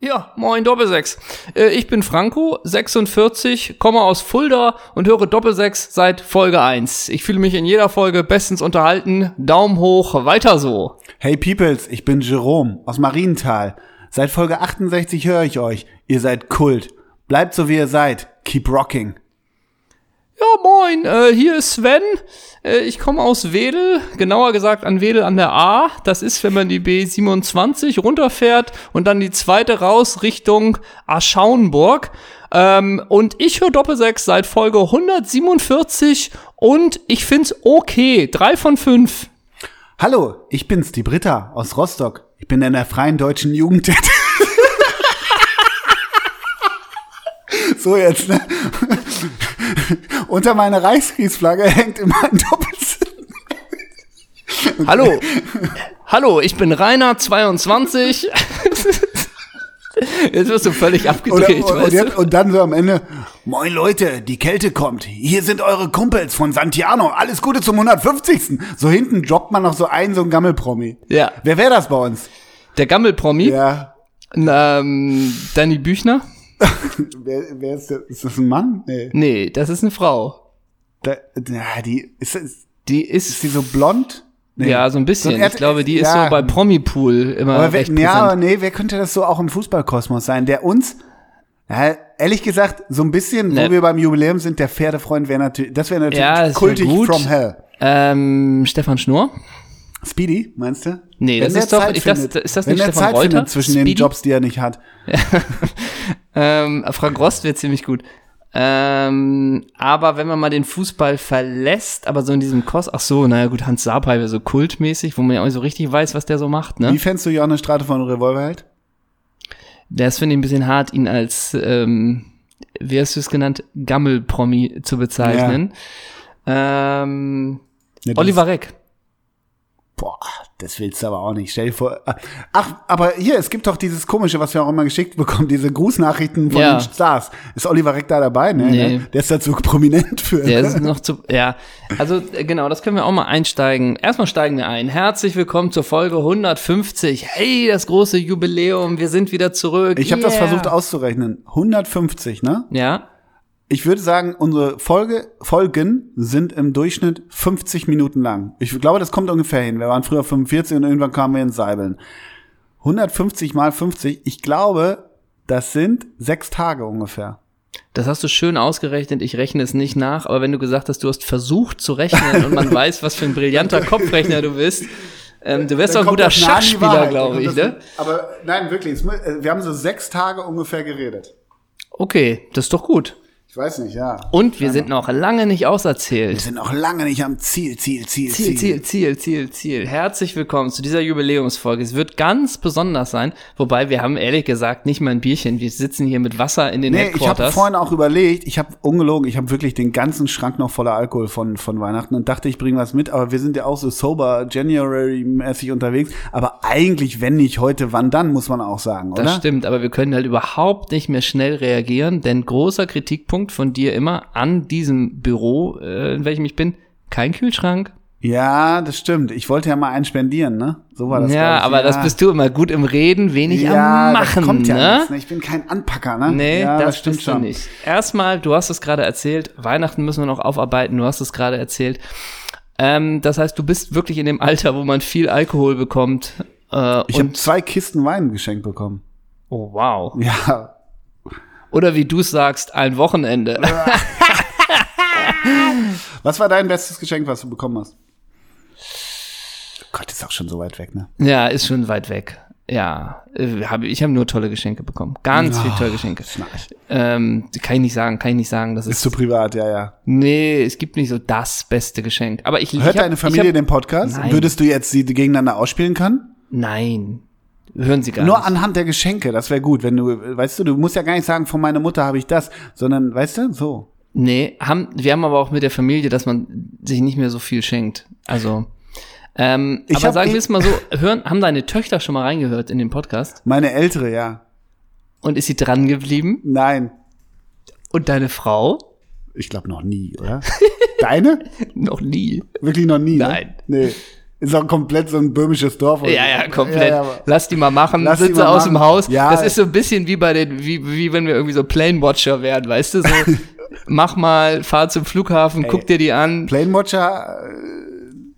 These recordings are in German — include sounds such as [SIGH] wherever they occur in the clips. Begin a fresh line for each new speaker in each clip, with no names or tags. Ja, moin Doppelsechs. Äh, Ich bin Franco, 46, komme aus Fulda und höre Doppelsechs seit Folge 1. Ich fühle mich in jeder Folge bestens unterhalten. Daumen hoch, weiter so.
Hey Peoples, ich bin Jerome aus Marienthal. Seit Folge 68 höre ich euch. Ihr seid Kult. Bleibt so wie ihr seid. Keep rocking.
Ja, moin, äh, hier ist Sven. Äh, ich komme aus Wedel, genauer gesagt an Wedel an der A. Das ist, wenn man die B27 runterfährt und dann die zweite raus Richtung Aschauenburg. Ähm, und ich höre Doppelsechs seit Folge 147 und ich find's okay. Drei von fünf.
Hallo, ich bin's, die Britta aus Rostock. Ich bin in der Freien Deutschen Jugend. [LAUGHS] so jetzt, ne? [LAUGHS] Unter meiner Reichskriegsflagge hängt immer ein Doppelsinn.
[LAUGHS] Hallo. Hallo, ich bin Rainer [LAUGHS] 22. Jetzt wirst du völlig
Oder,
abgedreht,
und,
weißt du?
jetzt, und dann so am Ende, moin Leute, die Kälte kommt. Hier sind eure Kumpels von Santiano. Alles Gute zum 150. So hinten droppt man noch so einen, so einen Gammelpromi.
Ja.
Wer wäre das bei uns?
Der Gammelpromi,
Ja. [LAUGHS]
ähm, Danny Büchner.
Wer, wer ist das? Ist das ein Mann? Nee.
Nee, das ist eine Frau.
Da, ja, die, ist, ist,
Die
ist
ist,
die so blond? Nee.
ja, so ein bisschen.
er-
ich glaube, die ist
ja.
so bei Promipool immer
Aber wer,
recht
ja, aber
präsent.
nee, wer könnte das so auch im Fußballkosmos sein, der uns, ja, ehrlich gesagt, so ein bisschen,
Nee.
wo wir beim Jubiläum sind, der Pferdefreund wäre natürlich, das wäre natürlich
Ne. Ja, das wär
kultig
gut.
from hell.
Ähm, Stefan Schnur?
Speedy, meinst du?
Nee, das
der
ist doch-
Zeit
ich- das-
findet.
ist das
Wenn
nicht
der
Stefan
Zeit
Reuter?
findet zwischen den
Speedy?
Jobs, die er nicht hat.
Ähm, Frank Rost wird ziemlich gut. Ähm, aber wenn man mal den Fußball verlässt, aber so in diesem Kos, ach so, naja gut, Hans Sapai wäre so kultmäßig, wo man ja auch nicht so richtig weiß, was der so macht, ne?
Wie fändst du Johannes Strate von halt? Revolverheld?
Das finde ich ein bisschen hart, ihn als, ähm, wie hast du es genannt, Gammel-Promi zu bezeichnen. Ähm,
Ne, das-
Oliver Reck.
Boah, das willst du aber auch nicht. Stell dir vor. äh, Ach, aber hier, es gibt doch dieses komische, was wir auch immer geschickt bekommen, diese Grußnachrichten von
Ja.
den Stars. Ist Oliver Reck da dabei? Ne,
Nee.
ne? Der ist dazu [LAUGHS] prominent für.
Der
[LAUGHS]
ist noch zu, ja. Also, äh, genau, das können wir auch mal einsteigen. Erstmal steigen wir ein. Herzlich willkommen zur Folge 150. Hey, das große Jubiläum. Wir sind wieder zurück.
Ich habe das
Yeah.
versucht auszurechnen. 150, ne?
Ja.
Ich würde sagen, unsere Folge, Folgen sind im Durchschnitt 50 Minuten lang. Ich glaube, das kommt ungefähr hin. Wir waren früher 45 und irgendwann kamen wir ins Seibeln. 150 mal 50, ich glaube, das sind sechs Tage ungefähr.
Das hast du schön ausgerechnet. Ich rechne es nicht nach. Aber wenn du gesagt hast, du hast versucht zu rechnen
[LAUGHS]
und man weiß, was für ein brillanter Kopfrechner du bist, ähm, du wärst doch ein guter Schachspieler, glaube ich, ne?
Aber nein, wirklich, es mu- äh, wir haben so sechs Tage ungefähr geredet.
Okay, das ist doch gut.
Ich weiß nicht, ja.
Und wir sind noch lange nicht
wir
auserzählt.
sind noch lange nicht am Ziel, Ziel, Ziel,
Ziel,
Ziel.
Ziel, Ziel, Ziel, Ziel. Herzlich willkommen zu dieser Jubiläumsfolge. Es wird ganz besonders sein, wobei wir haben ehrlich gesagt nicht mal ein Bierchen. Wir sitzen hier mit Wasser in den
Nee, ich habe
Headquarters.
vorhin auch überlegt, ich habe ungelogen, ich habe wirklich den ganzen Schrank noch voller Alkohol von, von Weihnachten und dachte, ich bringe was mit, aber wir sind ja auch so sober January-mäßig unterwegs, aber eigentlich, wenn nicht heute, wann dann, muss man auch sagen, oder?
Das stimmt, aber wir können halt überhaupt nicht mehr schnell reagieren, denn großer Kritikpunkt von dir immer an diesem Büro, äh, in welchem ich bin, kein Kühlschrank.
Ja, das stimmt. Ich wollte ja mal einen spendieren, ne? So war das.
ja,
glaub ich.
aber das bist du immer gut im Reden, wenig
ja,
am Machen,
das kommt ja
ne?
nichts, ne? Ich bin kein Anpacker, ne?
Nee,
ja,
das, stimmt schon nicht. Erstmal, du hast es gerade erzählt, Weihnachten müssen wir noch aufarbeiten, du hast es gerade erzählt. Ähm, das heißt, du bist wirklich in dem Alter, wo man viel Alkohol bekommt. Äh,
Ich habe
und,
zwei Kisten Wein geschenkt bekommen. [LAUGHS]
oh, wow.
Ja,
Oder wie du es sagst, ein Wochenende. [LAUGHS]
was war dein bestes Geschenk, was du bekommen hast? Gott, ist auch schon so weit weg, ne?
ja, ist schon weit weg. Ja, äh, hab, ich habe nur tolle Geschenke bekommen. Ganz
Ah,
viel tolle Geschenke. Ähm, kann ich nicht sagen, kann ich nicht sagen. Das
Ist
ist,
zu privat, ja, ja.
nee, es gibt nicht so das beste Geschenk. Aber ich
Hört
ich hab,
deine Familie
ich hab,
den Podcast?
Nein.
Würdest du jetzt sie gegeneinander ausspielen können?
Nein, hören sie gar
Nur
nicht.
anhand der Geschenke, das wäre gut, wenn du, weißt du, du musst ja gar nicht sagen, von meiner Mutter habe ich das, sondern, weißt du, so.
Nee, haben, wir haben aber auch mit der Familie, dass man sich nicht mehr so viel schenkt. Also, ähm,
Ich
aber
hab
sagen
eh-
wir es mal so, hören, haben deine Töchter schon mal reingehört in den Podcast?
Meine ältere, ja.
Und ist sie dran geblieben?
Nein.
Und deine Frau? [LAUGHS]
Ich glaube noch nie, oder? Deine?
Noch nie.
Wirklich noch nie.
Nein.
Ne? Nee. Ist auch komplett so ein böhmisches Dorf. oder
Ja,
so.
ja, komplett.
Ja, ja,
Lass die mal machen,
Lass die
sitze
mal
aus
machen.
dem Haus.
Ja,
das
ey.
ist so ein bisschen wie bei den, wie, wie wenn wir irgendwie so Plane Watcher wären, weißt du? So,
[LAUGHS]
mach mal, fahr zum Flughafen, guck dir die an.
Plane Watcher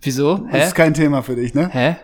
Wieso?
äh,
Hä?
ist kein Thema für dich, ne?
Hä?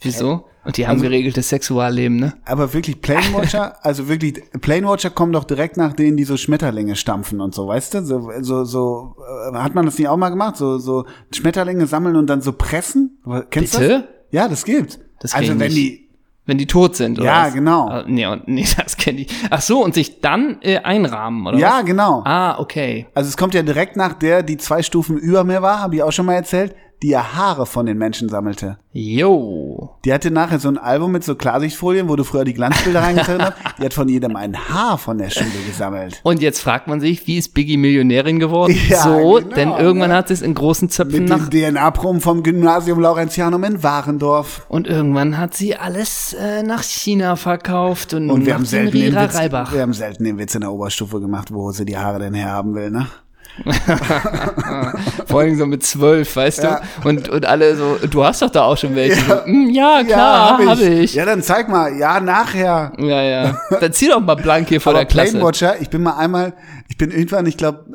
Wieso? Und
Also
die haben geregeltes Sexualleben, ne?
Aber wirklich Plane
[LAUGHS]
Watcher, also wirklich Plane Watcher kommen doch direkt nach denen, die so Schmetterlinge stampfen und so, weißt du? So, so, so äh, hat man das nicht auch mal gemacht? So, so Schmetterlinge sammeln und dann so pressen? Kennst du das?
Bitte?
Ja, das gibt.
Das
also
kenn
wenn
ich
die
Wenn die tot sind, oder?
Ja,
was?
genau.
Ah, Nee, und- nee, [LAUGHS] das kenne ich. Ach so, und sich dann äh, einrahmen, oder?
Ja,
was?
genau.
Ah, okay.
Also es kommt ja direkt nach der, die zwei Stufen über mir war, habe ich auch schon mal erzählt, die ja Haare von den Menschen sammelte.
Yo.
Die hatte nachher so ein Album mit so Klarsichtfolien, wo du früher
[LAUGHS]
die Glanzbilder reingezogen hast. Die hat von jedem ein Haar von der Schule gesammelt.
Und jetzt fragt man sich, wie ist Biggie Millionärin geworden?
[LAUGHS] Ja,
so,
genau,
denn irgendwann
ne?
hat sie es in großen Zöpfen
Mit
nach
dem DNA-Proben vom Gymnasium Laurentianum in Warendorf.
Und irgendwann hat sie alles äh, nach China verkauft und,
Und
nach
wir haben,
den
selten den
Rira
Witz,
Reibach.
wir haben selten den Witz in der Oberstufe gemacht, wo sie die Haare denn herhaben will, ne?
Ah, Vor allem so mit zwölf, weißt du? Und, und alle so, du hast doch da auch schon welche. Ja, ja klar, habe ich.
Ja, dann zeig mal. Ja, nachher.
Ja, ja. Dann zieh doch mal blank hier vor
Aber
der Klasse.
Plane Watcher, ich bin mal einmal, ich bin irgendwann, ich glaube,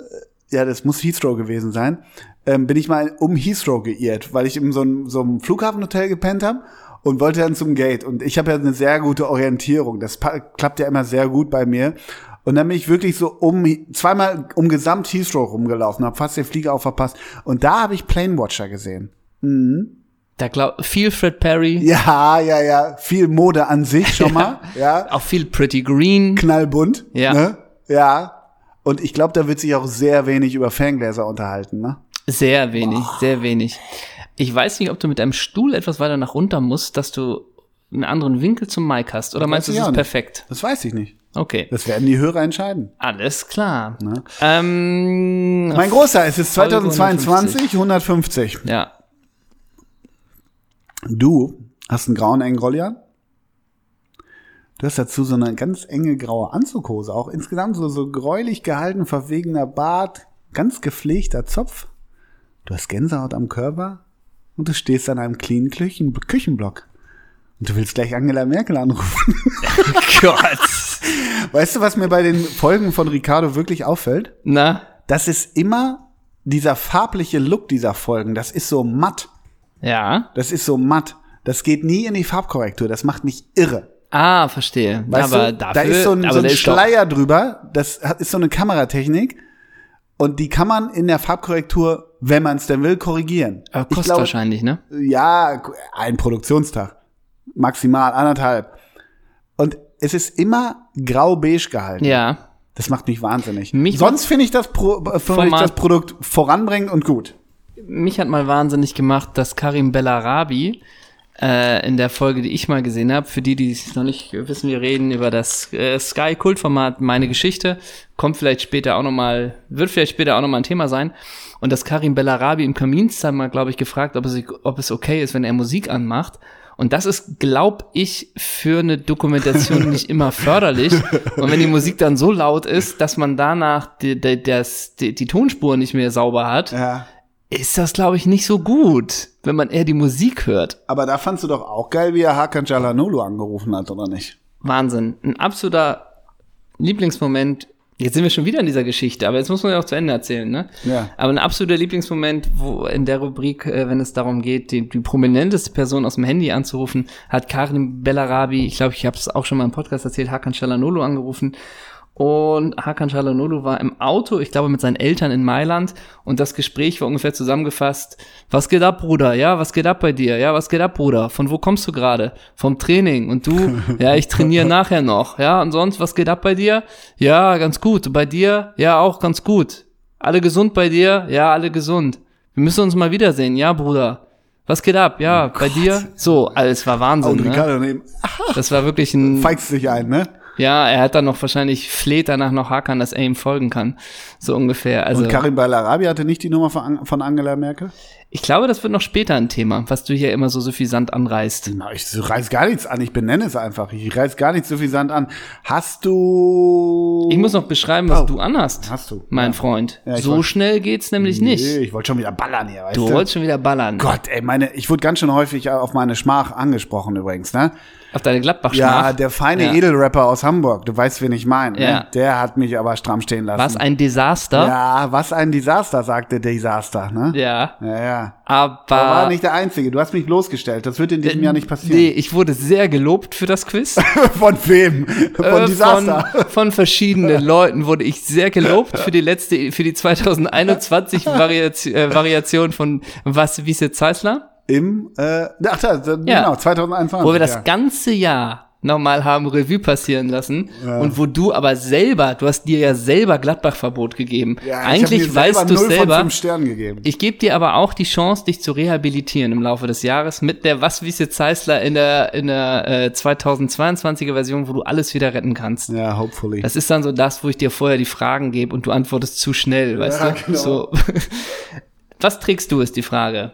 ja, das muss Heathrow gewesen sein, ähm, bin ich mal um Heathrow geirrt, weil ich in so einem, so einem Flughafenhotel gepennt habe und wollte dann zum Gate. Und ich habe ja eine sehr gute Orientierung. Das pa- klappt ja immer sehr gut bei mir. Und dann bin ich wirklich so um zweimal um gesamt Heathrow rumgelaufen, habe fast den Flieger auch verpasst. Und da habe ich Plane Watcher gesehen.
Da glaub, viel Fred Perry,
Ja, ja, ja. Viel Mode an
[LAUGHS]
sich schon mal. ja.
auch viel Pretty Green.
knallbunt.
Ja.
Ne? Ja. Und ich glaube, da wird sich auch sehr wenig über Ferngläser unterhalten, ne?
Sehr wenig, sehr wenig. Ich weiß nicht, ob du mit deinem Stuhl etwas weiter nach runter musst, dass du einen anderen Winkel zum Mike hast. Oder meinst du,
ich
es
auch
ist
nicht.
perfekt?
Das weiß ich nicht.
Okay.
Das werden die Hörer entscheiden.
Alles klar. Ähm,
Mein großer, es ist
Folge
2022, 150. [LAUGHS]
ja,
Du hast einen grauen engen Rollian. Du hast dazu so eine ganz enge graue Anzughose, auch insgesamt so, so gräulich gehalten, verwegener Bart, ganz gepflegter Zopf. Du hast Gänsehaut am Körper und du stehst an einem cleanen Küchen Küchenblock. Und du willst gleich Angela Merkel anrufen.
Gott.
Weißt du, was mir bei den Folgen von Ricardo wirklich auffällt?
Na?
Das ist immer dieser farbliche Look dieser Folgen. Das ist so matt.
Ja.
Das ist so matt. Das geht nie in die Farbkorrektur. Das macht mich irre.
Ah, verstehe.
Weißt
aber
du,
dafür,
da ist so ein,
aber
so ein
da ist doch-
Schleier drüber. Das hat- ist so eine Kameratechnik. Und die kann man in der Farbkorrektur, wenn man es denn will, korrigieren.
Äh,
Ich
kostet
glaube-
wahrscheinlich, ne?
ja, ein Produktionstag. Maximal anderthalb. Und es ist immer grau-beige gehalten.
Ja.
Das macht mich wahnsinnig.
Mich
Sonst finde ich, das Pro- äh, finde ich
Format-
das Produkt voranbringend und gut.
Mich hat mal wahnsinnig gemacht, dass Karim Bellarabi äh, in der Folge, die ich mal gesehen habe, für die, die es noch nicht wissen, wir reden über das äh, Sky-Kultformat Meine Geschichte, kommt vielleicht später auch nochmal, wird vielleicht später auch nochmal ein Thema sein. Und dass Karim Bellarabi im Kaminzimmer mal, glaube ich, gefragt, ob es, ob es okay ist, wenn er Musik anmacht. Und das ist, glaube ich, für eine Dokumentation nicht immer förderlich. Und wenn die Musik dann so laut ist, dass man danach die, die, das, die, die Tonspur nicht mehr sauber hat,
Ja.
ist das, glaube ich, nicht so gut, wenn man eher die Musik hört.
Aber da fandst du doch auch geil, wie er Hakan Jalanolu angerufen hat, oder nicht?
Wahnsinn. Ein absoluter Lieblingsmoment. Jetzt sind wir schon wieder in dieser Geschichte, aber jetzt muss man ja auch zu Ende erzählen, ne?
Ja.
Aber ein absoluter Lieblingsmoment, wo in der Rubrik, äh, wenn es darum geht, die, die prominenteste Person aus dem Handy anzurufen, hat Karim Bellarabi, ich glaube, ich habe es auch schon mal im Podcast erzählt, Hakan Shalanolo angerufen. Und Hakan Shalanolo war im Auto, ich glaube, mit seinen Eltern in Mailand. Und das Gespräch war ungefähr zusammengefasst. Was geht ab, Bruder? Ja, was geht ab bei dir? Ja, was geht ab, Bruder? Von wo kommst du gerade? Vom Training. Und du? Ja, ich trainiere nachher noch. Ja, und sonst, was geht ab bei dir? Ja, ganz gut. Und Bei dir? Ja, auch ganz gut. Alle gesund bei dir? Ja, alle gesund. Wir müssen uns mal wiedersehen. Ja, Bruder. Was geht ab? Ja, bei dir? So, alles war Wahnsinn.
Und
Ne?
Oh Ricardo daneben
Das war wirklich ein
feigst sich ein, ne?
ja, er hat dann noch wahrscheinlich fleht danach noch Hakan, dass er ihm folgen kann. So ungefähr. Also
Und Karim Balarabi hatte nicht die Nummer von, An- von Angela Merkel?
Ich glaube, das wird noch später ein Thema, was du hier immer so suffisant anreißt.
Na, ich reiß gar nichts an, ich benenne es einfach. Ich reiß gar nichts suffisant an. Hast du.
Ich muss noch beschreiben, was
Oh.
du anhast.
Hast du.
Mein
Ja.
Freund.
Ja, ich
so
wollt-
schnell geht's nämlich
Nee,
nicht.
ich wollte schon wieder ballern hier, weißt
Du
du?
wolltest schon wieder ballern.
Gott, ey, meine, ich wurde ganz schön häufig auf meine Schmach angesprochen übrigens, ne?
Auf deine gladbach
Ja, der feine
Ja.
Edelrapper aus Hamburg, du weißt, wen ich meine.
Ja.
Ne? Der hat mich aber stramm stehen lassen.
War es ein Desaster?
Ja, was ein Desaster, sagte Desaster, ne?
Ja.
Ja, ja.
Aber.
Aber war nicht der Einzige, du hast mich bloßgestellt, das wird in diesem Jahr nicht
Äh, Nee,
passieren.
ich wurde sehr gelobt für das Quiz.
[LAUGHS] Von wem? [LAUGHS] Von
Äh,
Desaster.
Von, von
[LAUGHS]
verschiedenen Leuten wurde ich sehr gelobt für die letzte, für die
[LAUGHS]
2021 Variation, äh, Variation von Was Wiese Zeisler,
Im, äh, ach, da, da,
Ja.
genau, 2021.
wo wir das
ja.
ganze Jahr nochmal haben Revue passieren lassen und wo du aber selber, du hast dir ja selber Gladbach-Verbot gegeben.
ja, ich
Eigentlich
hab mir selber
weißt du
null
selber.
Von fünf Sternen gegeben.
Ich gebe dir aber auch die Chance, dich zu rehabilitieren im Laufe des Jahres mit der Was Wiese Zeisler in der, in der äh, 2022er Version, wo du alles wieder retten kannst.
Ja, hopefully.
Das ist dann so das, wo ich dir vorher die Fragen gebe und du antwortest zu schnell, weißt
Ja,
du?
genau.
So. [LAUGHS] Was trägst du, ist die Frage.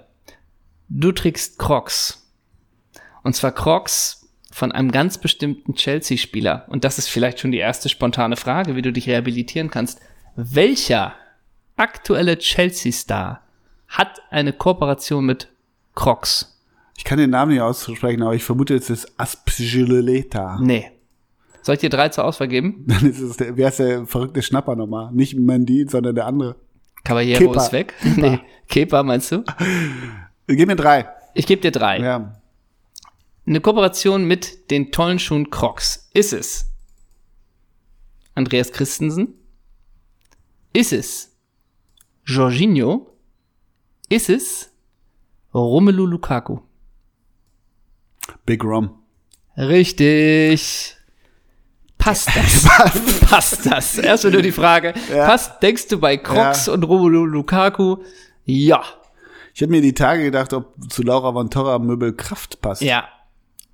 Du trägst Crocs. Und zwar Crocs von einem ganz bestimmten Chelsea-Spieler. Und das ist vielleicht schon die erste spontane Frage, wie du dich rehabilitieren kannst. Welcher aktuelle Chelsea-Star hat eine Kooperation mit Crocs?
Ich kann den Namen nicht aussprechen, aber ich vermute, es ist Aspgileta.
Nee. Soll ich dir drei zur Auswahl geben?
Dann ist es der, wer ist der verrückte Schnapper nochmal? Nicht Mandy, sondern der andere.
Caballero
Kepa.
ist weg. Nee. Kepa meinst du?
Gib mir drei.
Ich gebe dir drei.
Ja.
Eine Kooperation mit den tollen Schuhen Crocs. Ist es Andreas Christensen? Ist es Jorginho? Ist es Romelu Lukaku?
Big [LAUGHS] Rom.
Richtig. Passt das? [LAUGHS] Passt das? Erstmal nur die Frage. Passt, denkst du bei Crocs
Ja.
und Romelu Lukaku? Ja.
Ich hätte mir die Tage gedacht, ob zu Laura von Torra Möbel Kraft passt.
Ja.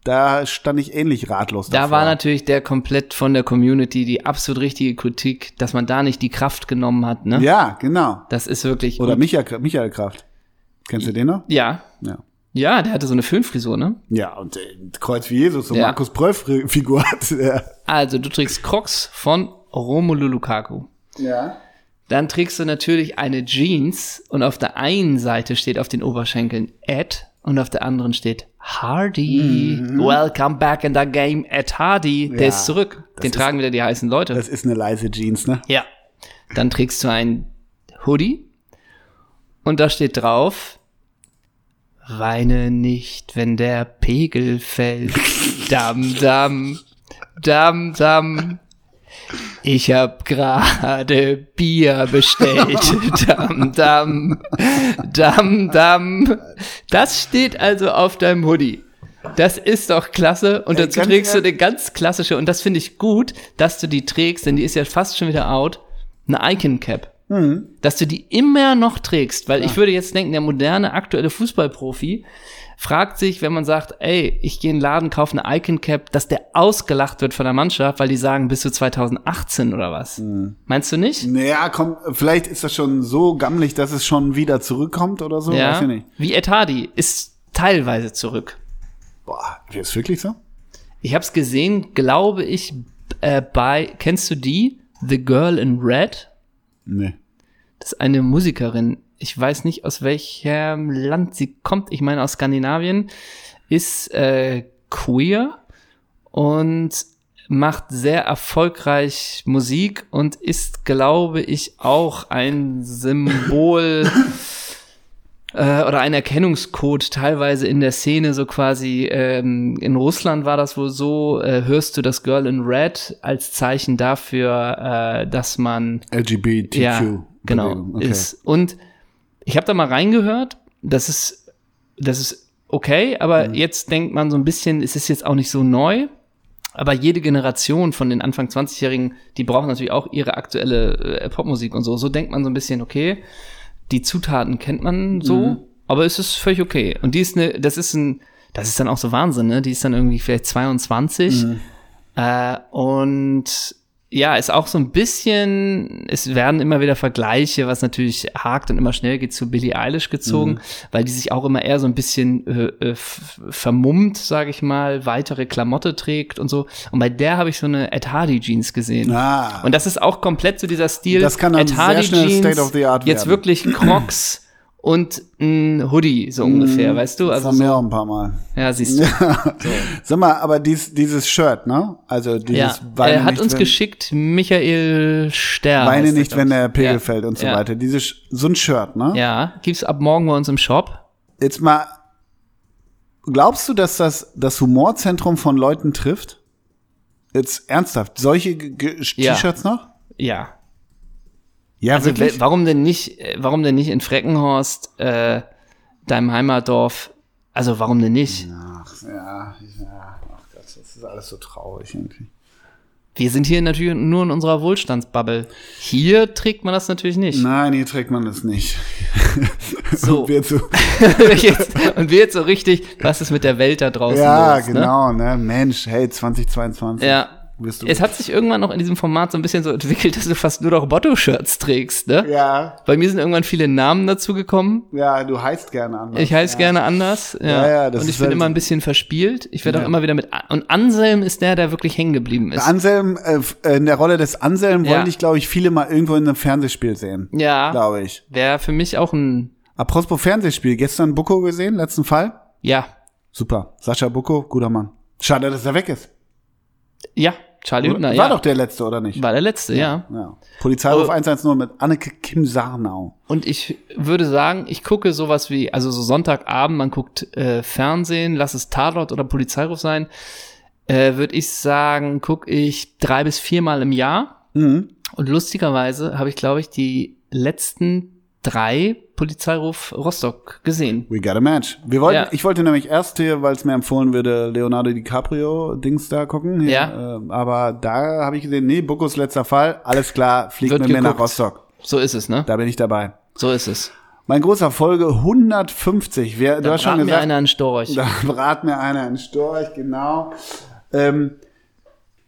Da stand ich ähnlich ratlos
Da
davor.
war natürlich der komplett von der Community die absolut richtige Kritik, dass man da nicht die Kraft genommen hat, ne?
Ja, genau.
Das ist wirklich.
Oder Michael, Michael Kraft. Kennst du den noch?
Ja.
Ja.
Ja, der hatte so eine Föhnfrisur, ne?
Ja, und äh, Kreuz wie Jesus, so
Ja.
Markus Pröll-Figur hat [LAUGHS] der.
Also, du trägst Crocs von Romelu Lukaku.
Ja.
Dann trägst du natürlich eine Jeans und auf der einen Seite steht auf den Oberschenkeln Ed und auf der anderen steht Hardy. Welcome back in the game, Ed Hardy. Der
Mhm. Ja,
ist zurück. Den tragen wieder die heißen Leute.
Das ist eine leise Jeans, ne?
Ja. Dann trägst du ein Hoodie und da steht drauf, weine nicht, wenn der Pegel
[LAUGHS]
fällt. Dam, dam, dam, dam. Ich hab gerade Bier
[LAUGHS]
bestellt. Dam, dam, dam, dam. Das steht also auf deinem Hoodie. Das ist doch klasse. Und dazu
ganz
trägst du
ehrlich-
eine ganz klassische, und das finde ich gut, dass du die trägst, denn die ist ja fast schon wieder out, eine Icon Cap. Dass du die immer noch trägst, weil ich würde jetzt denken, der moderne, aktuelle Fußballprofi fragt sich, wenn man sagt, ey, ich gehe in den Laden, kaufe eine Icon Cap, dass der ausgelacht wird von der Mannschaft, weil die sagen, bist du 2018 oder was?
Hm.
Meinst du nicht?
Naja, komm, vielleicht ist das schon so gammelig, dass es schon wieder zurückkommt oder so. Weiß
ja.
ich nicht.
Wie Ed Hardy ist teilweise zurück.
Boah, ist wirklich so?
Ich habe es gesehen, glaube ich, äh, bei, kennst du die? The Girl in Red?
Nee.
Das ist eine Musikerin. Ich weiß nicht, aus welchem Land sie kommt. Ich meine, aus Skandinavien. Ist äh, queer und macht sehr erfolgreich Musik und ist, glaube ich, auch ein Symbol [LAUGHS] äh, oder ein Erkennungscode teilweise in der Szene, so quasi ähm, in Russland war das wohl so, äh, hörst du das Girl in Red als Zeichen dafür, äh, dass man
LGBTQ.
ja, genau
Bewegung, okay.
ist. Und ich habe da mal reingehört, das ist, das ist okay, aber jetzt denkt man so ein bisschen, es ist jetzt auch nicht so neu. Aber jede Generation von den Anfang 20-Jährigen, die brauchen natürlich auch ihre aktuelle äh, Popmusik und so. So denkt man so ein bisschen, okay, die Zutaten kennt man so, aber es ist völlig okay. Und die ist eine, das ist ein, das ist dann auch so Wahnsinn, ne? Die ist dann irgendwie vielleicht 22 äh, und ja, ist auch so ein bisschen, es werden immer wieder Vergleiche, was natürlich hakt und immer schnell geht, zu Billie Eilish gezogen, weil die sich auch immer eher so ein bisschen äh, äh, f- vermummt, sage ich mal, weitere Klamotte trägt und so. Und bei der habe ich so eine Ed Hardy Jeans gesehen.
Ah.
Und das ist auch komplett so dieser Stil.
Das kann dann
Ed Hardy
sehr schnell
Jeans,
State of the Art
Jetzt
werden.
wirklich Crocs und ein Hoodie, so ungefähr, weißt du?
Mm, das
Also
haben wir
so,
auch ein paar Mal.
ja, siehst
[LAUGHS]
du.
Sag mal, aber dies, dieses Shirt, ne? Also
Ja,
dieses
äh, hat
nicht,
uns
wenn,
geschickt Michael Stern.
Weine
heißt er,
nicht,
glaub
wenn der
ich.
Pegel
ja.
fällt und so
ja.
weiter. Dieses, Sch- so ein Shirt, ne?
Ja, gibt's ab morgen bei uns im Shop.
Jetzt mal, glaubst du, dass das das Humorzentrum von Leuten trifft? Jetzt ernsthaft, solche G- G-
Ja.
T-Shirts noch?
Ja.
Ja,
Also we- warum denn nicht, äh, warum denn nicht in Freckenhorst, äh, deinem Heimatdorf? Also warum denn nicht?
Ja, ja. Ach Gott, das ist alles so traurig irgendwie.
Wir sind hier natürlich nur in unserer Wohlstandsbubble. Hier trägt man das natürlich nicht.
Nein, hier trägt man das nicht.
So.
[LAUGHS] Und wir so,
[LAUGHS] jetzt, und wir jetzt so richtig, was ist mit der Welt da draußen?
ja,
los, Ne?
genau, ne? Mensch, hey, 2022.
Ja.
Wirst du
Es hat sich irgendwann auch in diesem Format so ein bisschen so entwickelt, dass du fast nur noch Botto-Shirts trägst, ne?
ja,
Bei mir sind irgendwann viele Namen dazugekommen.
ja, du heißt gerne anders.
Ich heiße gerne anders. Ja.
Ja, ja, das
und ich
ist
bin
halt-
immer ein bisschen verspielt. Ich werde auch immer wieder mit. Und Anselm ist der, der wirklich hängen geblieben ist.
Anselm, äh, f- äh, in der Rolle des Anselm
Ja.
wollen dich, glaube ich, viele mal irgendwo in einem Fernsehspiel sehen.
ja.
Glaube ich.
Wäre für mich auch ein.
Apropos Fernsehspiel, gestern Bucco gesehen, letzten Fall.
Ja.
Super. Sascha Bucco, guter Mann. Schade, dass er weg ist.
Ja. Charlie Hübner,
War
ja.
doch der letzte, oder nicht?
war der letzte, ja.
Ja. Polizeiruf
Oh.
110 mit Anneke Kim Sarnau.
Und ich würde sagen, ich gucke sowas wie, also so Sonntagabend, man guckt äh, Fernsehen, lass es Tatort oder Polizeiruf sein, äh, würde ich sagen, gucke ich drei bis viermal im Jahr.
Mhm.
Und lustigerweise habe ich, glaube ich, die letzten drei Polizeiruf Rostock gesehen.
We got a match. Wir wollten,
Ja.
Ich wollte nämlich erst hier, weil es mir empfohlen würde, Leonardo DiCaprio-Dings da gucken. Hier,
Ja.
ähm, aber da habe ich gesehen, nee, Buccos letzter Fall, alles klar, fliegt
Wird
mit mir nach
geguckt.
Rostock.
So ist es, ne?
Da bin ich dabei.
So ist es.
Mein großer Folge 150. Wer, du
Da
hast schon
brat mir
gesagt,
einer einen Storch.
Da [LAUGHS] brat mir einer einen Storch, genau. Ähm,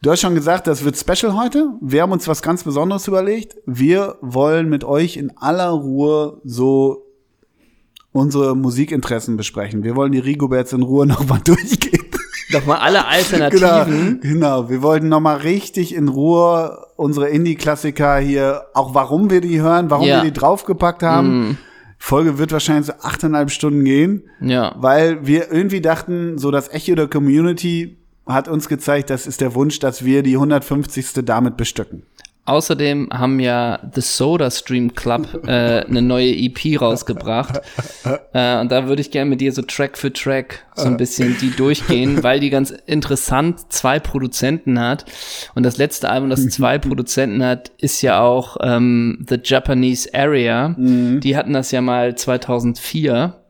du hast schon gesagt, das wird special heute. Wir haben uns was ganz Besonderes überlegt. Wir wollen mit euch in aller Ruhe so unsere Musikinteressen besprechen. Wir wollen die Rigoberts in Ruhe [LAUGHS] nochmal durchgehen.
Doch mal alle
[LAUGHS] genau,
Alternativen.
genau. Wir wollten nochmal richtig in Ruhe unsere Indie-Klassiker hier, auch warum wir die hören, warum
Ja.
wir die draufgepackt haben. Folge wird wahrscheinlich so 8,5 Stunden gehen
Ja.
weil wir irgendwie dachten, so das Echo der Community hat uns gezeigt, das ist der Wunsch, dass wir die 150. damit bestücken.
Außerdem haben ja The Soda Stream Club äh, eine neue EP rausgebracht. äh, und da würde ich gerne mit dir so Track für Track so ein bisschen die durchgehen, weil die ganz interessant zwei Produzenten hat. Und das letzte Album, das zwei Produzenten hat, ist ja auch ähm, The Japanese Area. Die hatten das ja mal 2004.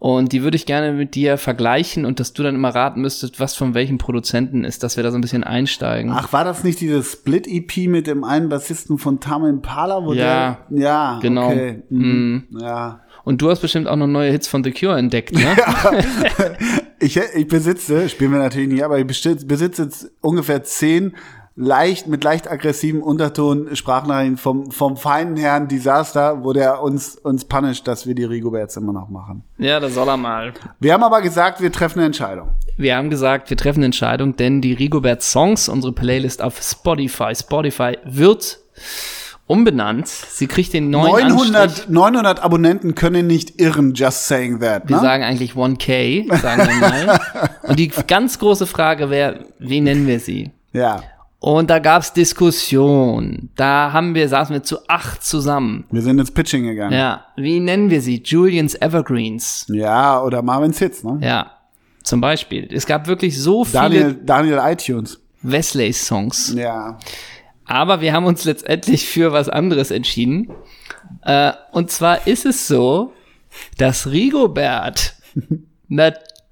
Und die würde ich gerne mit dir vergleichen und dass du dann immer raten müsstest, was von welchem Produzenten ist, dass wir da so ein bisschen einsteigen.
Ach, war das nicht diese Split-EP mit dem einen Bassisten von Tame Impala? Wo
Ja.
Der, ja,
Genau.
Okay. Mhm. Ja.
Und du hast bestimmt auch noch neue Hits von The Cure entdeckt, ne?
Ich, ich besitze, spielen wir natürlich nicht, aber ich besitze, besitze jetzt ungefähr zehn leicht mit leicht aggressivem Unterton Sprachnachrichten vom vom feinen Herrn Disaster, wo der uns uns punisht, dass wir die Rigoberts immer noch machen.
Ja, das soll er mal.
Wir haben aber gesagt, wir treffen eine Entscheidung.
Wir haben gesagt, wir treffen eine Entscheidung, denn die Rigobert Songs, unsere Playlist auf Spotify, Spotify wird umbenannt. Sie kriegt den neuen 900.
900, 900 Abonnenten können nicht irren, just saying that.
Wir
Ne?
sagen eigentlich 1K, sagen wir mal. Und die ganz große Frage wäre, wie nennen wir sie?
Ja.
Und da gab's Diskussion. Da haben wir, saßen wir zu acht zusammen.
Wir sind ins Pitching gegangen. Ja,
Ja, wie nennen wir sie? Julians Evergreens.
oder Marvin's Hits, ne?
Ja, zum Beispiel. Es gab wirklich so viele
Daniel, Daniel iTunes.
Wesley-Songs.
Ja.
Aber wir haben uns letztendlich für was anderes entschieden. Äh, und zwar ist es so, dass
[LAUGHS]
Rigobert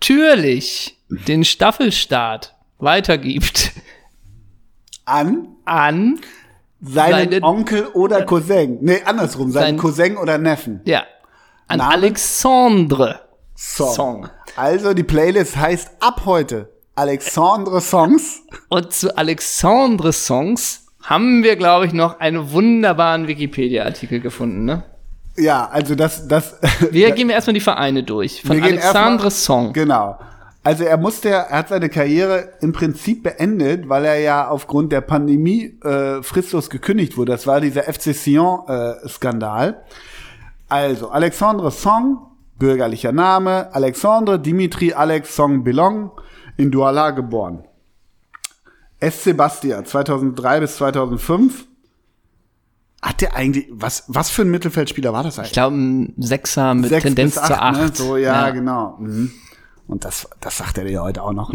natürlich den Staffelstart weitergibt
An
an,
seinen
Seinen-
Onkel oder Cousin. Nee, andersrum,
Sein-
seinen Cousin oder Neffen.
ja, an
Name?
Alexandre.
Song.
Song.
Also die Playlist heißt ab heute Alexandre Songs.
Und zu Alexandre Songs haben wir, glaube ich, noch einen wunderbaren Wikipedia-Artikel gefunden, ne?
Ja, also das, das. [LAUGHS]
Wir gehen erstmal die Vereine durch. Von
Wir gehen
Alexandre
erstmal-
Song.
Genau. Also er musste, er hat seine Karriere im Prinzip beendet, weil er ja aufgrund der Pandemie äh, fristlos gekündigt wurde. Das war dieser FC Sion-Skandal. äh, also Alexandre Song, bürgerlicher Name, Alexandre Dimitri Alex Song Belong, in Douala geboren. SC Bastia, 2003 bis 2005. Hat der eigentlich, was, was für ein Mittelfeldspieler war das eigentlich?
Ich glaube, ein Sechser mit
Sechs
Tendenz
bis acht,
zur Acht.
Ne? So, ja,
Ja.
genau. Mhm. Und das, das sagt er dir heute
[LAUGHS]
auch noch.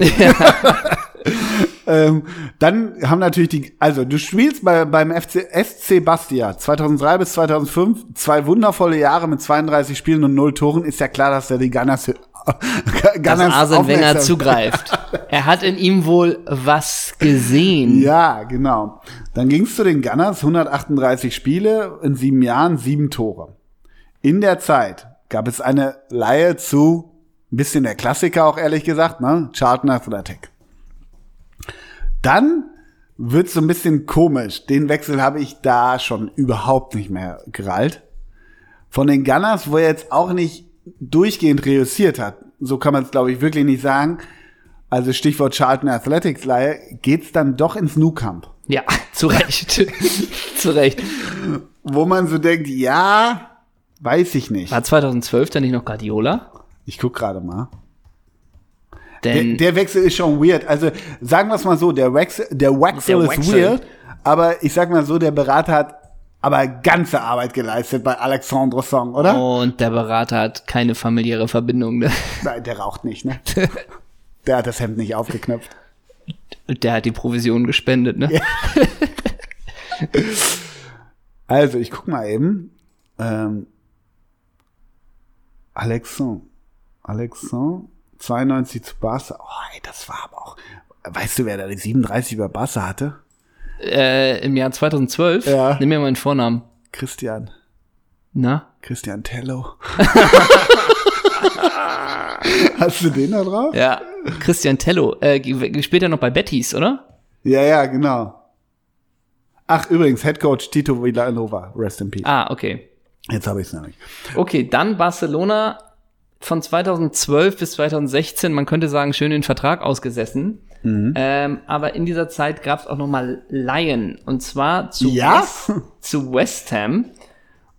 [LAUGHS] ähm, dann haben natürlich die, also du spielst bei, beim FC, SC Bastia 2003 bis 2005 zwei wundervolle Jahre mit 32 Spielen und null Toren. Ist ja klar, dass der die Gunners, [LAUGHS]
Dass
Gunners
Arsene Wenger
aufmerksam- [LAUGHS]
zugreift. er hat in ihm wohl was gesehen.
Ja, genau. Dann ging's zu den Gunners, 138 Spiele in sieben Jahren, sieben Tore. In der Zeit gab es eine Laie zu, ein bisschen der Klassiker auch ehrlich gesagt, ne? Charlton Athletic. Dann wird's so ein bisschen komisch. Den Wechsel habe ich da schon überhaupt nicht mehr gerallt. Von den Gunners, wo er jetzt auch nicht durchgehend reüssiert hat, so kann man es glaube ich wirklich nicht sagen, also Stichwort Charlton Athletics Leihe, geht's dann doch ins Nukamp.
Ja, [LAUGHS] zu Recht. [LAUGHS] zu Recht.
Wo man so denkt, ja, weiß ich nicht.
War 2012 dann nicht noch Guardiola?
Ich guck gerade mal. Der,
Denn
der Wechsel ist schon weird. Also sagen wir es mal so, der Wechsel, der Wechsel
Der
ist
Wechsel.
weird, aber ich sag mal so, der Berater hat aber ganze Arbeit geleistet bei Alexandre Song, oder?
und der Berater hat keine familiäre Verbindung. Ne?
Nein, der raucht nicht, ne? [LAUGHS] der hat das Hemd nicht aufgeknöpft.
Und Der hat die Provision gespendet, ne?
Also, ich guck mal eben. Ähm, Alexon. Alexon. 92 zu Barca. Oh, ey, das war aber auch. Weißt du, wer da die 37 bei Barca hatte?
Äh, Im Jahr 2012.
Ja.
Nimm mir meinen Vornamen.
Christian.
Na?
Christian Tello. [LAUGHS] Hast du den da drauf?
Ja. Christian Tello. Äh, ge- gespielt ja noch bei Bettys, oder?
Ja, ja, genau. Ach, übrigens, Headcoach Tito Villanova. Rest in peace.
Ah, okay.
Jetzt habe ich es nämlich.
Okay, dann Barcelona von 2012 bis 2016, man könnte sagen, schön den Vertrag ausgesessen. Ähm, aber in dieser Zeit gab es auch noch mal Laien. Und zwar zu,
Ja? [LAUGHS]
West, zu West Ham.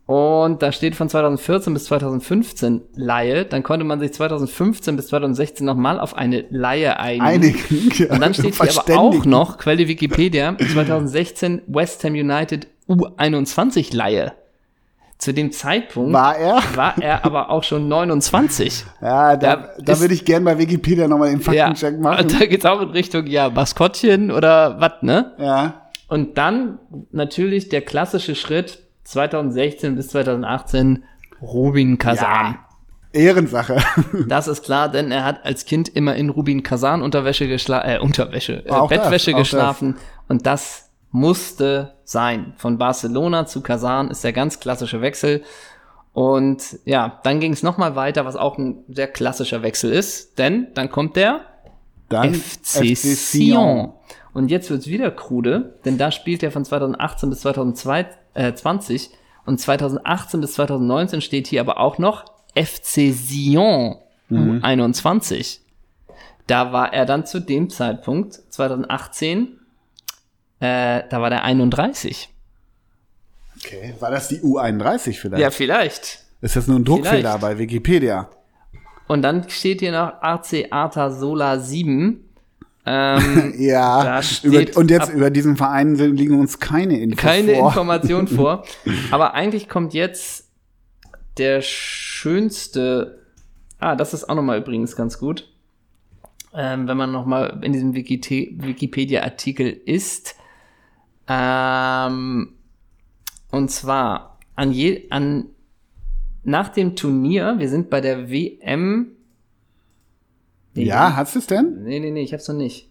Und da steht von 2014 bis 2015 Laie. Dann konnte man sich 2015 bis 2016 noch mal auf eine Laie einigen.
Einigen.
Und dann steht hier aber auch noch, Quelle Wikipedia, 2016 West Ham United U21 Laie. Zu dem Zeitpunkt
War er?
war er aber auch schon 29.
Ja, da,
Ja,
da
ist-
würde ich gern bei Wikipedia nochmal den
Ja,
Faktencheck machen.
und [LAUGHS] da geht's auch in Richtung, ja, Maskottchen oder was, ne?
Ja.
Und dann natürlich der klassische Schritt 2016 bis 2018, Rubin Kazan.
Ehrensache. [LAUGHS]
Das ist klar, denn er hat als Kind immer in Rubin Kazan Unterwäsche geschlafen, äh, Unterwäsche, äh,
Auch das,
Bettwäsche
auch das.
geschlafen. Und das musste sein. Von Barcelona zu Kazan ist der ganz klassische Wechsel. Und ja, dann ging es nochmal weiter, was auch ein sehr klassischer Wechsel ist, denn dann kommt der
Dann
FC Sion. Und jetzt wird's wieder krude, denn da spielt er von 2018 bis 2020 und 2018 bis 2019 steht hier aber auch noch FC Sion Mhm. U21. Da war er dann zu dem Zeitpunkt 2018, äh, da war der 31.
Okay, war das die U31 vielleicht?
Ja, vielleicht.
Ist das nur ein Druckfehler
Vielleicht.
bei Wikipedia?
Und dann steht hier noch AC Artasola 7. [LAUGHS] Ähm, Da
Ja.
steht
Über, und jetzt
ab-
über diesen Verein sind, liegen uns keine Infos
keine
vor.
Information
[LAUGHS]
vor. Aber eigentlich kommt jetzt der schönste. Ah, das ist auch nochmal übrigens ganz gut. Ähm, wenn man nochmal in diesem Wikite- Wikipedia-Artikel ist. Ähm, und zwar an je, an, nach dem Turnier, wir sind bei der WM. Nee,
Ja, hast du es denn?
Nee, nee, nee, ich hab's noch nicht.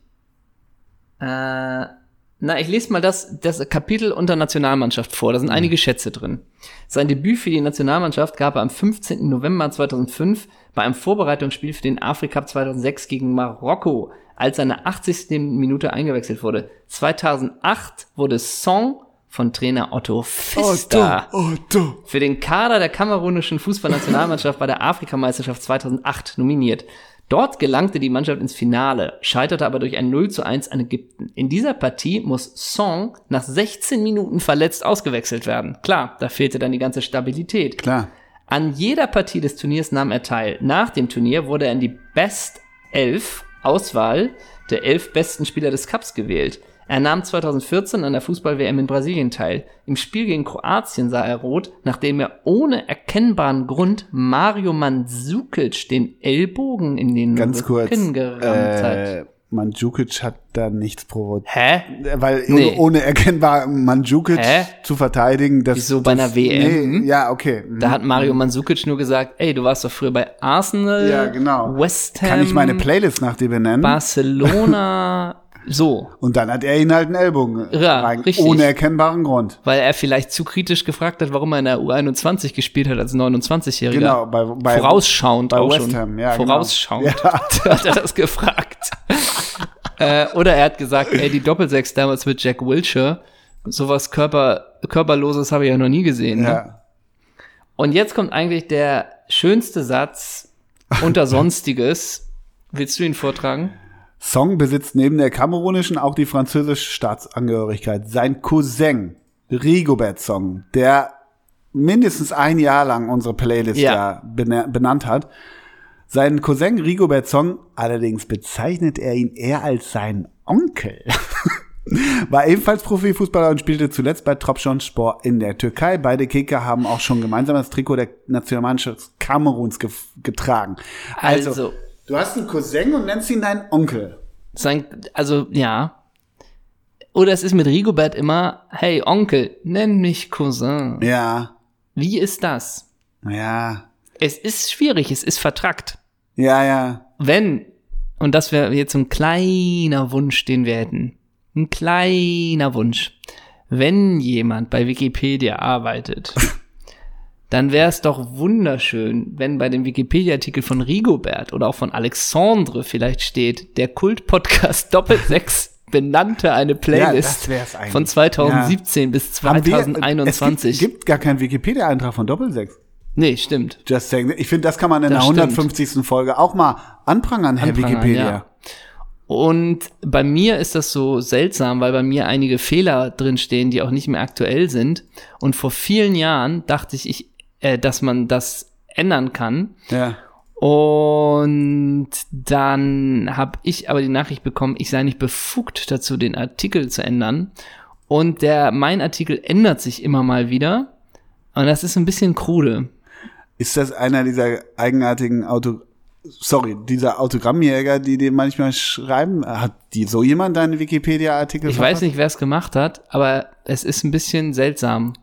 Äh, na, ich lese mal das, das Kapitel unter Nationalmannschaft vor. Da sind einige Schätze drin. Sein Debüt für die Nationalmannschaft gab er am 15. November 2005 bei einem Vorbereitungsspiel für den Afrika Cup 2006 gegen Marokko, als er in der 80. Minute eingewechselt wurde. 2008 wurde Song von Trainer Otto
Oh,
Pfister
Otto.
für den Kader der kamerunischen Fußballnationalmannschaft bei der Afrikameisterschaft 2008 nominiert. Dort gelangte die Mannschaft ins Finale, scheiterte aber durch ein 0 zu 1 an Ägypten. In dieser Partie muss Song nach 16 Minuten verletzt ausgewechselt werden. Klar, da fehlte dann die ganze Stabilität.
Klar.
An jeder Partie des Turniers nahm er teil. Nach dem Turnier wurde er in die Best 11 Auswahl der elf besten Spieler des Cups gewählt. Er nahm 2014 an der Fußball-WM in Brasilien teil. Im Spiel gegen Kroatien sah er rot, nachdem er ohne erkennbaren Grund Mario Mandzukic den Ellbogen in den
Ganz kurz.
Rücken gerammt hat.
Äh, Mandzukic hat da nichts provoziert.
Hä?
Weil
Nee.
ohne, ohne erkennbar Mandzukic
Hä?
zu verteidigen, das
Wieso bei einer
das,
WM?
Nee, ja, okay. Mhm.
Da hat Mario Mandzukic nur gesagt, ey, du warst doch früher bei Arsenal,
Ja, genau.
West Ham,
Kann ich meine Playlist nach dir benennen?
Barcelona, so.
Und dann hat er ihn halt einen Ellbogen
Ja,
rein,
richtig.
ohne erkennbaren Grund.
weil er vielleicht zu kritisch gefragt hat, warum er in der U21 gespielt hat als 29-Jähriger.
Genau, bei- bei-
vorausschauend
bei
auch
West
schon.
Ham, ja, genau.
vorausschauend [LAUGHS] hat er das
[LAUGHS]
gefragt. äh, oder er hat gesagt, ey, die Doppelsechs damals mit Jack Wilshere, sowas Körper, körperloses habe ich ja noch nie gesehen. Ne?
Ja.
Und jetzt kommt eigentlich der schönste Satz
[LAUGHS]
unter Sonstiges. Willst du ihn vortragen?
Song besitzt neben der kamerunischen auch die französische Staatsangehörigkeit. Sein Cousin, Rigobert Song, der mindestens ein Jahr lang unsere Playlist
Ja.
ja. bena- benannt hat. Seinen Cousin Rigobert Song, allerdings bezeichnet er ihn eher als seinen Onkel. War ebenfalls Profifußballer und spielte zuletzt bei Trabzonspor in der Türkei. Beide Kicker haben auch schon gemeinsam das Trikot der Nationalmannschaft Kameruns gef- getragen.
Also.
du hast einen Cousin und nennst ihn deinen Onkel.
Sein, also, ja. Oder es ist mit Rigobert immer, hey Onkel, nenn mich Cousin.
Ja,
Wie ist das?
ja,
Es ist schwierig, es ist vertrackt.
ja, ja.
Wenn, und das wäre jetzt so ein kleiner Wunsch, den wir hätten. Ein kleiner Wunsch. Wenn jemand bei Wikipedia
[LAUGHS]
arbeitet, dann wäre es doch wunderschön, wenn bei dem Wikipedia-Artikel von Rigobert oder auch von Alexandre vielleicht steht, der Kult-Podcast [LAUGHS] Doppelsechs benannte eine Playlist
das wär's eigentlich.
von 2017 bis
Haben wir-
2021.
Es gibt, gibt gar keinen Wikipedia-Eintrag von Doppelsechs.
nee, stimmt.
Just saying. Ich finde, das kann man in
Das
der
stimmt.
150. Folge auch mal anprangern, Herr
Anprangern,
Wikipedia.
ja. Und bei mir ist das so seltsam, weil bei mir einige Fehler drinstehen, die auch nicht mehr aktuell sind. Und vor vielen Jahren dachte ich, ich äh, dass man das ändern kann.
Ja.
Und dann habe ich aber die Nachricht bekommen, ich sei nicht befugt dazu, den Artikel zu ändern. Und der mein Artikel ändert sich immer mal wieder. Und das ist ein bisschen krude.
Ist das einer dieser eigenartigen Auto, sorry, dieser Autogrammjäger, die dir manchmal schreiben? Hat die so jemand deinen Wikipedia-Artikel?
Ich
verfasst?
weiß nicht, wer es gemacht hat, aber es ist ein bisschen seltsam.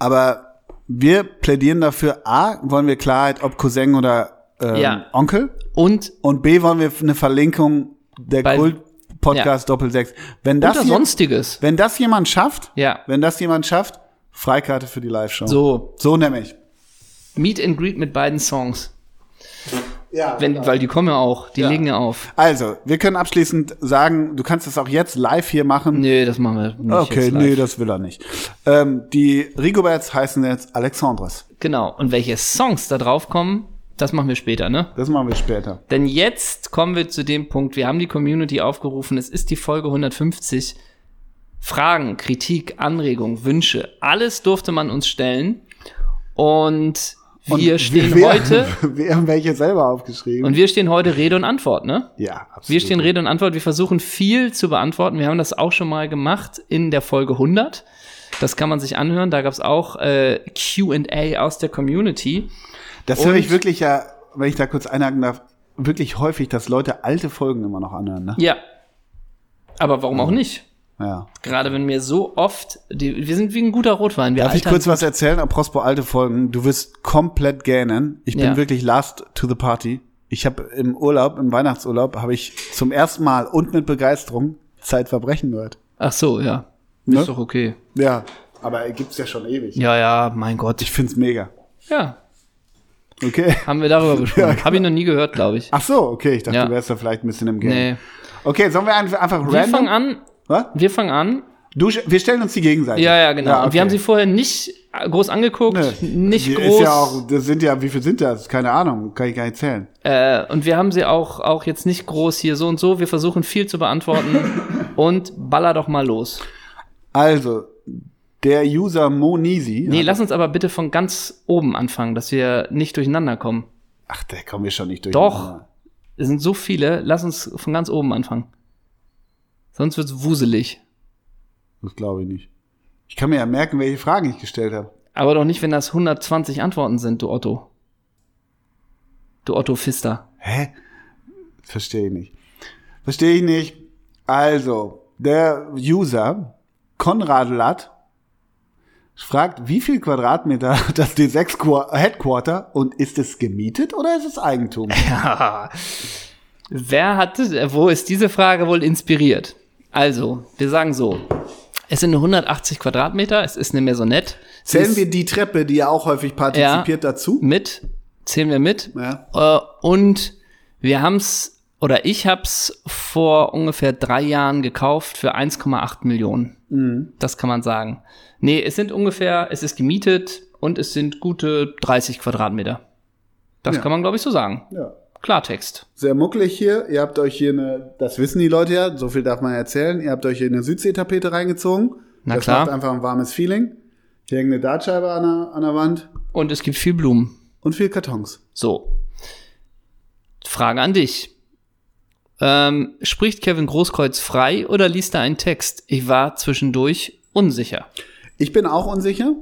Aber wir plädieren dafür, A, wollen wir Klarheit, ob Cousin oder ähm,
Ja.
Onkel?
Und
Und B wollen wir eine Verlinkung der
Bei-
Kult-Podcast Doppelsechs. Wenn das,
unter
je-
Sonstiges.
wenn das jemand schafft,
Ja.
wenn das jemand schafft, Freikarte für die Live-Show.
So,
So nämlich.
Meet and Greet mit beiden Songs.
Ja.
Wenn, Weil die kommen ja auch, die
Ja.
legen ja auf.
also, wir können abschließend sagen, du kannst es auch jetzt live hier machen.
Nee, das machen wir nicht.
okay,
jetzt live.
nee, das will er nicht. Ähm, die Rigoberts heißen jetzt Alexandres.
Genau. Und welche Songs da drauf kommen, das machen wir später, ne?
Das machen wir später.
Denn jetzt kommen wir zu dem Punkt, wir haben die Community aufgerufen, es ist die Folge 150. Fragen, Kritik, Anregungen, Wünsche, alles durfte man uns stellen. Und wir stehen
wir,
heute,
[LAUGHS] Wir haben welche selber aufgeschrieben.
und wir stehen heute Rede und Antwort, ne?
ja, absolut.
Wir stehen Rede und Antwort. Wir versuchen viel zu beantworten. Wir haben das auch schon mal gemacht in der Folge 100. Das kann man sich anhören. Da gab es auch äh, Q&A aus der Community.
Das höre ich
Und-
wirklich ja, wenn ich da kurz einhaken darf, wirklich häufig, dass Leute alte Folgen immer noch anhören, ne?
Ja, aber warum
Mhm.
auch nicht?
Ja.
Gerade wenn mir so oft, die, wir sind wie ein guter Rotwein. Wir
Darf ich
altern-
kurz was erzählen? Apropos alte Folgen. Du wirst komplett gähnen. Ich bin
Ja.
wirklich last to the party. Ich habe im Urlaub, im Weihnachtsurlaub, habe ich zum ersten Mal und mit Begeisterung Zeitverbrechen gehört.
Ach so, ja.
Ne?
Ist doch okay.
Ja. Aber gibt's ja schon ewig.
Ja, ja, mein Gott.
Ich find's mega.
Ja.
Okay.
Haben wir
[LAUGHS]
darüber gesprochen. Hab ich
genau.
noch nie gehört, glaube ich.
Ach so, okay. Ich dachte,
Ja.
du wärst da vielleicht ein bisschen im Game.
Nee.
Okay, sollen wir einfach, einfach
Wir fangen
random.
an,
Was?
wir fangen an.
Du, wir stellen uns die gegenseitig.
Ja, ja, genau. Und
okay.
Wir haben sie vorher nicht groß angeguckt,
Nee.
nicht
Die
groß.
Ist ja auch, das sind ja, wie viel sind das? Keine Ahnung, kann ich gar nicht zählen.
Äh, und wir haben sie auch, auch jetzt nicht groß hier so und so. Wir versuchen viel zu beantworten. und baller doch mal los.
Also, der User Monisi.
Nee, lass uns aber bitte von ganz oben anfangen, dass wir nicht durcheinander kommen.
Ach, der kommen wir schon nicht durch.
Doch. Es sind so viele, lass uns von ganz oben anfangen. Sonst wird's wuselig.
Das glaube ich nicht. Ich kann mir ja merken, welche Fragen ich gestellt habe.
Aber doch nicht, wenn das 120 Antworten sind, du Otto. Du Otto Pfister.
Hä? Verstehe ich nicht. Verstehe ich nicht. Also, der User Konrad Latt fragt, wie viel Quadratmeter hat das D6 Qua- Headquarter und ist es gemietet oder ist es Eigentum?
[LAUGHS] Wer hat, wo ist diese Frage wohl inspiriert? Also, wir sagen so. Es sind 180 Quadratmeter, es ist eine Maisonette. Es
[LAUGHS] Zählen
ist
wir die Treppe, die ja auch häufig partizipiert,
Ja.
dazu?
mit, zählen wir mit.
Ja.
Äh, und wir haben's, oder ich hab's vor ungefähr drei Jahren gekauft für 1,8 Millionen.
Mhm.
Das kann man sagen. Nee, es sind ungefähr, es ist gemietet und es sind gute 30 Quadratmeter. Das
Ja.
kann man, glaube ich, so sagen.
Ja.
Klartext.
Sehr muckelig hier. Ihr habt euch hier eine, das wissen die Leute ja, so viel darf man erzählen. Ihr habt euch hier eine Südseetapete reingezogen.
Na
das
klar.
macht einfach ein warmes Feeling. Hier hängt eine Dartscheibe an der, an der Wand
Und es gibt viel Blumen.
und viel Kartons.
So. Frage an dich. Ähm, spricht Kevin Großkreuz frei oder liest er einen Text? Ich war zwischendurch unsicher.
Ich bin auch unsicher.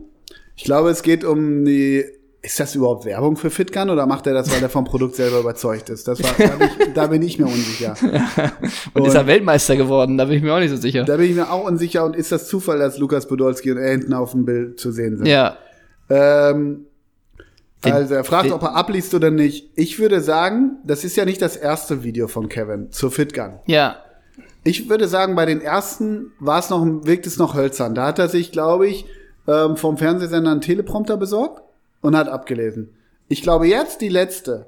Ich glaube, es geht um die. Ist das überhaupt Werbung für FitGun oder macht er das, weil er vom Produkt selber überzeugt ist? Das war, da, bin ich, da bin ich mir unsicher.
Und,
Und-
ist er Weltmeister geworden? Da bin ich mir auch nicht so sicher.
Da bin ich mir auch unsicher und ist das Zufall, dass Lukas Podolski und er hinten auf dem Bild zu sehen sind?
Ja,
Ähm,
Den-
also er fragt,
den-
ob er abliest oder nicht. Ich würde sagen, das ist ja nicht das erste Video von Kevin zur FitGun.
ja.
Ich würde sagen, bei den ersten war es noch, wirkt es noch hölzern. Da hat er sich, glaube ich, ähm, vom Fernsehsender einen Teleprompter besorgt und hat abgelesen. Ich glaube jetzt die letzte,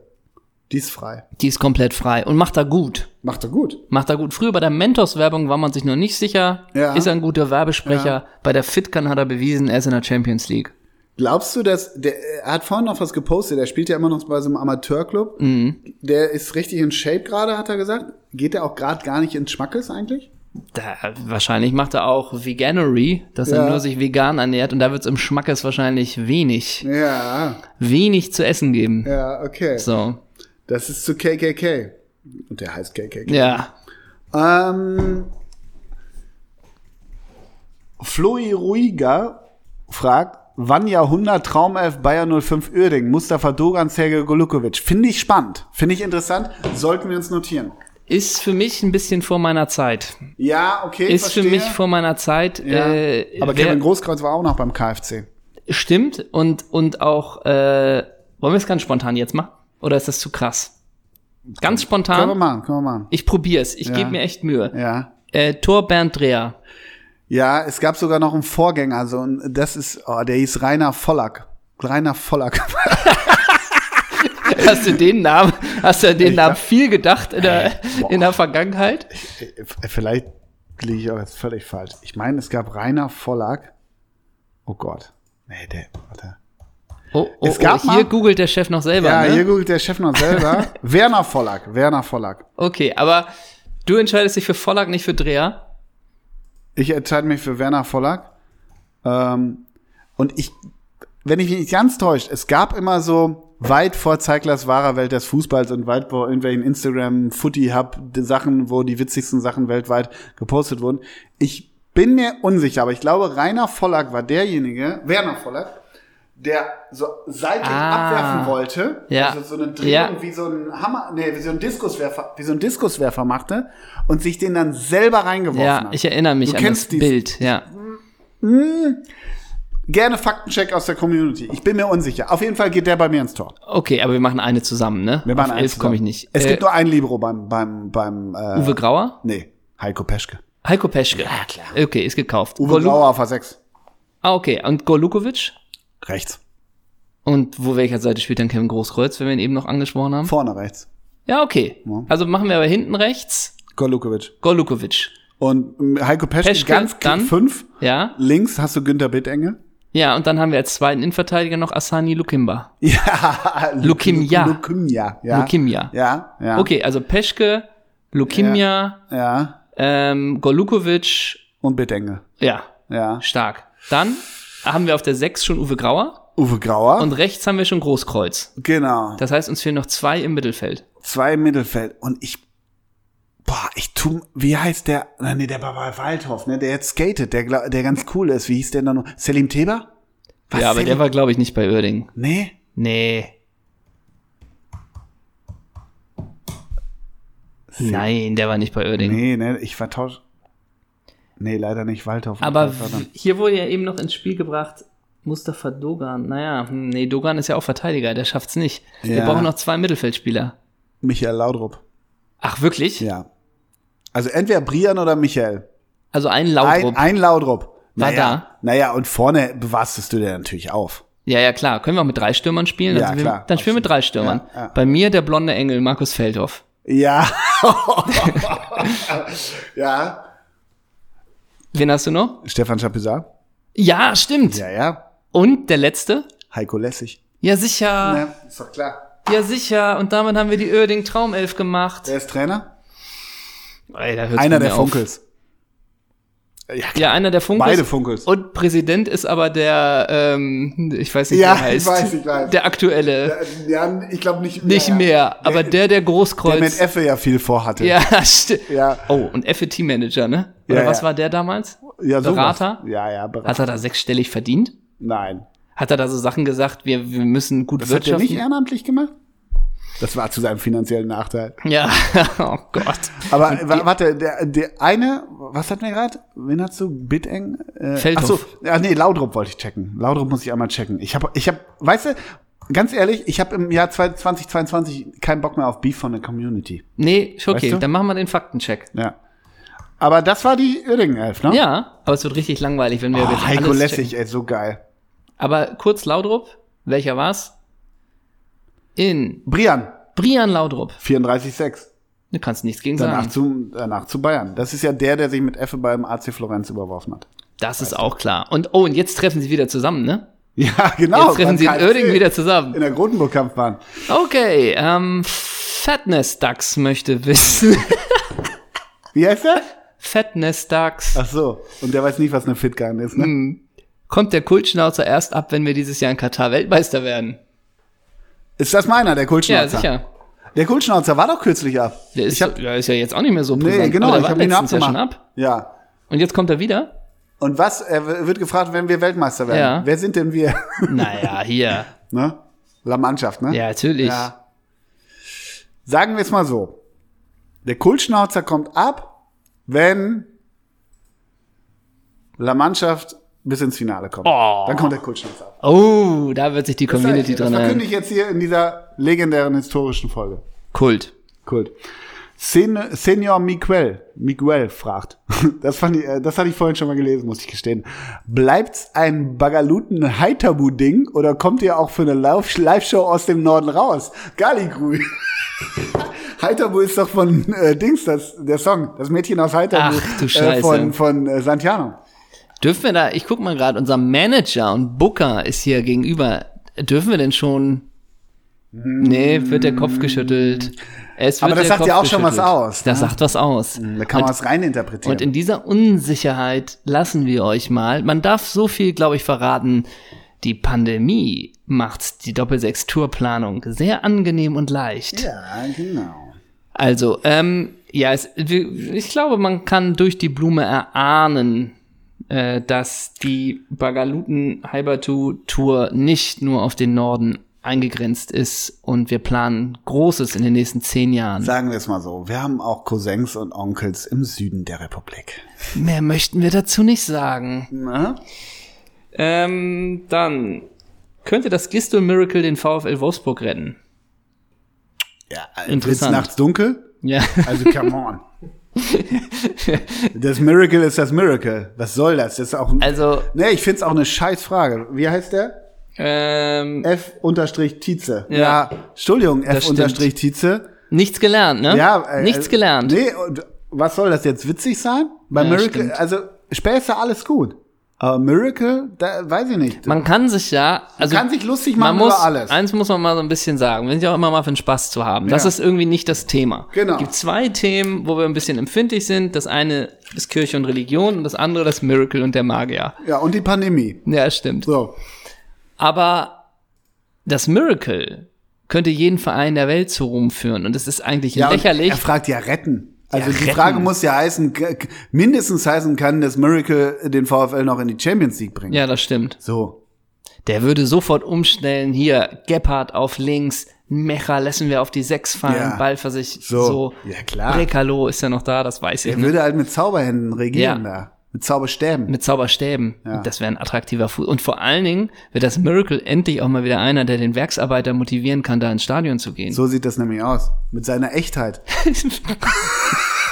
die ist frei.
Die ist komplett frei und macht da gut.
Macht er gut.
Macht da gut. Früher bei der Mentos-Werbung war man sich noch nicht sicher.
Ja.
Ist er ein guter Werbesprecher?
Ja.
Bei der FitCon hat er bewiesen, er ist in der Champions League.
Glaubst du, dass der er hat vorhin noch was gepostet, der spielt ja immer noch bei so einem Amateurclub. Der ist richtig in Shape gerade, hat er gesagt. Geht er auch gerade gar nicht ins Schmackes eigentlich?
Da, wahrscheinlich macht er auch Veganery, dass
Ja.
er nur sich vegan ernährt und da wird's im Schmackes wahrscheinlich wenig,
Ja,
wenig zu essen geben.
ja, okay.
So,
Das ist zu KKK. Und der heißt KKK.
ja.
Ähm, Floi Ruiga fragt, wann Jahrhundert Traumelf Bayer 05 Uerdingen, Mustafa Dogan, Sergej Golukovic. Finde ich spannend, finde ich interessant, sollten wir uns notieren.
Ist für mich ein bisschen vor meiner Zeit.
Ja, okay,
Ist
verstehe.
für mich vor meiner Zeit.
ja.
Äh,
Aber
wer-
Kevin Großkreuz war auch noch beim KFC.
Stimmt und und auch äh, wollen wir es ganz spontan jetzt machen? Oder ist das zu krass? Ganz
Können wir
spontan.
machen, können wir machen.
Ich probier's. Ich
Ja.
gebe mir echt Mühe.
Ja.
Äh, Tor Bernd Dreher.
Ja, es gab sogar noch einen Vorgänger, so ein, das ist, oh, der hieß Rainer Vollack. Rainer Vollack.
Hast du den Namen? Hast du an den Namen
dacht-
viel gedacht in der in der Vergangenheit?
Vielleicht liege ich auch jetzt völlig falsch. Ich meine, es gab Rainer Vollack. Oh Gott. Nee, der, warte.
Oh, oh,
Es gab
oh.
mal-
hier googelt der Chef noch selber.
Ja,
ne?
hier googelt der Chef noch selber. Werner Vollack, Werner Vollack.
Okay, aber du entscheidest dich für Vollack, nicht für Dreher.
Ich entscheide mich für Werner Vollack. Ähm, und ich, wenn ich mich nicht ganz täuscht, es gab immer so weit vor Zeiglers wahrer Welt des Fußballs und weit vor irgendwelchen Instagram Footy Hub Sachen, wo die witzigsten Sachen weltweit gepostet wurden. Ich bin mir unsicher, aber ich glaube, Rainer Vollack war derjenige, Werner Vollack, der so seitlich
Ah.
abwerfen wollte,
Ja.
also so eine Drehung
Ja.
wie so ein Hammer, nee, wie so ein Diskuswerfer, wie so ein Diskuswerfer machte und sich den dann selber reingeworfen
Ja,
hat.
ich erinnere mich
Du
an
kennst
das
dies-
Bild. Ja.
Gerne Faktencheck aus der Community. Ich bin mir unsicher. Auf jeden Fall geht der bei mir ins Tor.
Okay, aber wir machen eine zusammen, ne?
Wir machen
Auf
eins
elf komme ich
zusammen.
nicht.
Es
Äh,
gibt nur ein Libro beim beim beim äh,
Uwe Grauer,
Nee, Heiko Peschke.
Heiko Peschke. Ja, klar. Okay, ist gekauft.
Uwe
Golu-
Grauer auf A6.
Ah, okay. Und Golukovic?
Rechts.
Und wo welcher Seite spielt dann Kevin Großkreuz, wenn wir ihn eben noch angesprochen haben?
Vorne rechts.
Ja, okay.
Ja.
Also machen wir aber hinten rechts
Golukovic.
Golukovic.
Und ähm, Heiko Peschke,
Peschke,
ganz knapp
dann?
fünf.
Ja.
Links hast du Günter Bittenge.
Ja, und dann haben wir als zweiten Innenverteidiger noch Asani Lukimba.
[LAUGHS] Ja.
Lukimja.
Lukimja. Ja.
Lukimja.
Ja, ja.
Okay, also Peschke, Lukimja,
Ja.
ähm, Golukovic,
Und Bittenge.
ja,
Ja.
stark. Dann haben wir auf der 6 schon Uwe Grauer
Uwe Grauer.
und rechts haben wir schon Großkreuz.
genau.
Das heißt, uns fehlen noch zwei im Mittelfeld.
Zwei im Mittelfeld. Und ich, boah, ich tu, wie heißt der? Na, Nee, der war bei Waldhoff, ne? Der jetzt skatet, der, gla- der ganz cool ist. Wie hieß der denn noch? Selim Teber? Was,
ja, aber der
Selim-
war, glaube ich, nicht bei Oerding.
Nee.
Nee. Nein, der war nicht bei Oerding.
Nee, ne, ich vertausche. Nee, leider nicht Waldhoff.
Aber
Verdammt.
w- hier wurde ja eben noch ins Spiel gebracht, Mustafa Dogan. Naja, hm, nee, Dogan ist ja auch Verteidiger, der schafft's nicht. Wir
Ja.
brauchen noch zwei Mittelfeldspieler.
Michael Laudrup.
Ach, wirklich?
Ja. Also entweder Brian oder Michael.
Also einen
Ein,
Laudrup.
ein Laudrup.
War
naja, Naja, und vorne bewahrstest du dir natürlich auf.
Ja, ja, klar. Können wir auch mit drei Stürmern spielen?
Ja,
Also wir,
klar,
Dann spielen wir mit drei Stürmern.
Ja, ja.
Bei mir der blonde Engel, Markus Feldhoff.
Ja. [LAUGHS]
[LAUGHS]
ja.
Wen hast du noch?
Stefan Chapuisat.
Ja, stimmt.
Ja, ja.
Und der letzte?
Heiko Lessig.
Ja, sicher.
Ja, Ne, ist doch klar.
Ja, sicher. Und damit haben wir die Oerding Traumelf gemacht.
Wer ist Trainer?
Ey, da hört's
Einer
bei
der
mir auf.
Funkels. Ja,
Ja, einer der Funkels.
beide Funkels.
Und Präsident ist aber der, ähm, ich weiß nicht,
Ja,
wie er heißt.
ich weiß, ich weiß.
Der aktuelle.
ja, ich glaube nicht mehr.
nicht mehr, aber der, der Großkreuz.
Der mit Effe ja viel vorhatte.
ja, [LAUGHS] stimmt.
Ja.
Oh, und FET Teammanager, ne? Oder
Ja,
was
ja.
war der damals?
ja sowas.
Berater?
Ja, ja,
Hat
Berater.
er da sechsstellig verdient?
Nein.
Hat er da so Sachen gesagt, wir, wir müssen gut
Das hat er
wirtschaften?
nicht ehrenamtlich gemacht? Das war zu seinem finanziellen Nachteil.
ja, [LAUGHS] oh Gott.
Aber wa- warte, der, der eine, was hatten wir gerade? Wen hast du? Bitteng? Äh,
Feldhoff.
ach so, ja, nee, Laudrup wollte ich checken. Laudrup muss ich einmal checken. Ich habe, ich habe, weißt du, ganz ehrlich, ich habe im Jahr 2022 keinen Bock mehr auf Beef von der Community.
Nee, okay,
Weißt du?
dann machen wir den Faktencheck.
Ja. Aber das war die Uerdingen-Elf, ne?
Ja, aber es wird richtig langweilig, wenn wir
Oh,
jetzt
Heiko
alles
Lessig,
checken.
ey, so geil.
Aber kurz Laudrup, welcher war's? In
Brian,
Brian Laudrup.
34,6.
Du kannst nichts gegen
Danach
sagen.
zu, danach zu Bayern. Das ist ja der, der sich mit Effe beim AC Florenz überworfen hat. [LAUGHS]
Das ist auch klar. Und oh, und jetzt treffen sie wieder zusammen, ne?
Ja, genau.
Jetzt treffen
beim
sie in
KFC.
Oerding wieder zusammen.
In der Grotenburg-Kampfbahn.
Okay, ähm, Fatness Ducks möchte
[LAUGHS]
wissen.
Wie heißt der?
Fatness Ducks.
Ach so. Und der weiß nicht, was eine Fitgun ist, ne?
Hm. Kommt der Kultschnauzer erst ab, wenn wir dieses Jahr in Katar Weltmeister werden?
Ist das meiner, der Kultschnauzer?
Ja, sicher.
Der Kultschnauzer war doch kürzlich ab.
Der ist,
ich hab,
der ist ja jetzt auch nicht mehr so präsent.
nee,
aber
genau,
der
ich
war
habe ihn
letztens ja
abgemacht.
schon ab.
Ja.
Und jetzt kommt er
[LAUGHS]
wieder?
Und was, er w- wird gefragt, wenn wir Weltmeister werden.
Ja.
Wer sind denn wir? [LAUGHS]
Naja, hier.
ne? La Mannschaft, ne?
Ja, natürlich.
Ja. Sagen wir es mal so. Der Kultschnauzer kommt ab, wenn La Mannschaft bis ins Finale kommt.
Oh.
Dann kommt der Kultschnauzer ab.
Oh, da wird sich die Community
das
dran
verkünde
erinnern.
ich jetzt hier in dieser legendären historischen Folge.
Kult.
Cool. Sen Senior Miguel, Miguel fragt. [LAUGHS] Das, fand ich, äh, das hatte ich vorhin schon mal gelesen, muss ich gestehen. Bleibt's ein bagaluten heiterbu ding oder kommt ihr auch für eine Lauf- Live-Show aus dem Norden raus? Galigrü. [LAUGHS] Heiterbu ist doch von äh, Dings, das, der Song. Das Mädchen aus Heiterbu äh,
Ach, du Scheiße.
von, von äh, Santiano.
Dürfen wir da, ich guck mal gerade, unser Manager und Booker ist hier gegenüber. Dürfen wir denn schon? Nee, wird der Kopf geschüttelt. Es wird
Aber
der
das sagt
Kopf
ja auch schon was
geschüttelt.
aus,
Das
ne?
sagt was aus.
Da kann man was
Und
reininterpretieren.
in dieser Unsicherheit lassen wir euch mal. Man darf so viel, glaube ich, verraten. Die Pandemie macht die Doppelsechs-Tourplanung sehr angenehm und leicht.
Ja, genau.
Also, ähm, ja, es, wir- ich glaube, man kann durch die Blume erahnen, äh, dass die bagaluten haibertu tour nicht nur auf den Norden eingegrenzt ist und wir planen Großes in den nächsten zehn Jahren.
Sagen wir es mal so. Wir haben auch Cousins und Onkels im Süden der Republik.
Mehr möchten wir dazu nicht sagen.
Na?
Ähm, dann könnte das Gistel Miracle den VfL Wolfsburg retten.
Ja, äh,
Interessant.
Wird's nachts dunkel?
Ja.
Also,
[LAUGHS]
come on. das Miracle ist das Miracle. Was soll das? Das ist auch.
Also,
nee, ich find's auch eine scheiß Frage. Wie heißt der?
Ähm,
F-Tize. Ja.
Ja.
Entschuldigung,
Das stimmt.
F-Tize.
nichts gelernt, ne?
Ja, äh,
nichts
äh,
gelernt.
Nee, und was soll das jetzt witzig sein? Bei
Ja,
Miracle,
stimmt.
also Späße alles gut. Aber Miracle, da weiß ich nicht.
Man kann sich ja, also
kann sich lustig
man
machen
muss,
über alles.
eins muss man mal so ein bisschen sagen, wenn sie auch immer mal für den Spaß zu haben. Das
Ja.
ist irgendwie nicht das Thema.
Genau.
Es gibt zwei Themen, wo wir ein bisschen empfindlich sind. Das eine ist Kirche und Religion und das andere das Miracle und der Magier.
Ja, und die Pandemie.
Ja, stimmt.
So.
Aber das Miracle könnte jeden Verein der Welt zu Ruhm führen und es ist eigentlich
Ja, und
lächerlich.
Er fragt ja retten. Also
Ja,
die
retten.
Frage muss ja heißen, k- k- mindestens heißen kann, dass Miracle den VfL noch in die Champions League bringt.
Ja, das stimmt.
So.
Der würde sofort umstellen, hier, Gebhardt auf links, Mecha lassen wir auf die Sechs fallen,
Ja.
Ball für sich.
So.
So.
Ja, klar.
Brekalo ist ja noch da, das weiß ich.
Er
Ne?
würde halt mit Zauberhänden regieren
Ja.
da. Mit Zauberstäben.
Mit Zauberstäben.
Ja.
Das wäre ein attraktiver Fuß. Und vor allen Dingen wird das Miracle endlich auch mal wieder einer, der den Werksarbeiter motivieren kann, da ins Stadion zu gehen.
so sieht das nämlich aus. Mit seiner Echtheit.
[LAUGHS]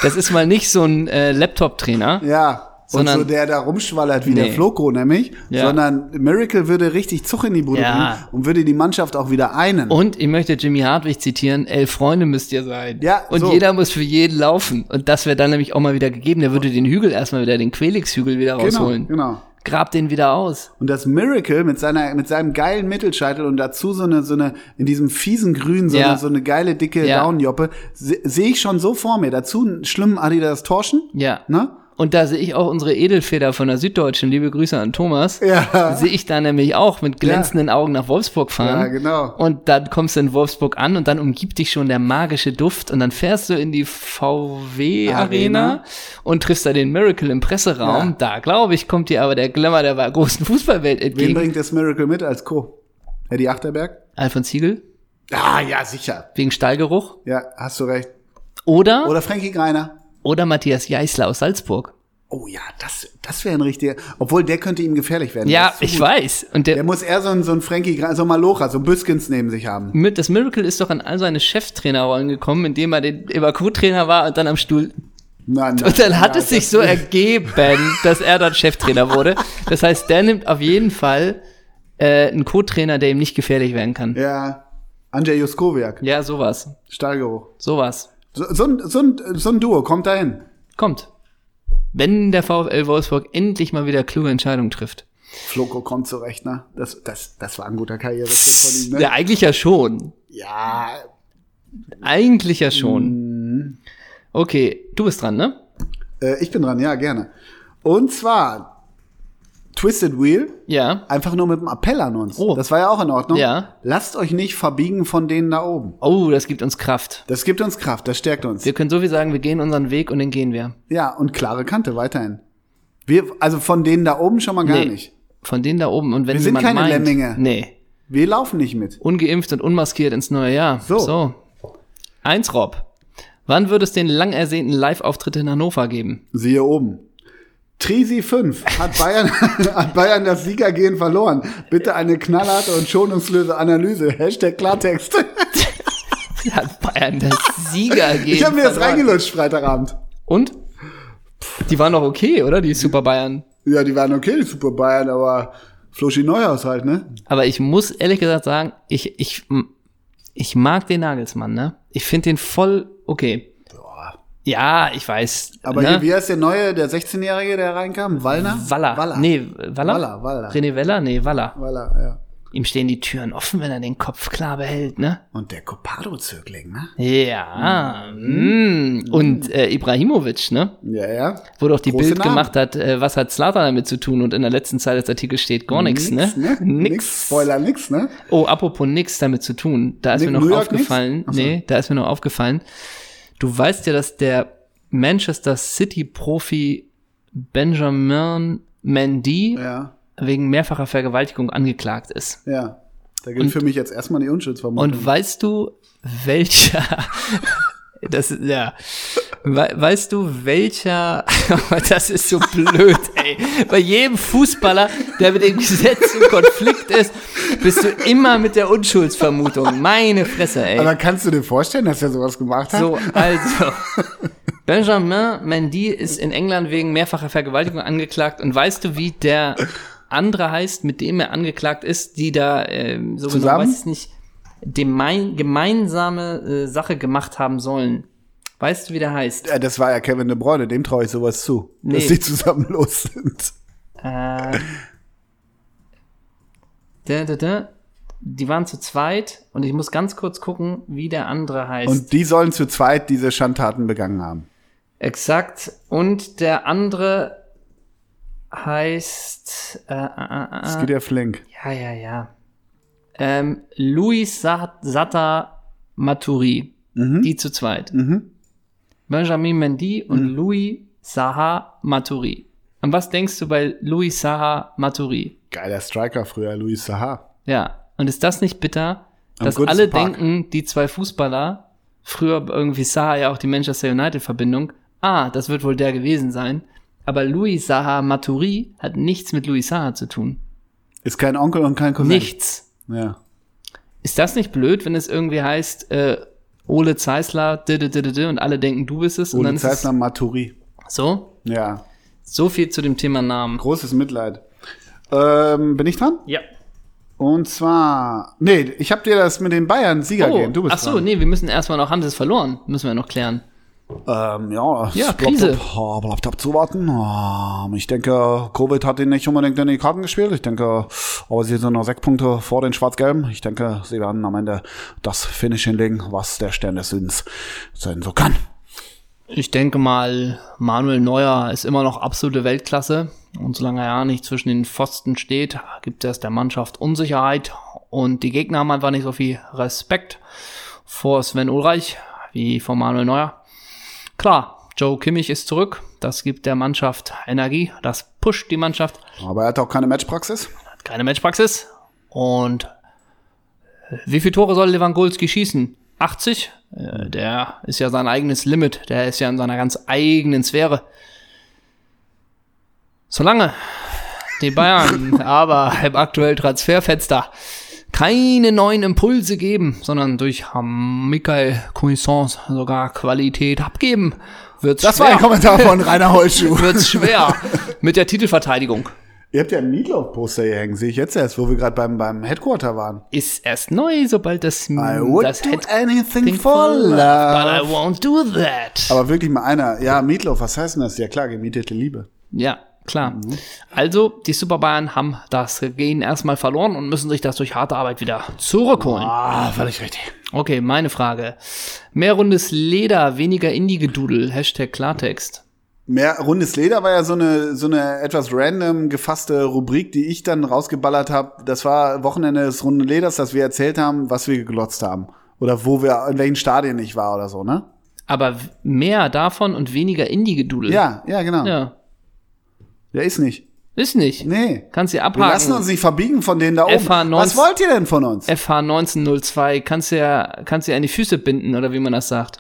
Das ist mal nicht so ein äh, Laptop-Trainer.
Ja. Und
Sondern-
so der da rumschwallert wie der
Nee.
Floko nämlich,
Ja.
sondern Miracle würde richtig Zug in die Bude
Ja.
bringen und würde die Mannschaft auch wieder einen.
Und ich möchte Jimmy Hartwig zitieren, elf Freunde müsst ihr sein.
Ja,
Und
so.
jeder muss für jeden laufen. Und das wäre dann nämlich auch mal wieder gegeben. Der würde den Hügel erstmal wieder, den Quelix-Hügel wieder
genau,
rausholen.
genau.
Grab den wieder aus.
Und das Miracle mit seiner mit seinem geilen Mittelscheitel und dazu so eine so eine in diesem fiesen Grün so,
Ja.
eine, so eine geile dicke
Ja.
Downjoppe se- sehe ich schon so vor mir. Dazu einen schlimmen Adidas Torschen,
Ja.
ne?
Und da sehe ich auch unsere Edelfeder von der Süddeutschen. Liebe Grüße an Thomas.
Ja.
Sehe ich da nämlich auch mit glänzenden Augen nach Wolfsburg fahren.
Ja, genau.
Und dann kommst du in Wolfsburg an und dann umgibt dich schon der magische Duft und dann fährst du in die VW-Arena
Arena.
und triffst da den Miracle im Presseraum.
Ja.
Da, glaube ich, kommt dir aber der Glamour der großen Fußballwelt
Wen
entgegen.
bringt das Miracle mit als Co? Eddie Achterberg?
Alfons Ziegel,
Ah, ja, sicher.
wegen Stallgeruch.
Ja, hast du recht.
Oder, oder,
Oder Frankie Greiner?
Matthias Jeißler aus Salzburg.
Oh ja, das das wäre ein richtiger, obwohl der könnte ihm gefährlich werden. Der
Ja,
ist so
ich
gut.
weiß. Und der,
Der muss eher so ein so ein Frankie Greiner, so ein Malocha, so ein Büskens neben sich haben.
Mi- das Miracle ist doch an all seine Cheftrainerrollen gekommen, indem er den immer Co-Trainer war und dann am Stuhl
Nein,
[LAUGHS] Und dann hat
ja,
es sich so ergeben, dass er dann Cheftrainer wurde. Das heißt, der nimmt auf jeden Fall äh, einen Co-Trainer, der ihm nicht gefährlich werden kann.
Ja, Andrzej Juskowiak,
Ja, sowas.
Stahlgeruch.
Sowas.
So, so, ein, so, ein, so ein Duo kommt dahin.
Kommt. Wenn der VfL Wolfsburg endlich mal wieder kluge Entscheidungen trifft.
Floko kommt zurecht, ne? Das, das, das war ein guter Karriereschritt von ihm, ne?
Ja, eigentlich ja schon.
Ja.
Eigentlich ja schon.
Mhm.
Okay, du bist dran, ne?
Äh, ich bin dran, ja, gerne. Und zwar Twisted Wheel,
Ja.
einfach nur mit dem Appell an uns.
Oh.
Das war ja auch in Ordnung.
Ja.
Lasst euch nicht verbiegen von denen da oben.
Oh, das gibt uns Kraft.
Das gibt uns Kraft, das stärkt uns.
Wir können so viel sagen, wir gehen unseren Weg und den gehen wir.
Ja, und klare Kante weiterhin. Wir, also von denen da oben schon mal gar
Nee.
nicht.
Von denen da oben. Und wenn
Wir sind
jemand
keine
meint,
Lemminge.
Nee.
Wir laufen nicht mit.
ungeimpft und unmaskiert ins neue Jahr.
So.
Eins, Rob. Wann wird es den lang ersehnten Live-Auftritt in Hannover
[LAUGHS]
geben?
Siehe oben. Trisi 5 hat Bayern, [LAUGHS] hat Bayern das Siegergehen verloren. Bitte eine knallharte und schonungslose Analyse. Hashtag Klartext.
Hat Bayern das Sieger gegen
Ich habe mir das
verloren.
reingelutscht Freitagabend.
Und? Die waren doch okay, oder? Die Super Bayern.
Ja, die waren okay, die Super Bayern, aber Floschi Neuhaus halt, ne?
Aber ich muss ehrlich gesagt sagen, ich, ich, ich mag den Nagelsmann, ne? Ich finde den voll okay. Ja, ich weiß.
Aber
ne?
hier, wie heißt der neue, der 16-Jährige, der reinkam? Wallner?
Waller.
Waller.
Nee, Waller?
Waller, Waller.
René Weller? Nee, Waller.
Waller, ja.
Ihm stehen die Türen offen, wenn er den Kopf klar behält, ne?
Und der Copado-Zögling, ne?
Ja.
Mhm.
Mm. Und äh, Ibrahimovic, ne?
Ja, ja.
Wo doch die
Große
Bild
Namen.
gemacht hat, äh, was hat Slatan damit zu tun? Und in der letzten Zeile des Artikels steht gar nichts, ne?
ne? Nix.
Nix.
Spoiler, nix, ne?
Oh, apropos nix damit zu tun. Da ist
Nick
mir noch
New York nix?
aufgefallen.
Ach so.
Nee, da ist mir noch aufgefallen. Du weißt ja, dass der Manchester City Profi Benjamin Mendy
Ja,
wegen mehrfacher Vergewaltigung angeklagt ist.
ja. Da gilt für mich jetzt erstmal die Unschuldsvermutung.
Und weißt du, welcher, [LAUGHS] das, ist- ja, We weißt du, welcher, [LAUGHS] das ist so blöd, ey. Bei jedem Fußballer, der mit dem Gesetz im Konflikt ist, bist du immer mit der Unschuldsvermutung. Meine Fresse, ey.
Aber kannst du dir vorstellen, dass er sowas gemacht hat? [LAUGHS]
So, also. Benjamin Mendy ist in England wegen mehrfacher Vergewaltigung angeklagt und weißt du, wie der andere heißt, mit dem er angeklagt ist, die da ähm, so
Zusammen?
genau weiß ich nicht, gemein, gemeinsame äh, Sache gemacht haben sollen. Weißt du, wie der heißt?
Äh, Das war ja Kevin De Bruyne, dem traue ich sowas zu, dass
Nee.
die zusammen [LAUGHS] los sind.
Äh, da, da, da. Die waren zu zweit und ich muss ganz kurz gucken, wie der andere heißt.
Und die sollen zu zweit diese Schandtaten begangen haben.
Exakt. Und der andere heißt. Äh, äh, äh, äh,
Skeeter Flink.
ja, ja, ja. Ähm, Luis Sa- Satta Maturi. Die zu zweit.
Mhm.
Benjamin Mendy und Louis Saha Maturi. An was denkst du bei Louis Saha Maturi?
Geiler Striker früher, Luis Sahar.
Ja. Und ist das nicht bitter,
Am
dass
Goodison
alle
Park.
denken, die zwei Fußballer, früher irgendwie Saha ja auch die Manchester United-Verbindung, ah, das wird wohl der gewesen sein. Aber Louis Saha Maturi hat nichts mit Louis Saha zu tun.
Ist kein Onkel und kein Cousin.
Nichts.
Ja.
Ist das nicht blöd, wenn es irgendwie heißt, äh, Ole Zeisler, d -d -d -d -d, und alle denken, du bist es? und
Ole
dann
Zeissner Maturi.
Ist es so?
Ja.
So viel zu dem Thema Namen.
Großes Mitleid. Ähm, bin ich dran?
Ja.
Und zwar. Nee, ich hab dir das mit den Bayern Sieger
Oh,
gehen. Du bist
ach so,
dran.
nee, wir müssen erstmal noch, haben sie es verloren? Müssen wir noch klären.
Ähm, ja,
Ja,
es bleibt
Krise.
ab- oh, Bleibt abzuwarten. Ähm, Ich denke, Covid hat ihn nicht unbedingt in die Karten gespielt. Ich denke, aber sie sind noch sechs Punkte vor den Schwarz-Gelben. Ich denke, sie werden am Ende das Finish hinlegen, was der Stern des Südens sein so kann.
Ich denke mal, Manuel Neuer ist immer noch absolute Weltklasse. Und solange er ja nicht zwischen den Pfosten steht, gibt es der Mannschaft Unsicherheit. Und die Gegner haben einfach nicht so viel Respekt vor Sven Ulreich wie vor Manuel Neuer. Klar, Joe Kimmich ist zurück. Das gibt der Mannschaft Energie. Das pusht die Mannschaft.
Aber er hat auch keine Matchpraxis.
Hat keine Matchpraxis. Und äh, wie viele Tore soll Lewandowski schießen? 80? Äh, Der ist ja sein eigenes Limit. Der ist ja in seiner ganz eigenen Sphäre. Solange die
[LAUGHS]
Bayern aber im aktuellen Transferfenster keine neuen Impulse geben, sondern durch Michael Cuisance sogar Qualität abgeben, wird's
Das war ein
schwer. [LAUGHS]
Kommentar von Rainer Holschuh.
Wird's
[LAUGHS]
schwer mit der Titelverteidigung.
Ihr habt ja ein Meatloaf-Poster hier hängen, sehe ich jetzt erst, wo wir gerade beim, beim Headquarter waren.
ist erst neu, sobald das,
I would
Hm, das
do
Head-
anything
Ding
for
voll war,
love.
But I won't do that.
Aber wirklich mal einer. Ja, Meatloaf, was heißt denn das? Ja klar, gemietete Liebe.
ja, klar.
Mhm.
Also, die Super Bayern haben das Gehen erstmal verloren und müssen sich das durch harte Arbeit wieder zurückholen.
Ah, völlig richtig.
Okay, meine Frage. Mehr rundes Leder, weniger Indie-Gedudel. Hashtag Klartext.
Mehr rundes Leder war ja so eine so eine etwas random gefasste Rubrik, die ich dann rausgeballert habe. Das war Wochenende des runden Leders, dass wir erzählt haben, was wir geglotzt haben oder wo wir in welchen Stadien ich war oder so, ne?
Aber w- mehr davon und weniger Indie-Gedudel.
Ja, ja, genau.
ja.
Der ist nicht.
Ist nicht.
Nee.
Kannst dir
Wir lassen uns
abhaken.
nicht verbiegen von denen da oben.
FH19.
Was wollt ihr denn von uns?
FH 1902, kannst du ja, kannst du ja an die Füße binden, oder wie man das sagt.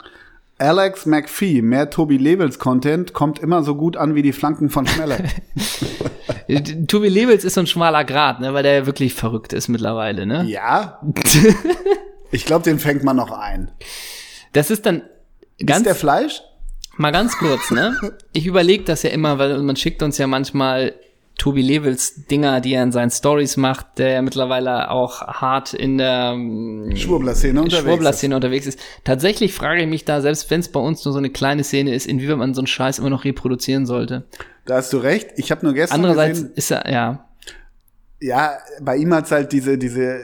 Alex McPhee, mehr Tobi Lebels Content kommt immer so gut an wie die Flanken von Schneller.
[LAUGHS] Äh, Tobi Lebels ist so ein schmaler Grat, ne, weil der ja wirklich verrückt ist mittlerweile, ne?
ja, ich glaube, den fängt man noch ein.
[LAUGHS] Das ist dann
ist
ganz
der Fleisch?
mal ganz kurz,
[LAUGHS]
ne? Ich überlege das ja immer, weil man schickt uns ja manchmal Tobi Levels Dinger, die er in seinen Stories macht, der ja mittlerweile auch hart in der ähm,
Schwurbler-Szene unterwegs.
Schwurbler-Szene unterwegs ist. Tatsächlich frage ich mich da, selbst wenn es bei uns nur so eine kleine Szene ist, inwieweit man so einen Scheiß immer noch reproduzieren sollte.
Da hast du recht. Ich habe nur gestern
Andererseits
gesehen,
ist er, ja,
ja, bei ihm hat's halt diese diese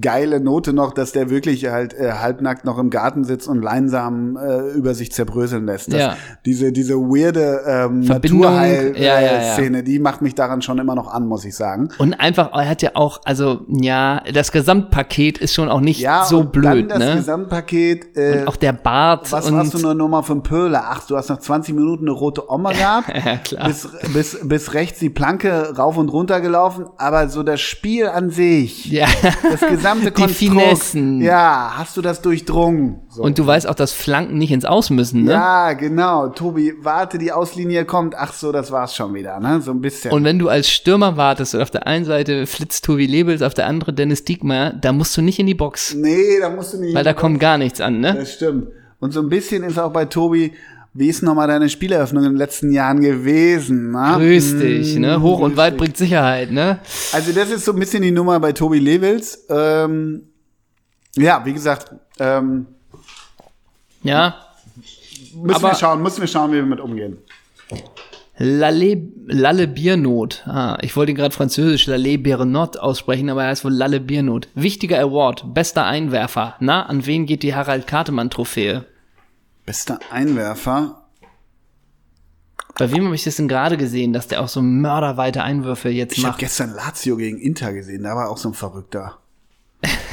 geile Note noch, dass der wirklich halt äh, halbnackt noch im Garten sitzt und Leinsamen äh, über sich zerbröseln lässt. Das,
Ja.
Diese diese weirde ähm,
Verbindung.
Naturheil-Szene,
Ja, ja, ja.
die macht mich daran schon immer noch an, muss ich sagen.
Und einfach, er hat ja auch, also, ja, das Gesamtpaket ist schon auch nicht
Ja,
so
und
blöd,
dann das
ne?
Gesamtpaket. Äh,
Auch der Bart
Was
und [LAUGHS]
warst du nur Nummer für ein Pöhler? Ach, du hast nach 20 Minuten eine rote Oma gehabt.
[LAUGHS]
ja,
klar.
Bis, bis, bis rechts die Planke rauf und runter gelaufen. Aber so das Spiel an sich,
ja.
das
[LAUGHS]
gesamte
Die
Konstrukt.
Finessen.
Ja, hast du das durchdrungen? So.
Und du weißt auch, dass Flanken nicht ins Aus müssen, ne?
ja, genau. Tobi, warte, die Auslinie kommt. Ach so, das war's schon wieder, ne? So ein bisschen.
Und wenn du als Stürmer wartest und auf der einen Seite flitzt Tobi Lebels, auf der anderen Dennis Diekmeyer, da musst du nicht in die Box,
nee, da musst du nicht.
weil da kommt gar nichts an, ne?
Das stimmt. Und so ein bisschen ist auch bei Tobi, Wie ist nochmal deine Spieleröffnung in den letzten Jahren gewesen? Na?
Grüß dich,
Mhm.
ne? Hoch und weit bringt Sicherheit, ne?
Also das ist so ein bisschen die Nummer bei Tobi Levels. Ähm, ja, wie gesagt, ähm,
Ja.
müssen
Aber-
wir schauen, müssen wir schauen, wie wir damit umgehen.
Lalle, Lalle Biernot. Ah, ich wollte ihn gerade französisch Lalle Biernot aussprechen, aber er heißt wohl Lalle Biernot. Wichtiger Award, bester Einwerfer. Na, an wen geht die Harald Kartemann Trophäe?
Bester Einwerfer.
Bei wem habe ich das denn gerade gesehen, dass der auch so mörderweite Einwürfe jetzt
Ich habe
macht?
gestern Lazio gegen Inter gesehen, da war auch so ein Verrückter.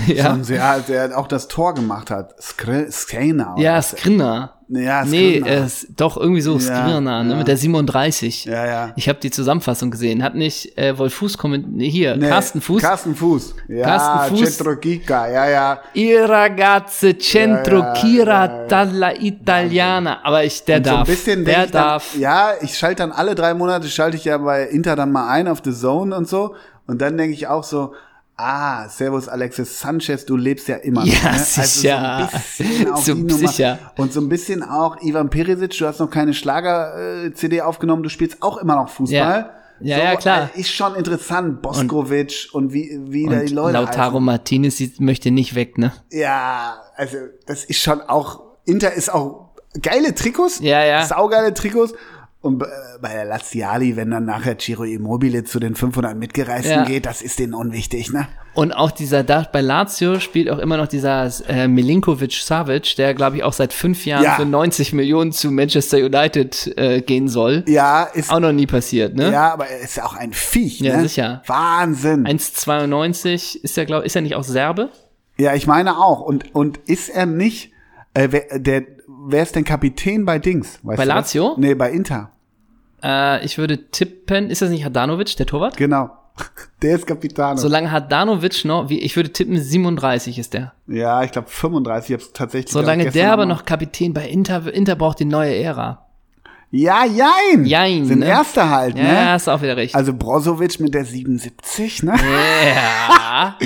ja.
Und der, der auch das Tor gemacht hat. Skr- Skreiner. oder
ja,
was?
Skrinner.
Ja,
Nee, äh,
Skriniar.
er ist doch irgendwie so Skrinner, ne?
ja.
Mit der 37.
Ja, ja.
Ich habe die Zusammenfassung gesehen. Hat nicht äh, Wolf Fuß kommentiert. Nee, hier,
Nee,
Carsten Fuß.
Carsten Fuß. Ja,
Carsten
Carsten
Fuß.
Fuß. Cetrokica, ja, ja.
I ragazze centro
Ja, ja,
chira
ja, ja.
dalla italiana. Aber ich, der darf.
So ein bisschen denk
der
ich dann,
darf.
Ja, ich schalte dann alle drei Monate, schalte ich ja bei Inter dann mal ein auf The Zone und so. Und dann denke ich auch so, ah, Servus Alexis Sanchez, du lebst ja immer noch.
Ja,
ne? Also
sicher.
so
[LAUGHS]
ein bisschen auf
So
die Nummer.
sicher.
Und so ein bisschen auch Ivan Perisic, du hast noch keine Schlager-CD aufgenommen, du spielst auch immer noch Fußball.
Ja,
so,
ja, klar.
äh, Ist schon interessant, Boskovic und, wie, wie da
Und
die Leute
Lautaro Martinez sieht- möchte nicht weg, ne?
ja, also das ist schon auch, Inter ist auch geile Trikots,
Ja, ja.
saugeile Trikots. Und bei- bei der Laziali, wenn dann nachher Ciro Immobile zu den 500 Mitgereisten
Ja.
geht, das ist denen unwichtig, ne?
Und auch dieser, da, bei Lazio spielt auch immer noch dieser äh, Milinkovic Savic, der glaube ich auch seit fünf Jahren
Ja.
für 90 Millionen zu Manchester United äh, gehen soll.
Ja, ist,
Auch noch nie passiert, ne?
ja, aber er ist ja auch ein Viech,
Ja,
ne?
sicher.
Wahnsinn.
1,92 ist er, glaube ist er nicht auch Serbe?
ja, ich meine auch. Und, und ist er nicht, äh, wer, der, wer ist denn Kapitän bei Dings? Weißt
Bei
du das?
Lazio?
Nee, bei Inter.
Äh, ich würde tippen, ist das nicht Hadanovic, der Torwart?
Genau. [LAUGHS] Der ist Kapitano.
Solange Hadanovic noch, wie, ich würde tippen, 37 ist der.
ja, ich glaube 35, ich hab's tatsächlich glaub ich,
Solange
gestern
der aber
mal-
noch Kapitän bei Inter, Inter braucht die neue Ära.
Ja, jein.
Jein,
Sind
ne?
Erster halt,
Ja,
ne?
ist auch wieder recht.
Also Brozovic mit der 77, ne?
ja.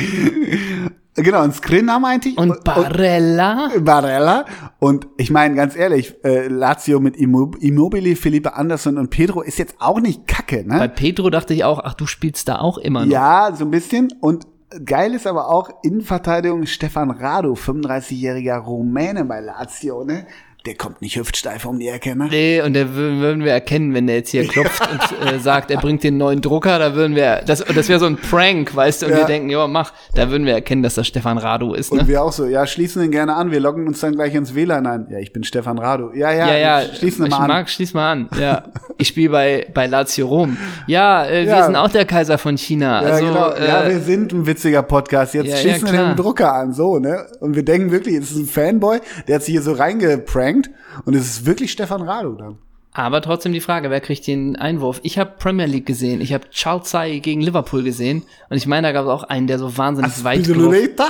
Genau, und Skriniar meinte
[LAUGHS]
ich.
Und Barella?
Barella. Und ich meine, ganz ehrlich, äh, Lazio mit Immo- Immobile, Felipe Anderson und Pedro ist jetzt auch nicht kacke,
Bei
ne?
Pedro dachte ich auch, ach, du spielst da auch immer noch.
Ja, so ein bisschen. Und geil ist aber auch Innenverteidigung Stefan Rado, 35-jähriger Rumäne bei Lazio, ne? Der kommt nicht hüftsteif um die Ecke, ne?
Nee, und da wür- würden wir erkennen, wenn der jetzt hier
[LAUGHS]
klopft und äh, sagt, er bringt den neuen Drucker, da würden wir, das, das wäre so ein Prank, weißt du, und
Ja.
wir denken, ja, mach, da würden wir erkennen, dass das Stefan Radu ist,
Und
ne?
wir auch so, ja, schließen ihn gerne an, wir loggen uns dann gleich ins WLAN ein. Ja, ich bin Stefan Rado. Ja, ja,
Ja, ja,
schließen wir
ich
mal an.
mag, schließ mal an, ja. Ich spiele bei, bei Lazio Rom. Ja, äh, wir
Ja.
sind auch der Kaiser von China,
Ja,
also,
genau. ja,
äh,
wir sind ein witziger Podcast. Jetzt
Ja, ja,
schießen wir
klar.
den Drucker an, so, ne? Und wir denken wirklich, es ist ein Fanboy, der hat sich hier so reingeprankt und es ist wirklich Stefan Rado dann.
Aber trotzdem die Frage, wer kriegt den Einwurf? Ich habe Premier League gesehen, ich habe Chalzai gegen Liverpool gesehen und ich meine, da gab es auch einen, der so wahnsinnig weit geworfen.
Luleta?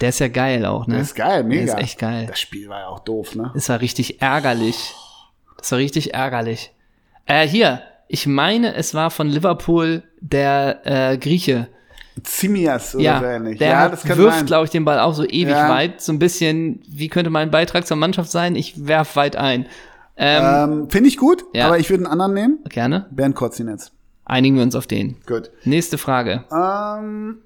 Der ist ja geil auch, ne?
Das ist geil, mega.
Der ist echt geil.
Das Spiel war ja auch doof, ne?
Das war richtig ärgerlich. Das war richtig ärgerlich. Äh, hier, ich meine, es war von Liverpool der äh, Grieche.
Zimias oder
Ja,
so ähnlich.
der
ja,
hat-
das kann
wirft,
sein.
glaube ich, den Ball auch so ewig
Ja.
weit. So ein bisschen, wie könnte mein Beitrag zur Mannschaft sein? Ich werf weit ein. Ähm,
ähm, Finde ich gut,
Ja.
aber ich würde einen anderen nehmen.
Gerne.
Bernd Kotzinetz.
Einigen wir uns auf den.
Gut.
Nächste Frage.
Ähm.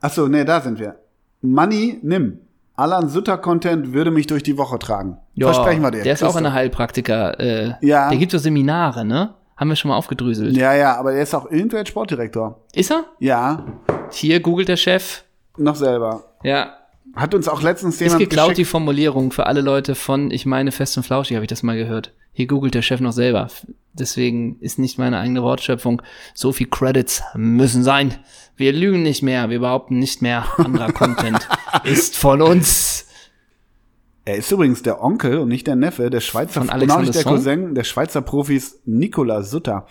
Achso, nee, da sind wir. Money nimm. Alan Sutter Content würde mich durch die Woche tragen.
Ja,
Versprechen wir dir.
Der ist auch
Christoph.
in der Heilpraktiker. Äh,
Ja.
Der gibt so Seminare, ne? Haben wir schon mal aufgedröselt.
Ja, ja, aber der ist auch irgendwer Sportdirektor.
Ist er?
Ja,
Hier googelt der Chef.
noch selber.
Ja.
Hat uns auch letztens
Ist
jemand
geklaut die
geschickt.
Formulierung für alle Leute von, ich meine, fest und flauschig, habe ich das mal gehört. Hier googelt der Chef noch selber. Deswegen ist nicht meine eigene Wortschöpfung. So viel Credits müssen sein. Wir lügen nicht mehr, wir behaupten nicht mehr. Anderer
[LAUGHS]
Content ist von uns.
Er ist übrigens der Onkel und nicht der Neffe der Schweizer
Von
und auch nicht
Alexander
der
Song?
Cousin der Schweizer Profis Nicola Sutter.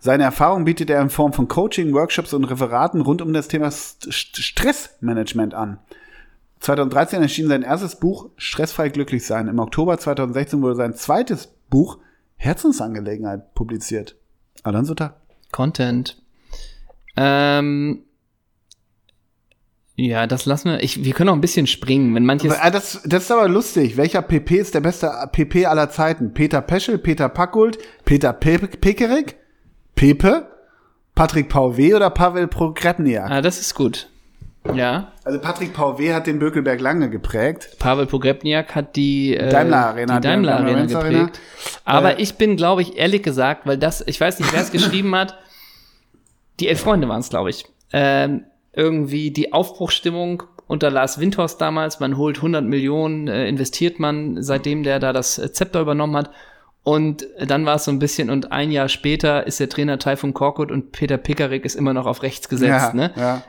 Seine Erfahrung bietet er in Form von Coaching, Workshops und Referaten rund um das Thema St St- Stressmanagement an. 2013 erschien sein erstes Buch Stressfrei glücklich sein. Im Oktober 2016 wurde sein zweites Buch Herzensangelegenheit publiziert. Alan Sutter.
Content. Ähm, Ja, das lassen wir. Ich, wir können auch ein bisschen springen, wenn manches.
Ah, Das, das ist aber lustig. Welcher PP ist der beste PP aller Zeiten? Peter Peschel, Peter Packold, Peter Pe Pekerik, Pepe, Patrick Pauvé oder Pavel Pogrebniak?
Ah, das ist gut. Ja.
Also Patrick Pauvé hat den Bökelberg lange geprägt.
Pavel Pogrebniak hat die äh,
Daimler Arena,
die Daimler
die Daimler
Arena
Benz
geprägt.
Arena. Äh,
Aber ich bin, glaube ich, ehrlich gesagt, weil das, ich weiß nicht,
[LAUGHS]
wer es geschrieben hat, die elf Freunde waren es, glaube ich. Ähm, irgendwie die Aufbruchstimmung unter Lars Windhorst damals, man holt 100 Millionen, äh, investiert man, seitdem der da das äh, Zepter übernommen hat. Und dann war es so ein bisschen, und ein Jahr später ist der Trainer Taifun Korkut und Peter Pickerick ist immer noch auf rechts gesetzt.
ja,
ne?
ja.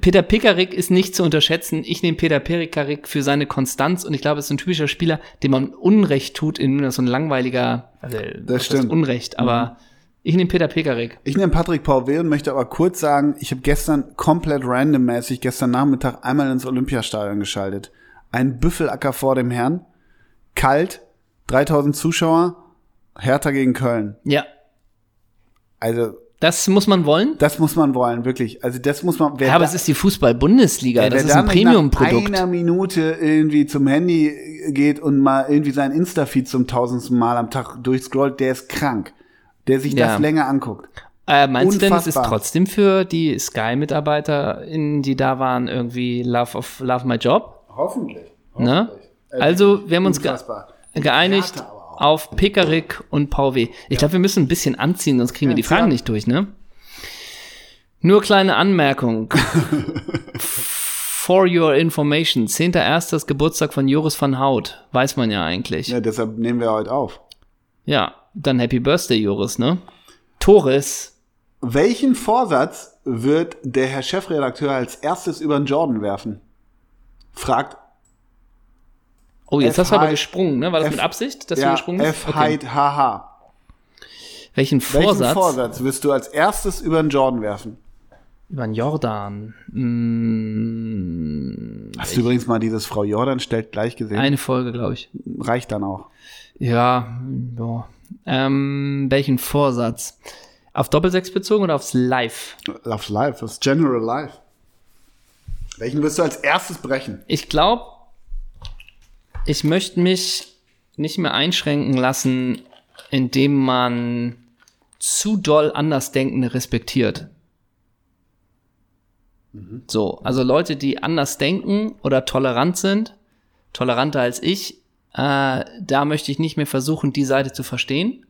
Peter Pickerick ist nicht zu unterschätzen. Ich nehme Peter Pickerick für seine Konstanz und ich glaube, es ist ein typischer Spieler, dem man Unrecht tut, in nur so ein langweiliger also, was heißt
stimmt. Mhm.
Unrecht, aber ich nehme Peter Pickerick.
Ich nehme Patrick Pauvé und möchte aber kurz sagen, ich habe gestern komplett randommäßig, gestern Nachmittag einmal ins Olympiastadion geschaltet. Ein Büffelacker vor dem Herrn, kalt, 3000 Zuschauer, Hertha gegen Köln.
Ja,
Also,
das muss man wollen.
das muss man wollen, wirklich. Also, das muss man, wer
Ja, aber
da-
es ist die Fußball-Bundesliga.
wer
Das ist
da
ein
nicht
Premium-Produkt.
Nach einer Minute irgendwie zum Handy geht und mal irgendwie seinen Insta-Feed zum tausendsten Mal am Tag durchscrollt, der ist krank. Der sich
Ja.
das länger anguckt.
Äh, meinst du denn, es ist
Unfassbar.
trotzdem für die Sky-MitarbeiterInnen, die da waren, irgendwie Love of Love My Job?
Hoffentlich.
Ne? Also, wir haben uns ge
Unfassbar.
geeinigt
Theater aber auch.
auf Pickerick und Pauwe. Ich glaube, wir müssen ein bisschen anziehen, sonst kriegen wir die Fragen nicht durch, ne? Nur kleine
[LAUGHS]
Anmerkung. For your information, 10.1. ist Geburtstag von Joris van Hout. Weiß man ja eigentlich. Ja,
Ja, deshalb nehmen wir heute auf.
dann Happy Birthday, Joris, ne? Toris.
Welchen Vorsatz wird der Herr Chefredakteur als erstes über den Jordan werfen? Fragt
Oh, jetzt
F.
hast du aber
Hyde.
gesprungen, ne? War das
F.
mit Absicht, dass du
ja,
gesprungen bist?
F. Hyde Haha.
Welchen
Welchen
Vorsatz?
Vorsatz? wirst du als erstes über den Jordan werfen?
Über den Jordan. Mm,
Hast du übrigens mal dieses Frau Jordan stellt gleich gesehen?
eine Folge, glaube ich.
Reicht dann auch.
Ja, ja. Ähm, welchen Vorsatz? Auf Doppelsechs bezogen oder aufs Live?
Love's Life, das General Life. Welchen wirst du als erstes brechen?
Ich glaube, ich möchte mich nicht mehr einschränken lassen, indem man zu doll Andersdenkende respektiert. So, also Leute, die anders denken oder tolerant sind, toleranter als ich, äh, da möchte ich nicht mehr versuchen, die Seite zu verstehen,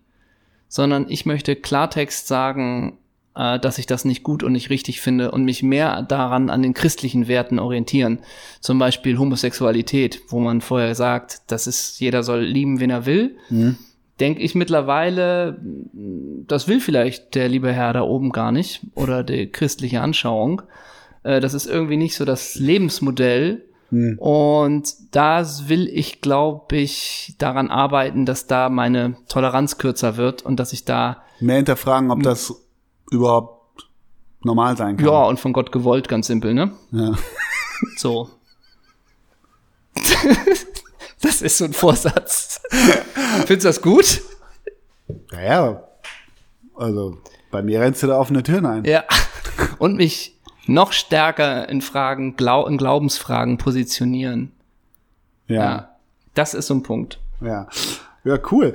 sondern ich möchte Klartext sagen, äh, dass ich das nicht gut und nicht richtig finde und mich mehr daran an den christlichen Werten orientieren. Zum Beispiel Homosexualität, wo man vorher sagt, das ist, jeder soll lieben, wen er will.
Hm?
Denke ich mittlerweile, das will vielleicht der liebe Herr da oben gar nicht oder die christliche Anschauung. Äh, Das ist irgendwie nicht so das Lebensmodell. Und da will ich, glaube ich, daran arbeiten, dass da meine Toleranz kürzer wird und dass ich da,
Mehr hinterfragen,
Hm.
ob das überhaupt normal sein kann.
ja, und von Gott gewollt, ganz simpel, ne?
Ja.
So. [LAUGHS] das ist so ein Vorsatz. Findest du das gut?
Naja, also bei mir rennst du da offene Türen ein.
Ja. Und mich noch stärker in Fragen, Glau in Glaubensfragen positionieren.
ja.
Ja. Das ist so ein Punkt.
Ja. Ja, cool.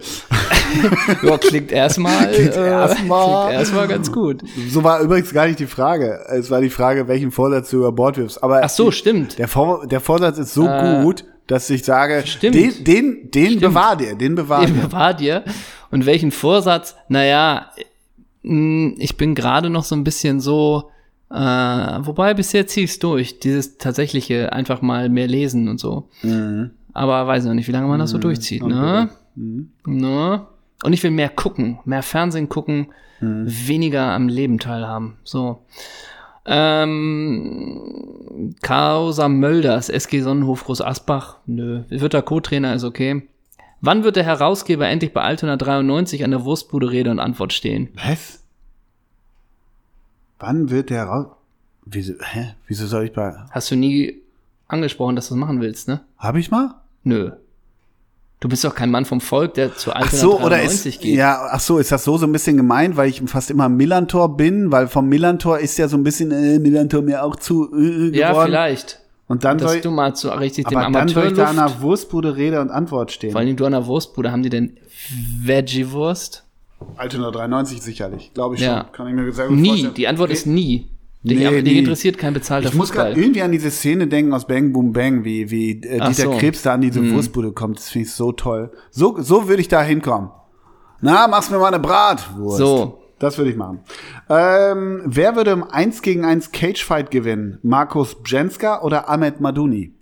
Ja, klingt erstmal,
[LAUGHS] Klingt
äh,
erstmal-
klingt erstmal ganz gut.
So war übrigens gar nicht die Frage. Es war die Frage, welchen Vorsatz du über Bord wirfst. Aber
Ach so, stimmt.
der, Vor der Vorsatz ist so gut, dass ich sage,
stimmt.
den, den, den bewahr dir, den bewahr dir.
War dir. Und welchen Vorsatz? Naja, mh, ich bin gerade noch so ein bisschen so, äh, wobei bis jetzt zieh ich's durch. Dieses tatsächliche einfach mal mehr lesen und so.
Mhm.
Aber weiß noch nicht, wie lange man das so durchzieht, ne?
Hm.
Ne? Und ich will mehr gucken, mehr Fernsehen gucken,
Mhm.
weniger am Leben teilhaben. So. Ähm, Causa Mölders, SG Sonnenhof Groß Asbach. Nö. Wird er Co-Trainer, ist okay. Wann wird der Herausgeber endlich bei Altona 93 an der Wurstbude Rede und Antwort stehen?
Was? Wann wird der raus? Wieso, hä? Wieso soll ich bei.
Hast du nie angesprochen, dass du es machen willst, ne?
Hab ich mal?
Nö. Du Du bist doch kein Mann vom Volk, der zu
Ach so,
193
oder ist,
geht.
ja, ach so, ist das so so ein bisschen gemeint, weil ich fast immer Millantor bin, weil vom Millantor ist ja so ein bisschen äh, Millantor mir auch zu äh, äh, geworden.
ja, vielleicht.
Und dann soll,
Dass du mal zu richtig dem
aber dann soll ich
Amateur
da an einer Wurstbude Rede und Antwort
Vor
stehen.
allem du an der Wurstbude, haben die denn Veggie-Wurst?
Altona 93 sicherlich, glaube ich
Ja.
schon. Kann ich mir sehr gut
Nie,
vorstellen.
die Antwort ist nie. Die,
Nee,
aber die
nie.
interessiert kein bezahlter
Ich muss gerade
Fußball.
irgendwie an diese Szene denken aus Bang Boom Bang, wie, wie äh,
Ach
Dieter
so. Mhm.
Krebs da an diese Wurstbude kommt. Das finde ich so toll. So, so würde ich da hinkommen. Na, machst mir mal eine Bratwurst.
So.
Das würde ich machen. Ähm, wer würde im 1 gegen 1 Cagefight gewinnen? Markus Bjenska oder Ahmed Maduni?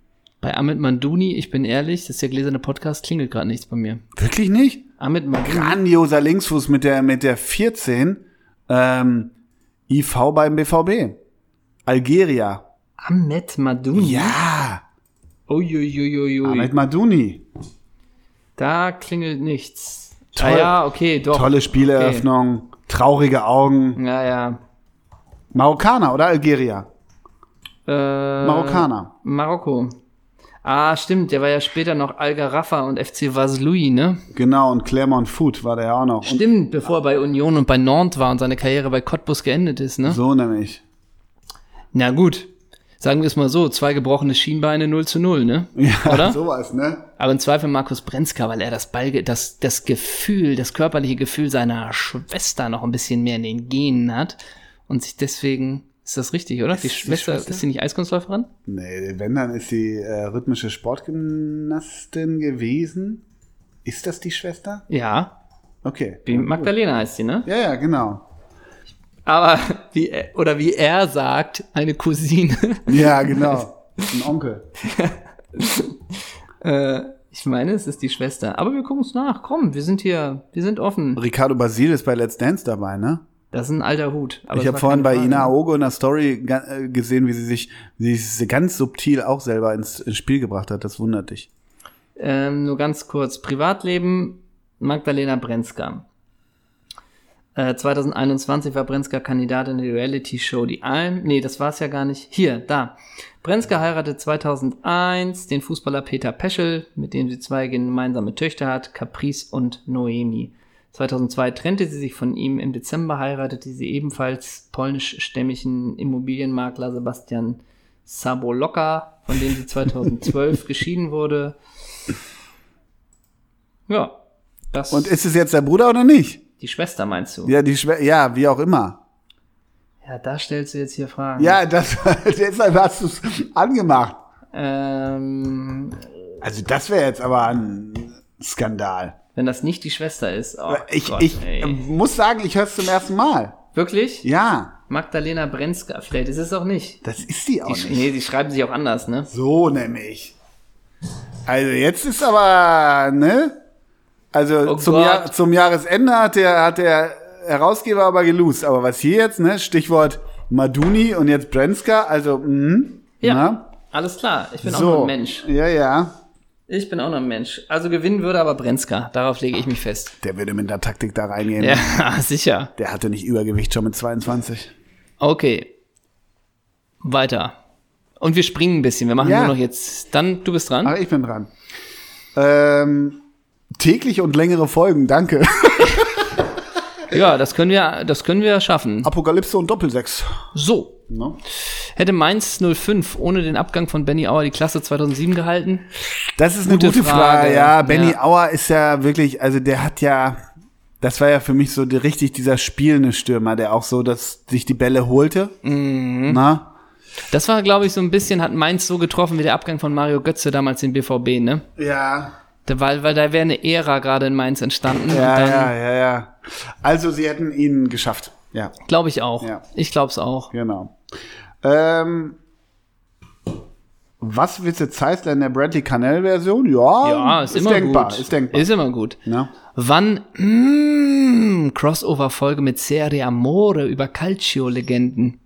Bei Ahmed Manduni, ich bin ehrlich, das ist der gläserne Podcast, klingelt gerade nichts bei mir.
Wirklich nicht?
Ahmed Manduni,
Grandioser Linksfuß mit der, mit der 14. Ähm, IV beim BVB. Algeria.
Ahmed Manduni?
Ja,
Uiuiuiui.
Ahmed Maduni.
Da klingelt nichts.
Toll.
Ah ja, okay, doch. Mhm.
Tolle Spieleröffnung, traurige Augen.
Ja,
Marokkaner oder Algerier?
ja. Äh,
Marokkaner.
Marokko. Ah, stimmt, der war ja später noch Algarafa und FC Vaslui, ne?
Genau, und Clermont Foot war der ja auch noch. Und
Stimmt, bevor er bei Union und bei Nantes war und seine Karriere bei Cottbus geendet ist, ne?
so nämlich.
Na gut, sagen wir es mal so, zwei gebrochene Schienbeine 0 zu 0, ne?
Ja,
[LAUGHS] [LAUGHS] Oder?
[LAUGHS] sowas, ne?
Aber im Zweifel Markus Brenzka, weil er das, Ballge das, das Gefühl, das körperliche Gefühl seiner Schwester noch ein bisschen mehr in den Genen hat und sich deswegen, ist das richtig, oder? die,
es die
Schwester,
Schwester?
ist sie nicht Eiskunstläuferin?
Nee, wenn, dann ist sie äh, rhythmische Sportgymnastin gewesen. Ist das die Schwester?
Ja,
Okay.
wie Magdalena heißt sie, ne?
Ja, ja, genau.
Aber, wie, er- oder wie er sagt, eine Cousine. [LAUGHS]
Ja, genau. Ein Onkel.
äh, ich meine, es ist die Schwester. Aber wir gucken es nach. Komm, wir sind hier, wir sind offen.
Ricardo Basile ist bei Let's Dance dabei, ne?
Das ist ein alter Hut. Aber
ich
es
habe
war
vorhin bei
keine Frage. ne?
Ina Aogo in der Story ga- äh, gesehen, wie sie sich wie sie sich ganz subtil auch selber ins, ins Spiel gebracht hat. Das wundert dich.
Ähm, nur ganz kurz. Privatleben Magdalena Brenzka. Äh, 2021 war Brenzka Kandidatin in der Reality-Show Die Alm. Nee, das war es ja gar nicht. Hier, da. Brenzka heiratet 2001 den Fußballer Peter Peschel, mit dem sie zwei gemeinsame Töchter hat, Caprice und Noemi. 2002 trennte sie sich von ihm. Im Dezember heiratete sie ebenfalls polnischstämmigen Immobilienmakler Sebastian Sabolocka, von dem sie 2012 geschieden wurde. Ja, das
Und ist es jetzt der Bruder oder nicht?
die Schwester meinst du? Ja.
Ja, die Schwe ja, wie auch immer.
da stellst du jetzt hier Fragen.
Ja, das, [LAUGHS] deshalb hast du es angemacht.
Ähm,
Also das wäre jetzt aber ein Skandal.
wenn das nicht die Schwester ist. Oh
ich
Gott,
ich
ey.
muss sagen, ich höre es zum ersten Mal.
Wirklich?
Ja,
Magdalena Brenzka. Vielleicht ist es auch nicht.
das ist die auch
Die,
nicht.
nee, die schreiben sich auch anders, ne?
So nämlich. Also jetzt ist aber, ne? Also
Oh
zum,
Gott.
Jahr, zum Jahresende hat der, hat der Herausgeber aber gelost. Aber was hier jetzt, ne? Stichwort Maduni und jetzt Brenska, also, mh,
Ja.
na?
Alles klar, ich bin auch
so.
noch ein Mensch.
Ja, ja.
Ich bin auch noch ein Mensch. Also gewinnen würde aber Brenzka. Darauf lege ich mich fest.
Der würde mit einer Taktik da reingehen.
[LAUGHS]
[LAUGHS]
Ja, sicher.
Der hatte nicht Übergewicht schon mit 22.
Okay. Weiter. Und wir springen ein bisschen. Wir machen
Ja.
nur noch jetzt. Dann, du bist dran.
Aber ich bin dran. Ähm, täglich und längere Folgen, danke.
Ja, das können wir, das können wir schaffen.
[LAUGHS] Apokalypse und Doppelsechs.
So.
Ne?
Hätte Mainz 05 ohne den Abgang von Benny Auer die Klasse 2007 gehalten?
Das ist eine gute,
Gute
Frage.
Frage.
Ja, Benny
Ja.
Auer ist ja wirklich, also der hat ja, das war ja für mich so die, richtig dieser spielende Stürmer, der auch so, dass sich die Bälle holte.
Mhm.
Na?
Das war, glaube ich, so ein bisschen, hat Mainz so getroffen wie der Abgang von Mario Götze damals den BVB, ne?
Ja.
Da, weil, weil da wäre eine Ära gerade in Mainz entstanden.
Ja,
dann
ja, ja, ja. Also sie hätten ihn geschafft. Ja,
Glaube ich auch.
Ja.
Ich glaube es auch.
genau. Ähm, was willst du Zeissler in der Bradley Cannell-Version? Ja,
Ja, ist, immer
denkbar,
gut.
ist denkbar. ne?
Ist immer gut.
Na?
Wann mm, Crossover-Folge mit Serie Amore über Calcio-Legenden?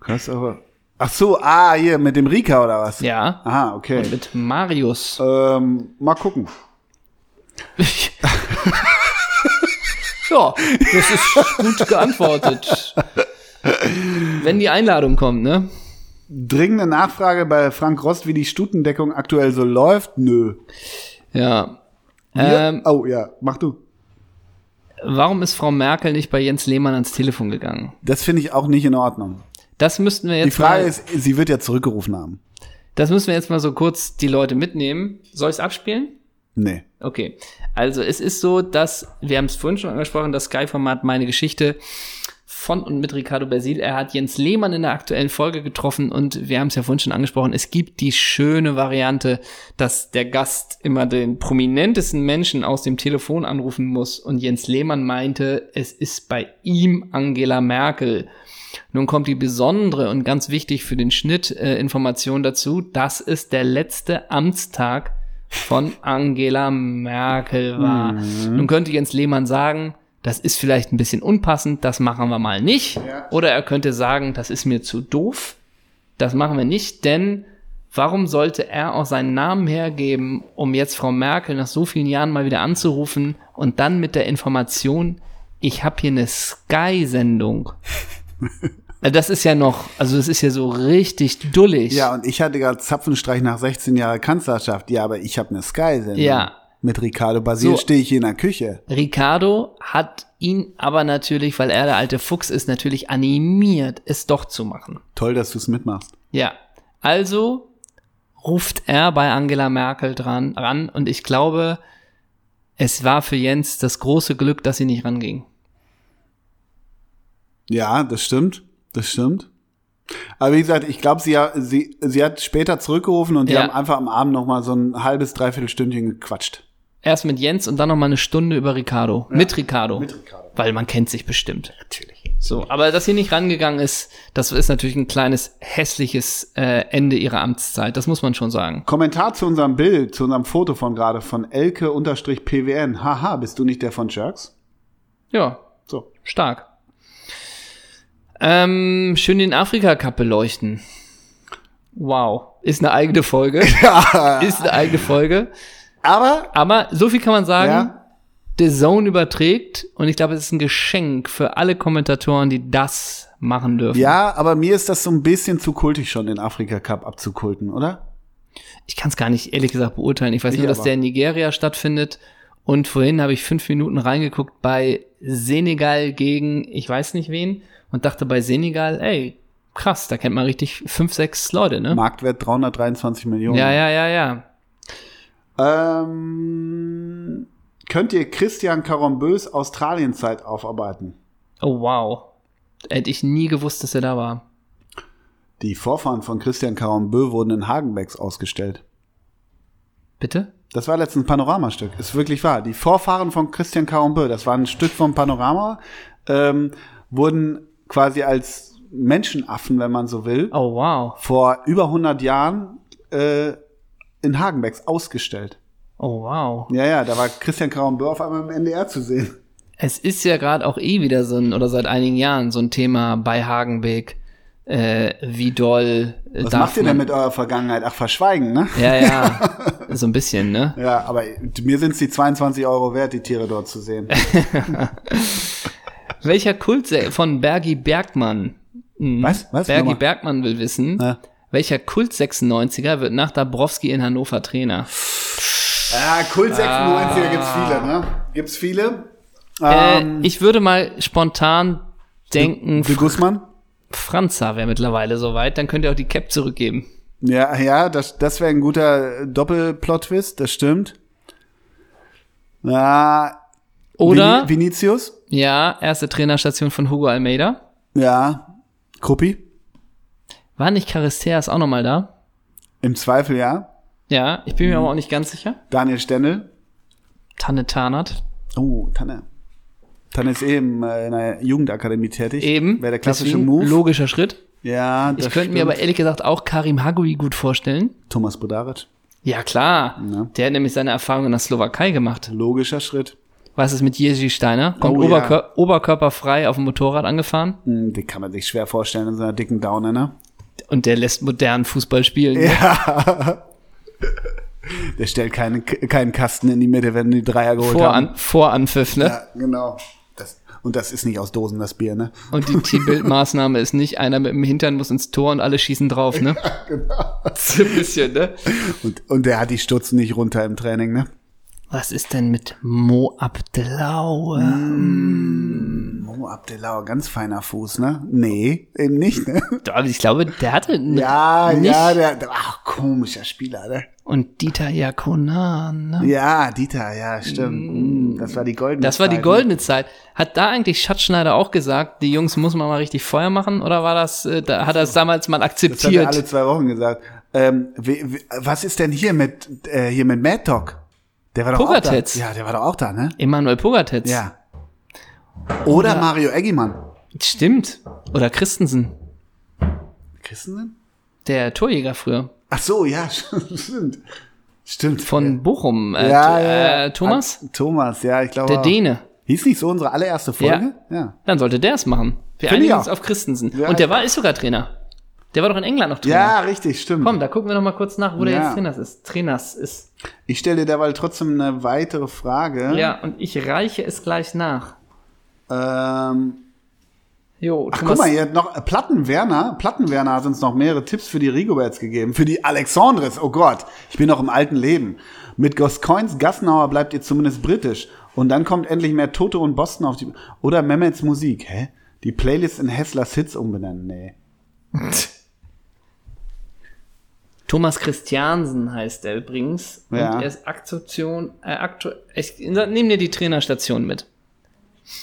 Krass, aber. Ach so, ah, hier mit dem Rika oder was?
Ja.
Aha, Ah, okay.
Mit Marius.
Ähm, mal gucken.
[LAUGHS] ja, das ist gut geantwortet. Wenn die Einladung kommt, ne?
Dringende Nachfrage bei Frank Rost, wie die Stutendeckung aktuell so läuft? Nö.
Ja.
Wir-
Ähm,
oh ja, mach du.
warum ist Frau Merkel nicht bei Jens Lehmann ans Telefon gegangen?
Das finde ich auch nicht in Ordnung.
Das müssten wir
Die
jetzt
Frage
mal,
ist, sie wird ja zurückgerufen haben.
das müssen wir jetzt mal so kurz die Leute mitnehmen. Soll ich es abspielen?
Nee.
Okay. Also es ist so, dass, wir haben es vorhin schon angesprochen, das Sky-Format Meine Geschichte von und mit Ricardo Basil. Er hat Jens Lehmann in der aktuellen Folge getroffen und wir haben es ja vorhin schon angesprochen, es gibt die schöne Variante, dass der Gast immer den prominentesten Menschen aus dem Telefon anrufen muss und Jens Lehmann meinte, es ist bei ihm Angela Merkel. Nun kommt die besondere und ganz wichtig für den Schnitt äh, Information dazu, dass es der letzte Amtstag von Angela Merkel war. Nun könnte Jens Lehmann sagen, das ist vielleicht ein bisschen unpassend, das machen wir mal nicht. Oder er könnte sagen, das ist mir zu doof, das machen wir nicht, denn warum sollte er auch seinen Namen hergeben, um jetzt Frau Merkel nach so vielen Jahren mal wieder anzurufen und dann mit der Information, ich habe hier eine Sky-Sendung. Also Das ist ja noch, also das ist ja so richtig dullig.
Ja, und ich hatte gerade Zapfenstreich nach 16 Jahren Kanzlerschaft. Ja, aber ich habe eine Sky-Sendung.
Ja.
Mit Ricardo Basil
So.
stehe ich hier in der Küche.
Ricardo hat ihn aber natürlich, weil er der alte Fuchs ist, natürlich animiert, es doch zu machen.
Toll, dass du es mitmachst.
Ja, also ruft er bei Angela Merkel dran ran und ich glaube, es war für Jens das große Glück, dass sie nicht ranging.
Ja, das stimmt. Das stimmt. Aber wie gesagt, ich glaube, sie, ha- sie, sie hat später zurückgerufen und die
Ja.
haben einfach am Abend noch mal so ein halbes, dreiviertel Stündchen gequatscht.
Erst mit Jens und dann noch mal eine Stunde über Ricardo. mit Ricardo.
mit Ricardo.
Weil man kennt sich bestimmt. Natürlich. So, aber dass sie nicht rangegangen ist, das ist natürlich ein kleines hässliches äh, Ende ihrer Amtszeit. Das muss man schon sagen.
Kommentar zu unserem Bild, zu unserem Foto von gerade von Elke-PWN. Haha, bist du nicht der von Jerks?
Ja,
So. [LAUGHS]
stark. Ähm, schön den Afrika-Cup beleuchten. Wow. Ist eine eigene
[LAUGHS]
Folge. [LAUGHS] ist eine eigene Folge.
Aber,
Aber so viel kann man sagen.
Ja.
The Zone überträgt und ich glaube, es ist ein Geschenk für alle Kommentatoren, die das machen dürfen.
ja, aber mir ist das so ein bisschen zu kultig schon, den Afrika-Cup abzukulten, oder?
Ich kann es gar nicht ehrlich gesagt beurteilen. Ich weiß
Ich
nur, dass
aber.
der in Nigeria stattfindet und vorhin habe ich fünf Minuten reingeguckt bei Senegal gegen ich weiß nicht wen und dachte bei Senegal, ey, krass, da kennt man richtig fünf, sechs Leute, ne?
Marktwert 323 Millionen.
Ja, ja, ja, ja.
Ähm, könnt ihr Christian Karambös Australienzeit aufarbeiten?
Oh, wow. Hätte ich nie gewusst, dass er da war.
Die Vorfahren von Christian Karambö wurden in Hagenbecks ausgestellt.
Bitte?
Das war letztens ein Panoramastück. Ist wirklich wahr. Die Vorfahren von Christian Karambö, das war ein Stück vom Panorama, ähm, wurden quasi als Menschenaffen, wenn man so will,
Oh, wow.
vor über 100 Jahren äh, in Hagenbecks ausgestellt.
Oh, wow.
Ja, ja, da war Christian Karambö auf einmal im NDR zu sehen.
Es ist ja gerade auch eh wieder so ein, oder seit einigen Jahren so ein Thema bei Hagenbeck, äh, wie doll äh,
Was
darf
macht ihr denn
man-
mit eurer Vergangenheit? Ach, verschweigen, ne?
Ja, ja,
[LAUGHS]
so ein bisschen, ne?
Ja, aber mir sind es die 22 Euro wert, die Tiere dort
[LAUGHS]
zu sehen.
Welcher Kult von Bergi Bergmann? Hm.
Was? Was?
Bergi
Nochmal.
Bergmann will wissen,
Ja.
welcher Kult 96er wird nach Dabrowski in Hannover Trainer?
Ja, Kult 96 ah. gibt's viele, ne? Gibt's viele? Ähm.
äh, ich würde mal spontan denken,
Bill Gussmann?
Franza wäre mittlerweile soweit, dann könnt ihr auch die Cap zurückgeben.
Ja, ja, das, das wäre ein guter Doppelplot-Twist, das stimmt. Ja,
Oder,
Vini- Vinicius?
ja, erste Trainerstation von Hugo Almeida.
Ja. Kruppi?
War nicht Caristeas auch nochmal da?
Im Zweifel, ja.
Ja, ich bin
Mhm.
mir aber auch nicht ganz sicher.
Daniel Stendel?
Tanne Tarnert.
Oh, Tanne. Tanne ist eben äh, in der Jugendakademie tätig.
Eben.
Wäre der klassische
Deswegen
Move.
Logischer Schritt.
ja,
Ich könnte mir aber ehrlich gesagt auch Karim Hagui gut vorstellen.
Thomas Bodaric.
Ja, klar.
Ja.
Der hat nämlich seine Erfahrungen in der Slowakei gemacht.
Logischer Schritt.
Was ist mit Jerzy Steiner? Kommt
Oh, ja.
Oberkör oberkörperfrei auf dem Motorrad angefahren
Hm, Den kann man sich schwer vorstellen in so einer dicken
[LAUGHS]
Downer, ne?
und der lässt modernen Fußball spielen. ne?
Der stellt keinen, keinen Kasten in die Mitte, wenn die Dreier geholt
Vor,
haben.
an, vor Anpfiff, ne?
Ja, genau. Das, und das ist nicht aus Dosen, das Bier, ne?
Und die Teambild-Maßnahme ist nicht, einer mit dem Hintern muss ins Tor und alle schießen drauf,
[LAUGHS] genau.
ne? So ein bisschen, ne?
Und, und der hat die Stutzen nicht runter im Training, ne?
Was ist denn mit Mo Abdelau?
Mo Abdelauer, ganz feiner Fuß, ne? Nee, eben
[LAUGHS]
nicht, ne?
Aber ich glaube, der hatte einen-
Ja,
nicht.
ja, der, der ach, komischer Spieler, ne?
Und Dieter Jakonan, ne?
Ja, Dieter, ja, stimmt. Mm, Das war die goldene
Das war die
Zeit,
goldene Zeit. Hat da eigentlich Schatzschneider auch gesagt, die Jungs muss man mal richtig Feuer machen? Oder war das, äh, da hat er es damals mal
Das hat er
akzeptiert?
alle zwei Wochen gesagt. Ähm, we, we, was ist denn hier mit, äh, hier mit Mad Dog? Der war doch
Pokertets.
auch da. Ja, der war doch auch da, ne?
Emanuel Pogatetz.
Ja. Oder Mario Eggimann.
Stimmt. Oder Christensen,
Christensen?
der Torjäger früher.
Ach so, ja, [LAUGHS] stimmt. Stimmt.
Von Bochum. Äh,
ja,
T-
ja. Oh.
Äh, Thomas?
Ah, Thomas, ja, ich glaube.
Der
auch.
Däne.
Hieß nicht so unsere allererste Folge? Ja. ja.
Dann sollte der es machen. Wir
Finde ich
einigen
auch.
uns auf Christensen.
Ja.
Und der war, ist sogar Trainer. Der war doch in England noch Trainer.
richtig, stimmt.
Komm, da gucken wir noch mal kurz nach, wo der
Ja.
jetzt Trainers ist. Trainers ist.
Ich stelle dir derweil trotzdem eine weitere Frage.
Ja, und ich reiche es gleich nach.
Ähm,
Jo,
ach, guck mal, hier hat noch äh, Plattenwerner. Plattenwerner hat uns noch mehrere Tipps für die Rigoberts gegeben. Für die Alexandres, oh Gott, ich bin noch im alten Leben. Mit Gascoins Gassenauer bleibt ihr zumindest britisch. Und dann kommt endlich mehr Toto und Boston auf die. Oder Mehmets Musik, hä? Die Playlist in Hesslers Hits umbenennen, nee.
[LAUGHS] Thomas Christiansen heißt er übrigens.
Ja.
Und er ist Aktion, äh, aktu ich, nimm dir die Trainerstation mit.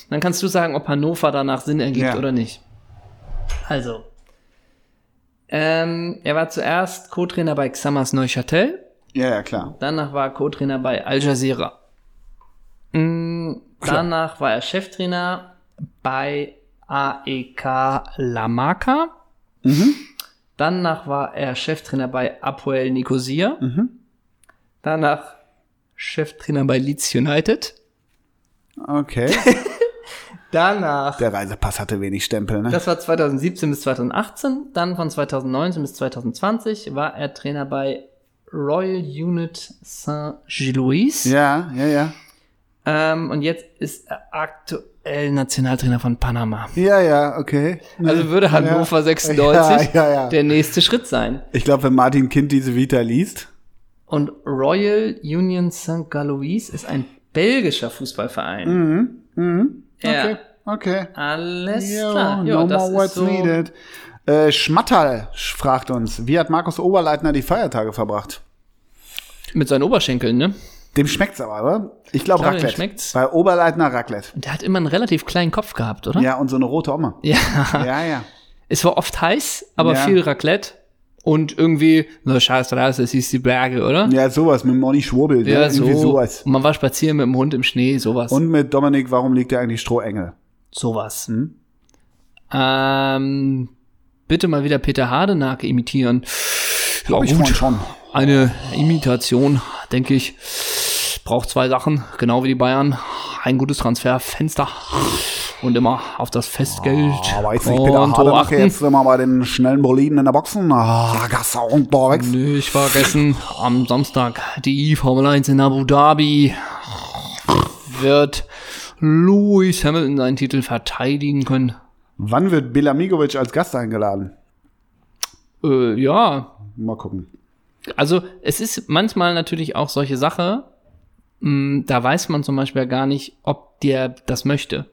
Dann kannst du sagen, ob Hannover danach Sinn ergibt
Ja.
oder nicht. Also, ähm, er war zuerst Co-Trainer bei Xamas Neuchâtel,
Ja, ja, klar.
danach war er Co-Trainer bei Al Jazeera. Mm, danach war er Cheftrainer bei E AEK La Maca. Mhm. Danach war er Cheftrainer bei Apoel Nicosia. Danach Cheftrainer bei Leeds United. [LAUGHS]
Okay.
Danach,
Der Reisepass hatte wenig Stempel, ne?
das war 2017 bis 2018. Dann von 2019 bis 2020 war er Trainer bei Royal Unit Saint-Gilloise.
ja, ja, ja.
Ähm, und jetzt ist er aktuell Nationaltrainer von Panama.
Ja, ja, okay.
Also würde Hannover 96
Ja, ja, ja.
der nächste Schritt sein.
Ich glaube, wenn Martin Kind diese Vita liest.
Und Royal Union St. Galois ist ein belgischer Fußballverein.
Mhm. Mhm. Okay.
Ja.
Okay.
Alles
Jo,
klar. Ja,
no
das
more
ist
what's
so.
needed. Äh, Schmatterl sch- fragt uns, wie hat Markus Oberleitner die Feiertage verbracht?
Mit seinen Oberschenkeln, ne?
Dem schmeckt's aber, oder? Ich glaube,
glaube, dem
Raclette.
schmeckt's.
Bei Oberleitner Raclette.
Und der hat immer einen relativ kleinen Kopf gehabt, oder?
Ja, und so eine rote Oma.
[LAUGHS] Ja.
Ja, ja.
Es war oft heiß, aber
Ja.
viel Raclette. Und irgendwie, so scheiß draus, das hieß die Berge, oder?
Ja, sowas mit Moni Schwurbel. ne? Irgendwie sowas.
Und man war spazieren mit dem Hund im Schnee, sowas.
Und mit Dominik, warum liegt der eigentlich Strohengel?
sowas.
Hm?
Ähm, bitte mal wieder Peter Hardenake imitieren. Ja,
Ich meine schon.
Eine Imitation, denke ich, braucht zwei Sachen, genau wie die Bayern. Ein gutes Transferfenster und immer auf das Festgeld.
Ah, Aber jetzt nicht Peter Hardenacke, jetzt sind wir bei den schnellen Boliden in der Boxen. Ah, Gasser und Dorex.
Ich vergessen, am Samstag die Formel 1 in Abu Dhabi wird Lewis Hamilton seinen Titel verteidigen können.
Wann wird Belamigovic als Gast eingeladen?
Äh, ja,
Mal gucken.
Also es ist manchmal natürlich auch solche Sache, mh, da weiß man zum Beispiel gar nicht, ob der das möchte.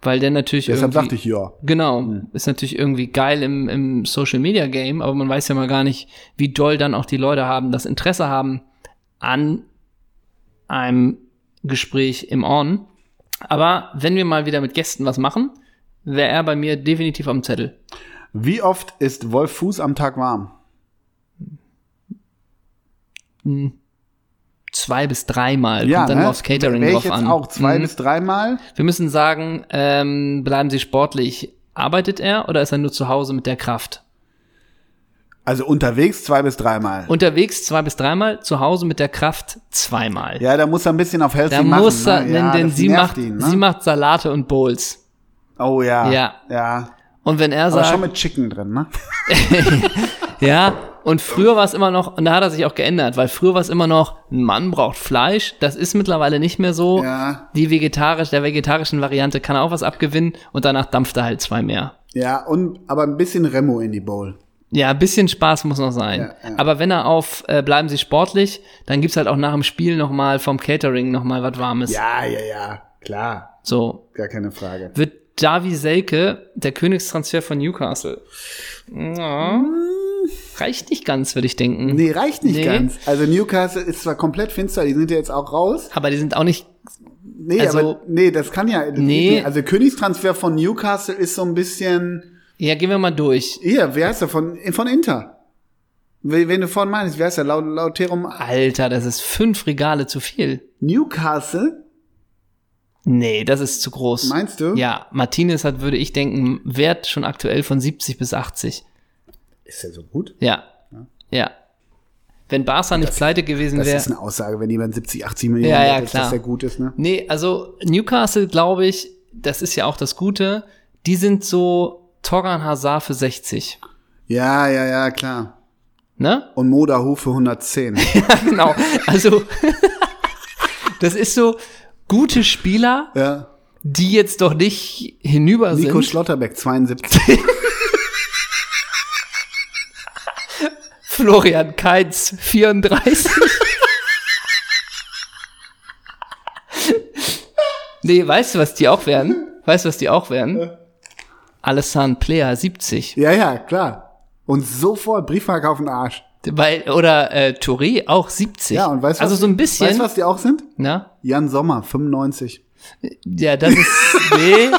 Weil der natürlich
Deshalb
irgendwie,
sagte ich hm. ja.
genau, ist natürlich irgendwie geil im, im Social Media Game, aber man weiß ja mal gar nicht, wie doll dann auch die Leute haben, das Interesse haben an einem Gespräch im On. Aber wenn wir mal wieder mit Gästen was machen, wäre er bei mir definitiv am Zettel.
Wie oft ist Wolf Fuß am Tag warm?
Zwei bis dreimal, kommt dann
ne?
nur aufs Catering
Wär ich
drauf
jetzt
an.
auch zwei
Mhm.
bis dreimal.
Wir müssen sagen, ähm, bleiben Sie sportlich. Arbeitet er oder ist er nur zu Hause mit der Kraft?
Also unterwegs zwei bis dreimal.
Unterwegs zwei bis dreimal, zu Hause mit der Kraft zweimal.
ja, da muss er ein bisschen auf healthy
da
machen.
muss er,
ne?
denn,
ja,
denn
das
sie,
nervt
macht,
ihn, ne?
sie macht Salate und Bowls.
Oh ja.
Ja.
Ja.
Und wenn er
Aber schon
sagt,
mit Chicken drin, ne?
ja, und früher war es immer noch, und da hat er sich auch geändert, weil früher war es immer noch, ein Mann braucht Fleisch, das ist mittlerweile nicht mehr so.
Ja.
Die vegetarisch, der vegetarischen Variante kann er auch was abgewinnen und danach dampft er halt zwei mehr.
Ja, und aber ein bisschen Remo in die Bowl.
Ja, ein bisschen Spaß muss noch sein.
Ja, ja.
Aber wenn er auf äh, bleiben Sie sportlich, dann gibt's halt auch nach dem Spiel noch mal vom Catering noch mal was Warmes.
Ja, ja, ja, klar,
So
gar keine Frage.
wird Javi Selke der Königstransfer von Newcastle. Ja, reicht nicht ganz, würde ich denken.
Hm. Nee, reicht nicht
Nee.
ganz. Also Newcastle ist zwar komplett finster, die sind ja jetzt auch raus.
Aber die sind auch nicht.
Nee,
Also-
aber nee, das kann ja. das
Nee.
geht nicht. Also Königstransfer von Newcastle ist so ein bisschen.
Ja, gehen wir mal durch.
Hier, wer heißt der von von Inter? Wen wen du vorhin meinst, wer heißt der? Laut, Lauterum
Alter, das ist fünf Regale zu viel.
Newcastle?
Nee, das ist zu groß.
Meinst du?
Ja, Martinez hat, würde ich denken, Wert schon aktuell von 70 bis 80.
Ist der so gut?
Ja. Ja. Wenn Barca nicht pleite gewesen
Das
wäre.
ist eine Aussage, wenn jemand 70, 80 Millionen
Ja, ja,
hat, ist, dass
klar.
der gut ist, ne?
Nee, also Newcastle, glaube ich, das ist ja auch das Gute, die sind so Torgan Hazard für 60.
Ja, ja, ja, klar.
Ne? [LAUGHS]
Und Moderhu für 110.
genau. Also, [LAUGHS] das ist so gute Spieler,
ja.
die jetzt doch nicht hinüber
Nico
sind.
Schlotterbeck, 72.
Florian Keitz, 34. nee, weißt du, was die auch werden? Weißt du, was die auch werden? Alessandro Player, 70.
ja, ja, klar. Und sofort Briefmarke auf den Arsch.
Weil, oder äh, Touré auch 70.
Ja, und weißt du,
Also
was-
so ein bisschen.
Weißt du, was die auch sind?
Na?
Jan Sommer, 95.
Ja, das
[LAUGHS]
ist. nee,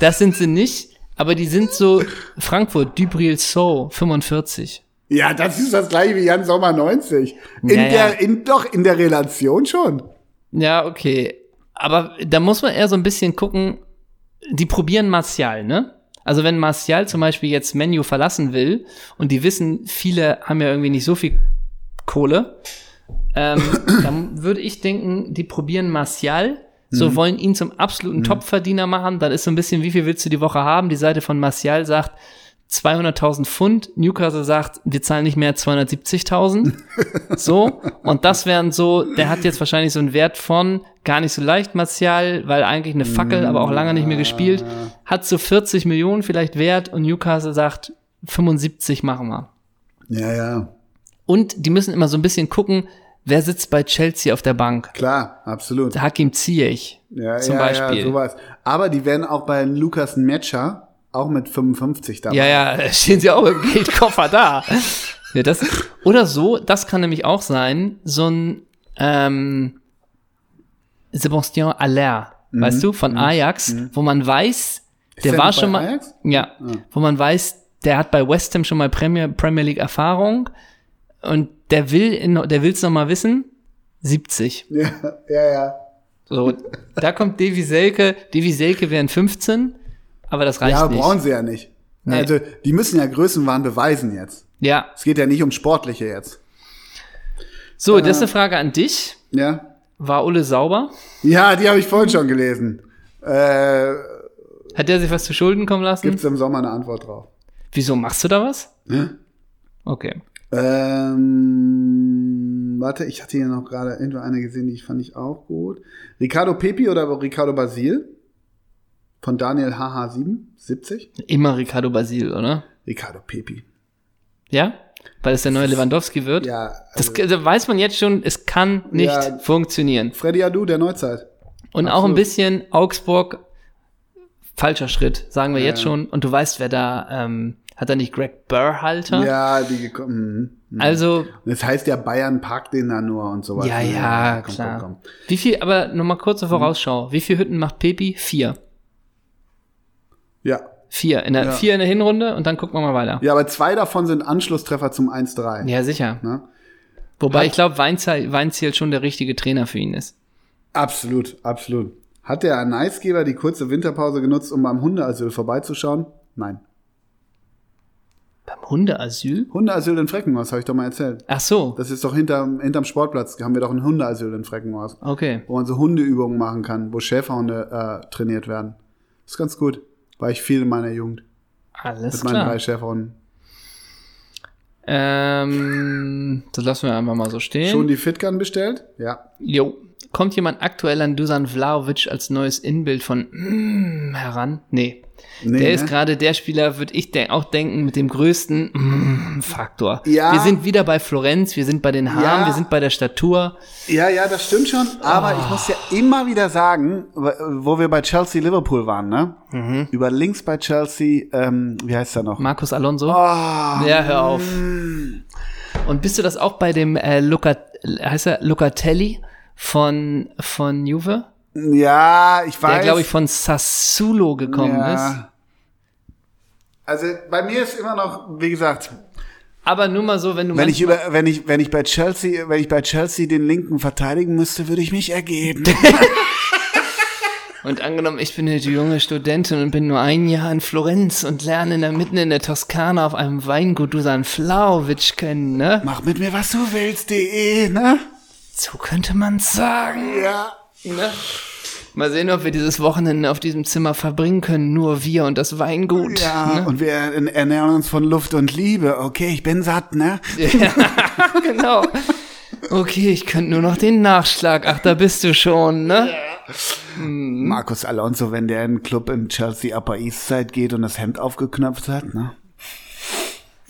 das sind sie nicht. Aber die sind so Frankfurt, Dubril So, 45.
Ja, das ist das gleiche wie Jan Sommer 90. In
Ja, ja.
der, in, doch, in der Relation schon.
Ja, okay. Aber da muss man eher so ein bisschen gucken, die probieren Martial, ne? Also wenn Martial zum Beispiel jetzt Menu verlassen will und die wissen, viele haben ja irgendwie nicht so viel Kohle, ähm, dann würde ich denken, die probieren Martial, so wollen ihn zum absoluten Topverdiener machen, dann ist so ein bisschen, wie viel willst du die Woche haben? Die Seite von Martial sagt 200.000 Pfund, Newcastle sagt, wir zahlen nicht mehr als 270.000. So, und das wären so, der hat jetzt wahrscheinlich so einen Wert von gar nicht so leicht Martial, weil eigentlich eine Fackel, aber auch lange nicht mehr gespielt, hat so 40 Millionen vielleicht Wert und Newcastle sagt 75 machen wir.
Ja, ja.
Und die müssen immer so ein bisschen gucken, wer sitzt bei Chelsea auf der Bank?
Klar, absolut.
Hakim Ziyech
Ja,
zum
ja,
Beispiel.
Ja, sowas. Aber die werden auch bei Lukas Metscher auch mit 55 dabei.
Ja, ja, [LAUGHS] da stehen sie auch mit dem Geldkoffer da. Ja, das, oder so, das kann nämlich auch sein, so ein ähm, Sebastian Aller,
Mhm.
weißt du, von Ajax, wo man weiß, der,
der
war
noch bei
schon mal,
Ajax? [LAUGHS] Ah.
ja, wo man weiß, der hat bei West Ham schon mal Premier, Premier League Erfahrung und der will, in, der will's noch mal wissen, 70.
Ja, ja, ja. [LAUGHS]
So, da kommt Devi Selke, Devi Selke wären 15, aber das reicht
Ja,
nicht.
brauchen sie ja nicht.
Nee.
Also, die müssen ja Größenwahn beweisen jetzt.
Ja,
Es geht ja nicht um Sportliche jetzt.
so,
Äh.
das ist eine Frage an dich.
Ja?
War Ulle sauber?
Ja, die habe ich vorhin schon gelesen. Äh,
Hat der sich was zu Schulden kommen lassen?
Gibt es im Sommer eine Antwort drauf?
Wieso machst du da was? Okay.
Ähm, warte, ich hatte hier noch gerade irgendwo eine gesehen, die ich fand ich auch gut. Ricardo Pepi oder Ricardo Basil? Von Daniel HH7, 70.
Immer Ricardo Basil, oder?
Ricardo Pepi.
Ja? Weil es der neue Lewandowski wird?
Ja,
Das
also
also weiß man jetzt schon, es kann nicht
Ja.
funktionieren.
Freddy Adu, der Neuzeit.
Und auch ein bisschen Augsburg, falscher Schritt, sagen wir jetzt schon. Und du weißt, wer da, ähm, hat er nicht Greg Burhalter?
Ja, die gekommen. mhm.
Also,
Und Das heißt ja, Bayern parkt den da nur und sowas.
ja,
ne?
ja,
komm,
klar.
komm, Mhm. komm.
Wie viel, aber nochmal kurze Vorausschau. Wie viel Hütten macht Pepi? Vier.
Ja.
Vier. In der,
Ja.
Vier in der Hinrunde und dann gucken wir mal weiter.
ja, aber zwei davon sind Anschlusstreffer zum 1-3.
Ja, sicher.
Ne?
Wobei ich glaube, Weinziel, Weinziel schon der richtige Trainer für ihn ist.
Absolut, absolut. Hat der Nicegeber die kurze Winterpause genutzt, um beim Hundeasyl vorbeizuschauen? Nein.
Beim Hundeasyl?
Hundeasyl in Freckenhorst, habe ich doch mal erzählt.
Ach so,
Das ist doch hinterm, hinterm Sportplatz, haben wir doch ein Hundeasyl in Freckenhorst,
okay.
wo man so Hundeübungen machen kann, wo Schäferhunde äh, trainiert werden. Ist ganz gut. War ich viel in meiner Jugend
Alles
mit meinen drei
klar.
Schäferhunden.
Ähm, [LAUGHS] das lassen wir einfach mal so stehen.
Schon die Fitgun bestellt? Ja.
jo. Kommt jemand aktuell an Dusan Vlahovic als neues Inbild von mm, heran? Nee.
Nee,
der
ne?
ist gerade der Spieler, würde ich denk, auch denken, mit dem größten mm, Faktor.
Ja.
Wir sind wieder bei Florenz, wir sind bei den Haaren,
Ja.
wir sind bei der Statur.
Ja, ja, das stimmt schon. Aber
Ah.
ich muss ja immer wieder sagen, wo wir bei Chelsea Liverpool waren, ne?
Mhm.
Über links bei Chelsea, ähm, wie heißt er noch?
Markus Alonso.
Ah,
Ja, hör auf. Und bist du das auch bei dem äh, Luca, heißt er Lucatelli von, von Juve?
ja, ich weiß.
Der, glaube ich, von Sassuolo gekommen ist.
Also bei mir ist immer noch, wie gesagt,
Aber nur mal so, wenn du
wenn ich
manchmal-
über, wenn ich, wenn ich bei Chelsea, wenn ich bei Chelsea den Linken verteidigen müsste, würde ich mich ergeben.
und angenommen, ich bin eine junge Studentin und bin nur ein Jahr in Florenz und lerne in der, mitten in der Toskana auf einem Weingut Dusan Flaovic kennen, ne?
Mach mit mir was du willst, de, ne?
So könnte man's sagen,
Ja.
ne? Mal sehen, ob wir dieses Wochenende auf diesem Zimmer verbringen können, nur wir und das Weingut.
[LAUGHS] Ja, Ne? und wir ernähren uns von Luft und Liebe. Okay, ich bin satt, ne?
[LAUGHS] genau. Okay, ich könnte nur noch den Nachschlag. Ach, da bist du schon, ne?
Markus Alonso, wenn der in einen Club im Chelsea Upper East Side geht und das Hemd aufgeknöpft hat, ne?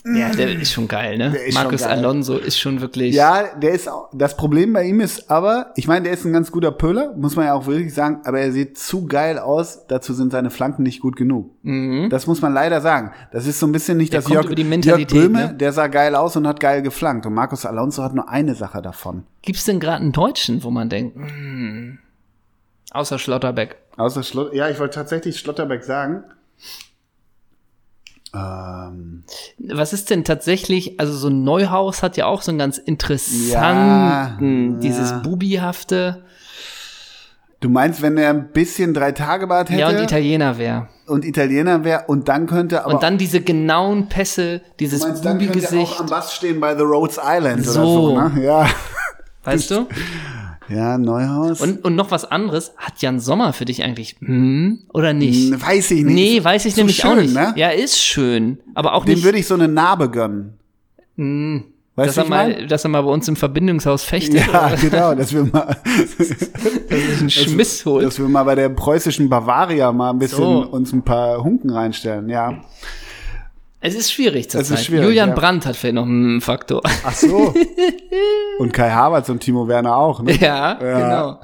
Ja, der ist schon geil, ne?
Der ist schon
Markus
geil.
Alonso ist schon wirklich.
Ja, der ist auch, das Problem bei ihm ist aber, ich meine, der ist ein ganz guter Pöller, muss man ja auch wirklich sagen, aber er sieht zu geil aus, dazu sind seine Flanken nicht gut genug. Das muss man leider sagen. Das ist so ein bisschen nicht das
Mhm. kommt
Jörg,
über die
Jörg
Mentalität,
Böhme,
ne?
der sah geil aus und hat geil geflankt und Markus Alonso hat nur eine Sache davon,
Gibt's denn gerade einen Deutschen, wo man denkt, hm, außer Schlotterbeck?
Außer Schlot ja, ich wollte tatsächlich Schlotterbeck sagen. Ähm,
Was ist denn tatsächlich, also so ein Neuhaus hat ja auch so einen ganz interessanten,
Ja,
dieses
ja.
Bubihafte.
du meinst, wenn er ein bisschen drei Tage Bart hätte
Ja, und Italiener wäre.
und Italiener wäre und dann könnte aber
Und dann diese genauen Pässe, dieses
Du meinst, dann könnte er auch
Bubi-Gesicht.
am Bass stehen bei The Rhodes Island
So.
oder so, ne? Ja.
Weißt du?
Ja, Neuhaus.
Und, und noch was anderes, hat Jan Sommer für dich eigentlich, hm, oder nicht?
Hm, Weiß ich nicht.
Nee, weiß ich
Zu
nämlich auch
schön,
nicht.
Ne?
Ja, ist schön, aber auch
Dem
nicht,
würde ich so eine Narbe gönnen. Weißt
Hm, dass,
du,
er
was ich
[LAUGHS]
meine?
mal, dass er mal bei uns im Verbindungshaus fechtet
Ja,
oder
genau, dass wir
[LAUGHS]
mal,
sich einen Schmiss holt.
dass wir mal bei der preußischen Bavaria mal ein bisschen
So.
uns ein paar Hunken reinstellen, ja.
Es ist schwierig zur
Es ist
Zeit.
schwierig,
Julian
ja.
Brandt hat vielleicht noch einen Faktor.
Ach so. [LAUGHS] Und Kai Havertz und Timo Werner auch, ne?
[LAUGHS]
Mhm.
ja, genau.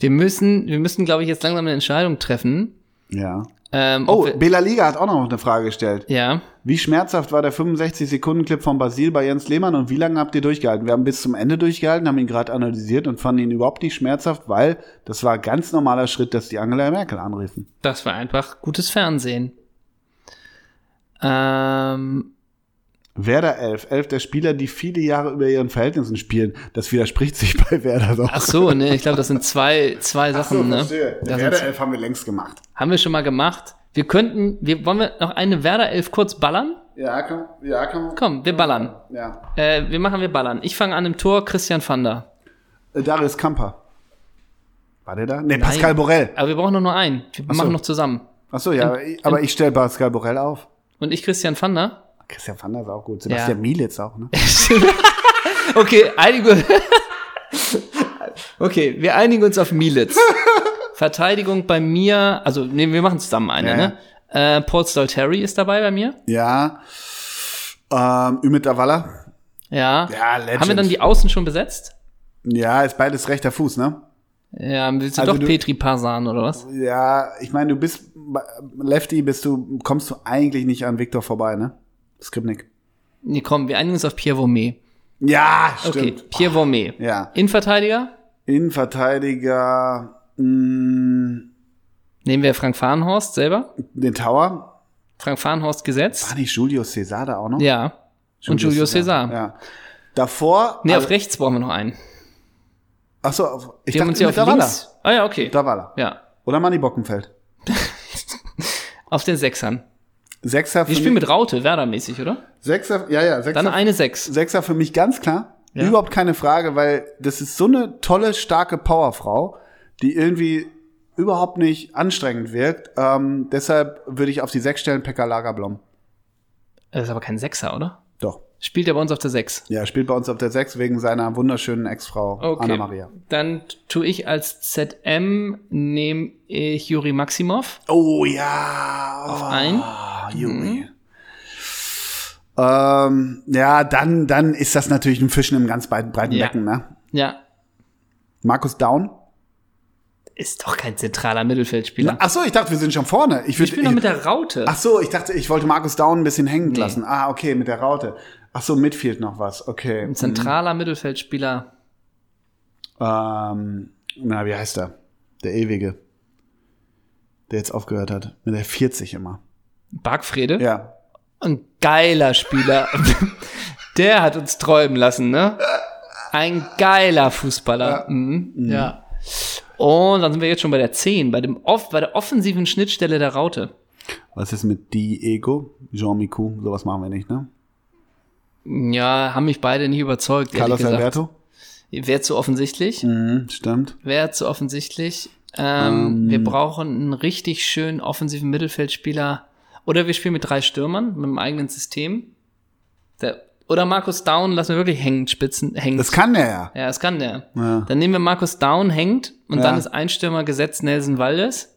Wir müssen, wir müssen, glaube ich, jetzt langsam eine Entscheidung treffen.
Ja.
Ähm, ob
Oh,
wir,
Bela Liga hat auch noch eine Frage gestellt.
ja.
Wie schmerzhaft war der 65-Sekunden-Clip von Basil bei Jens Lehmann und wie lange habt ihr durchgehalten? Wir haben bis zum Ende durchgehalten, haben ihn gerade analysiert und fanden ihn überhaupt nicht schmerzhaft, weil das war ein ganz normaler Schritt, dass die Angela Merkel anriefen.
Das war einfach gutes Fernsehen. Ähm,
Werder 11, 11 der Spieler, die viele Jahre über ihren Verhältnissen spielen. Das widerspricht sich bei Werder doch.
ach so, ne, ich glaube, das sind zwei, zwei Sachen, ne? Das sind,
11 haben wir längst gemacht.
haben wir schon mal gemacht. Wir könnten, wir, wollen wir noch eine Werder 11 kurz ballern?
Ja, komm, ja, komm.
Komm, wir ballern.
Ja.
Äh, wir machen, wir ballern. Ich fange an im Tor, Christian Fander.
Äh, Darius Kamper. War der da? Nee, Pascal Borel.
Aber wir brauchen doch nur einen. Wir
so.
machen noch zusammen.
Ach so, ja, aber ich stelle Pascal Borel auf.
Und ich, Christian Fander.
Christian Vander ist auch gut. Sebastian Mielitz auch, ne?
[LAUGHS] Okay, einige. [LAUGHS] Okay, wir einigen uns auf Mielitz. Verteidigung bei mir, also nee, wir machen zusammen eine,
Ja,
ne? Äh, Paul Stolteri ist dabei bei mir.
Ja. Ähm, Ümit Davala.
Ja.
Ja, Legend.
Haben wir dann die Außen schon besetzt?
Ja, ist beides rechter Fuß, ne?
Ja, willst du
Also
doch
du-
Petri Parsan oder was?
Ja, ich meine, du bist bei- Lefty, bist du, kommst du eigentlich nicht an Viktor vorbei, ne? Skripnik.
Nee, komm, wir einigen uns auf Pierre Vomé.
Ja,
Okay,
stimmt.
Pierre Vomé.
Ja.
Innenverteidiger?
Innenverteidiger, mh,
Nehmen wir Frank Fahrenhorst selber.
den Tower.
Frank Fahrenhorst gesetzt.
War nicht Julio Cesar da auch noch?
Ja. Und Julio Cesar.
Ja. Davor.
Nee,
also,
auf rechts brauchen wir noch einen.
ach so, auf, ich
Wir haben uns
dachte
ja auf
Ümit Davala.
links. Ah ja, okay.
Davala.
Ja.
Oder Manni Bockenfeld.
Auf den Sechsern.
Sechser für
Wir spielen
mich.
mit Raute, Werder-mäßig, oder?
Sechser, ja, ja,
Dann
Sechser
eine Sechs.
Sechser für mich ganz klar.
Ja.
Überhaupt keine Frage, weil das ist so eine tolle, starke Powerfrau, die irgendwie überhaupt nicht anstrengend wirkt. Ähm, deshalb würde ich auf die sechs stellen Pekka Lagerblom.
Das ist aber kein Sechser, oder?
Doch.
Spielt er bei uns auf der 6.
Ja, spielt bei uns auf der 6 wegen seiner wunderschönen Ex-Frau
Okay.
Anna-Maria.
Dann tue ich als ZM, nehme ich Juri Maximov.
Oh ja. Ah, Auf
ein? Mhm.
Juri. Ähm, ja, dann, dann ist das natürlich ein Fischen im ganz breiten, breiten
Ja.
Becken, ne?
Ja,
Markus Down.
ist doch kein zentraler Mittelfeldspieler.
Ach so, ich dachte, wir sind schon vorne. Ich, würd,
ich bin doch mit der Raute.
Ach so, ich dachte, ich wollte Markus Down ein bisschen hängen lassen. Ah, okay, mit der Raute. Ach so, Midfield noch was. Okay.
Ein zentraler Mittelfeldspieler.
Ähm, na, wie heißt er? Der Ewige. Der jetzt aufgehört hat. Mit der 40 immer.
Bargfrede.
Ja.
Ein geiler
[LAUGHS]
Spieler. der hat uns träumen lassen, ne? Ein geiler Fußballer. Ja. Mhm. ja. Und dann sind wir jetzt schon bei der 10, bei, dem off bei der offensiven Schnittstelle der Raute.
Was ist mit Diego? Jean Miku? Sowas machen wir nicht, ne?
Ja, haben mich beide nicht überzeugt. ehrlich
Carlos
gesagt.
Alberto?
Wäre zu offensichtlich.
Mhm, stimmt.
Wäre zu offensichtlich. Ähm, Wir brauchen einen richtig schönen offensiven Mittelfeldspieler. Oder wir spielen mit drei Stürmern, mit einem eigenen System. Der, oder Markus Down lassen wir wirklich hängend spitzen. Hängend.
Das kann er ja.
ja, das kann der.
Ja.
Dann nehmen wir Markus Down hängend und
Ja.
dann ist ein Stürmer gesetzt Nelson Waldes.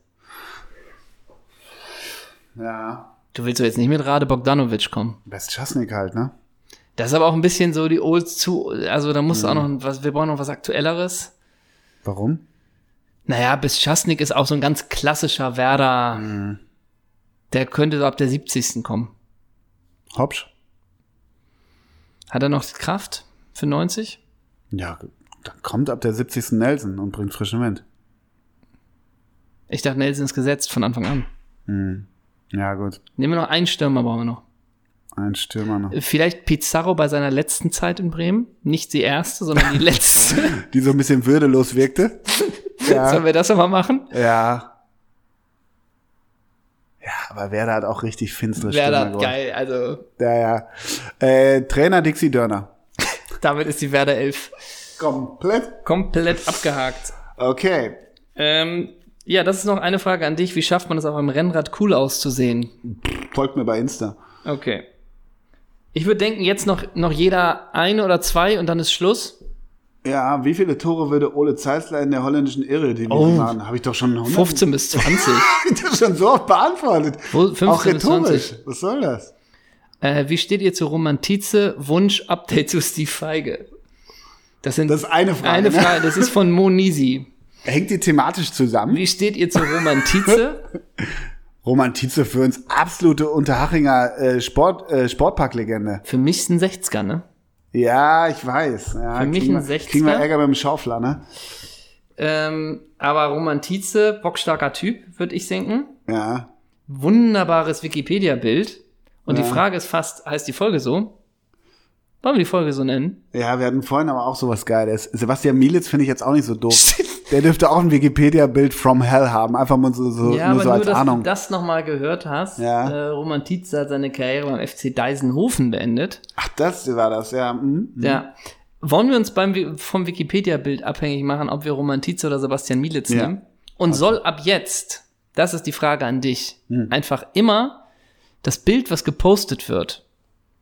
Ja.
Du willst doch jetzt nicht mit Rade Bogdanovic kommen.
Best Chasnik halt, ne?
Das ist aber auch ein bisschen so die Old zu. Also da muss auch noch ein- was, wir brauchen noch was Aktuelleres.
Warum?
Naja, bis Chasnik ist auch so ein ganz klassischer Werder. Der könnte so ab der 70. kommen.
Hopsch?
Hat er noch die Kraft für 90?
Ja, dann kommt ab der 70. Nelson und bringt frischen Wind.
Ich dachte, Nelson ist gesetzt von Anfang an.
Mhm. Ja, gut.
Nehmen wir noch einen Stürmer, brauchen wir noch.
Ein Stürmer noch.
Vielleicht Pizarro bei seiner letzten Zeit in Bremen. Nicht die erste, sondern die letzte.
Die so ein bisschen
[LAUGHS]
würdelos wirkte.
Sollen wir das nochmal machen?
Ja. Ja, aber Werder hat auch richtig finstere
Werder,
Stürmer gewonnen.
geil. Also,
Ja, ja. Äh, Trainer Dixie Dörner.
damit ist die Werder 11
Komplett.
komplett abgehakt.
Okay.
Ähm, ja, das ist noch eine Frage an dich. Wie schafft man es, auf einem Rennrad cool auszusehen?
Folgt mir bei Insta.
Okay. Ich würde denken, jetzt noch, noch jeder ein oder zwei und dann ist Schluss.
Ja, wie viele Tore würde Ole Zeisler in der holländischen Irredivisie
Oh.
machen? Habe ich doch schon 100 [LAUGHS]
15 bis 20.
Hab ich doch schon so oft beantwortet.
Wo- 15
Auch
Oh, bis
rhetorisch. Was soll das?
äh, wie steht ihr zu Romantize? Wunsch, Update zu Steve Feige. Das sind
Das ist eine Frage.
eine
ne?
Frage, das ist von Monisi.
Hängt die thematisch zusammen?
Wie steht ihr zu
[LAUGHS]
Romantize?
Romantize für uns absolute Unterhachinger äh, Sport, äh, Sportparklegende.
Für mich ist ein 60er, ne?
Ja, ich weiß. Ja,
Für mich
kriegen
ein
wir- Kriegen wir
60er?
Ärger mit dem Schaufler, ne?
Ähm, aber Romantize, bockstarker Typ, würde ich denken.
Ja.
Wunderbares Wikipedia-Bild. Und
Ja.
die Frage ist fast, heißt die Folge so? Wollen wir die Folge so nennen?
Ja, wir hatten vorhin aber auch sowas Geiles. Sebastian Mielitz finde ich jetzt auch nicht so doof. Der dürfte auch ein Wikipedia-Bild from hell haben. Einfach mal so, so,
Ja,
nur
aber
so
nur,
als
dass
Ahnung.
du das nochmal gehört hast.
Ja.
Äh, Roman Tietze hat seine Karriere beim FC Deisenhofen beendet.
Ach, das war das, ja. Mhm.
Ja. Wollen wir uns beim, Wi- vom Wikipedia-Bild abhängig machen, ob wir Roman Tietze oder Sebastian Mielitz
Ja.
nehmen? Und soll ab jetzt, das ist die Frage an dich,
Mhm.
einfach immer das Bild, was gepostet wird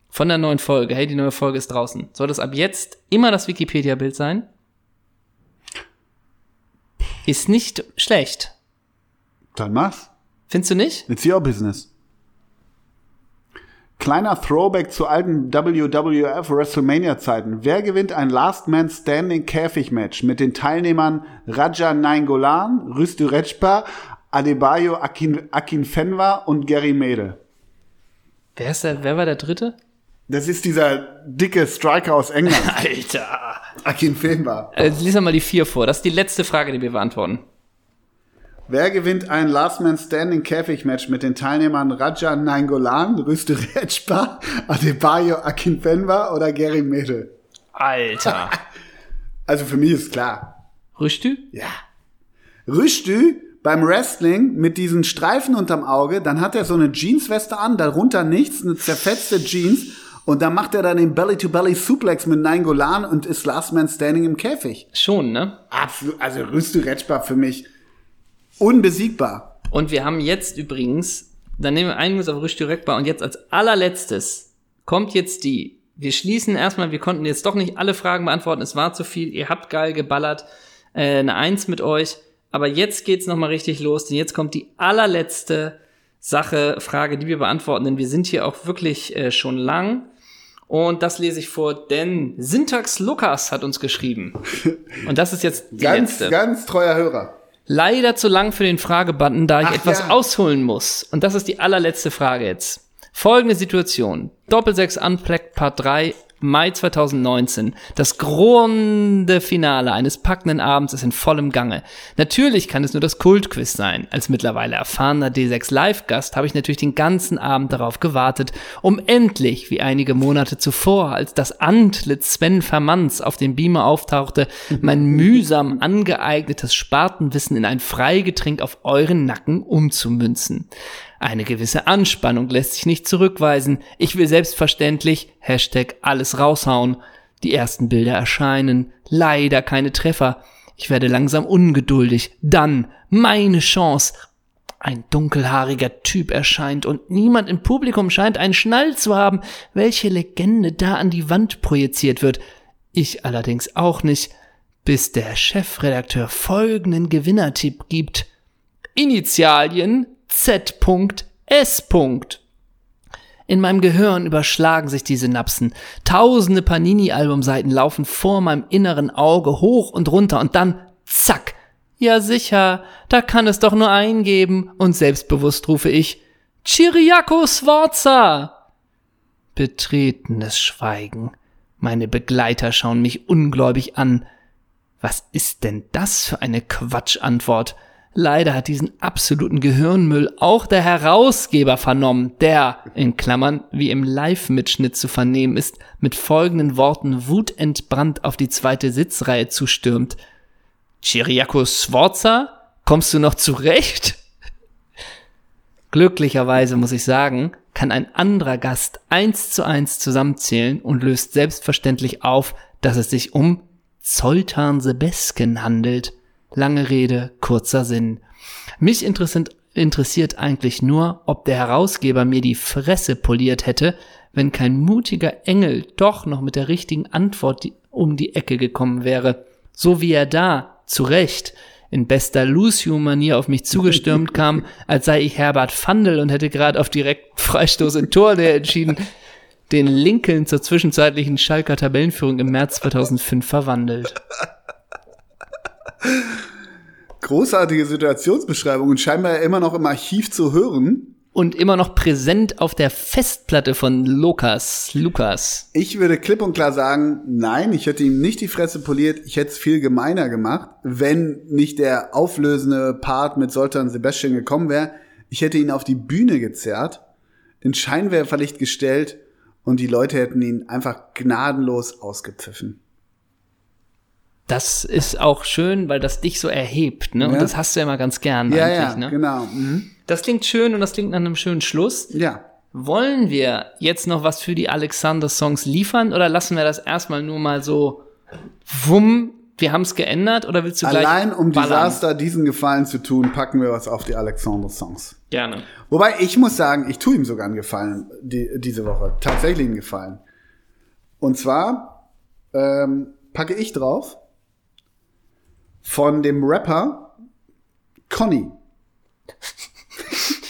von der neuen Folge, hey, die neue Folge ist draußen, soll das ab jetzt immer das Wikipedia-Bild sein? Ist nicht schlecht.
Dann mach's.
Findest du nicht?
It's your business. Kleiner Throwback zu alten WWF WrestleMania Zeiten. Wer gewinnt ein Last Man Standing Käfig Match mit den Teilnehmern Raja Nainggolan, Rüstü Rechpa, Adebayo Akin, Akinfenwa und Gary Medel?
Wer, ist der, wer war der Dritte?
Das ist dieser dicke Striker aus England,
Alter!
Akinfenwa.
Äh, lies doch mal die vier vor. Das ist die letzte Frage, die wir beantworten.
Wer gewinnt ein Last Man Standing Käfig Match mit den Teilnehmern Raja Nainggolan, Rüstü Rechpa, Adebayo Akinfenwa oder Gary Medel?
Alter.
[LAUGHS] Also für mich ist klar.
Rüstü?
Ja. Rüstü beim Wrestling mit diesen Streifen unterm Auge, dann hat er so eine Jeansweste an, darunter nichts, eine zerfetzte Jeans und dann macht er dann den Belly-to-Belly Suplex mit Nainggolan und ist Last Man Standing im Käfig.
Schon, ne?
Absolut, also Rüstü Retschbar für mich unbesiegbar.
Und wir haben jetzt übrigens, dann nehmen wir einen Guss auf Rüstü Röckbar und jetzt als allerletztes kommt jetzt die wir schließen erstmal, wir konnten jetzt doch nicht alle Fragen beantworten, es war zu viel, ihr habt geil geballert, äh, eine Eins mit euch, aber jetzt geht's nochmal richtig los, denn jetzt kommt die allerletzte Sache, Frage, die wir beantworten, denn wir sind hier auch wirklich äh, schon lang. Und das lese ich vor, denn Syntax Lukas hat uns geschrieben. Und das ist jetzt die
Ganz,
letzte.
ganz treuer Hörer.
Leider zu lang für den Fragebutton, da ich
Ach
etwas
ja.
ausholen muss. Und das ist die allerletzte Frage jetzt. Folgende Situation. Doppelsechs Unplugged Part 3, Mai 2019. Das große Finale eines packenden Abends ist in vollem Gange. Natürlich kann es nur das Kultquiz sein. Als mittlerweile erfahrener D6 Live-Gast habe ich natürlich den ganzen Abend darauf gewartet, um endlich, wie einige Monate zuvor, als das Antlitz Sven Vermanns auf dem Beamer auftauchte, mein mühsam angeeignetes Spartenwissen in ein Freigetränk auf euren Nacken umzumünzen. Eine gewisse Anspannung lässt sich nicht zurückweisen. Ich will selbstverständlich Hashtag alles raushauen. Die ersten Bilder erscheinen. Leider keine Treffer. Ich werde langsam ungeduldig. Dann meine Chance. Ein dunkelhaariger Typ erscheint und niemand im Publikum scheint einen Schnall zu haben, welche Legende da an die Wand projiziert wird. Ich allerdings auch nicht, bis der Chefredakteur folgenden Gewinnertipp gibt. Initialien Z.S. In meinem Gehirn überschlagen sich die Synapsen. Tausende Panini-Albumseiten laufen vor meinem inneren Auge hoch und runter und dann zack. Ja sicher, da kann es doch nur einen geben und selbstbewusst rufe ich Chiriaco Sforza. Betretenes Schweigen. Meine Begleiter schauen mich ungläubig an. Was ist denn das für eine Quatschantwort? Leider hat diesen absoluten Gehirnmüll auch der Herausgeber vernommen, der, in Klammern, wie im Live-Mitschnitt zu vernehmen ist, mit folgenden Worten wutentbrannt auf die zweite Sitzreihe zustürmt. Chiriaco Sforza, kommst du noch zurecht? Glücklicherweise muss ich sagen, kann ein anderer Gast eins zu eins zusammenzählen und löst selbstverständlich auf, dass es sich um Zoltan Sebesken handelt. Lange Rede, kurzer Sinn. Mich interessant, interessiert eigentlich nur, ob der Herausgeber mir die Fresse poliert hätte, wenn kein mutiger Engel doch noch mit der richtigen Antwort die- um die Ecke gekommen wäre. So wie er da, zu Recht, in bester Lucio-Manier auf mich zugestürmt kam, als sei ich Herbert Fandel und hätte gerade auf direkten Freistoß in Tornähe entschieden, den Lincoln zur zwischenzeitlichen Schalker Tabellenführung im März 2005 verwandelt.
Großartige Situationsbeschreibung und scheinbar immer noch im Archiv zu hören.
und immer noch präsent auf der Festplatte von Lukas. Lukas.
Ich würde klipp und klar sagen, nein, ich hätte ihm nicht die Fresse poliert, ich hätte es viel gemeiner gemacht, wenn nicht der auflösende Part mit Soltan Sebastian gekommen wäre. Ich hätte ihn auf die Bühne gezerrt, in Scheinwerferlicht gestellt und die Leute hätten ihn einfach gnadenlos ausgepfiffen.
Das ist auch schön, weil das dich so erhebt, ne?
Ja.
Und das hast du ja immer ganz gern
Ja,
eigentlich,
ja,
ne?
genau. Mhm.
Das klingt schön und das klingt nach einem schönen Schluss.
Ja.
Wollen wir jetzt noch was für die Alexander-Songs liefern oder lassen wir das erstmal nur mal so wumm, wir haben es geändert oder willst du gleich
Allein um
ballern?
Desaster diesen Gefallen zu tun, packen wir was auf die Alexander-Songs.
Gerne.
Wobei ich muss sagen, ich tue ihm sogar einen Gefallen die, diese Woche. Tatsächlich einen Gefallen. Und zwar ähm, packe ich drauf von dem Rapper
[LAUGHS]
Conny.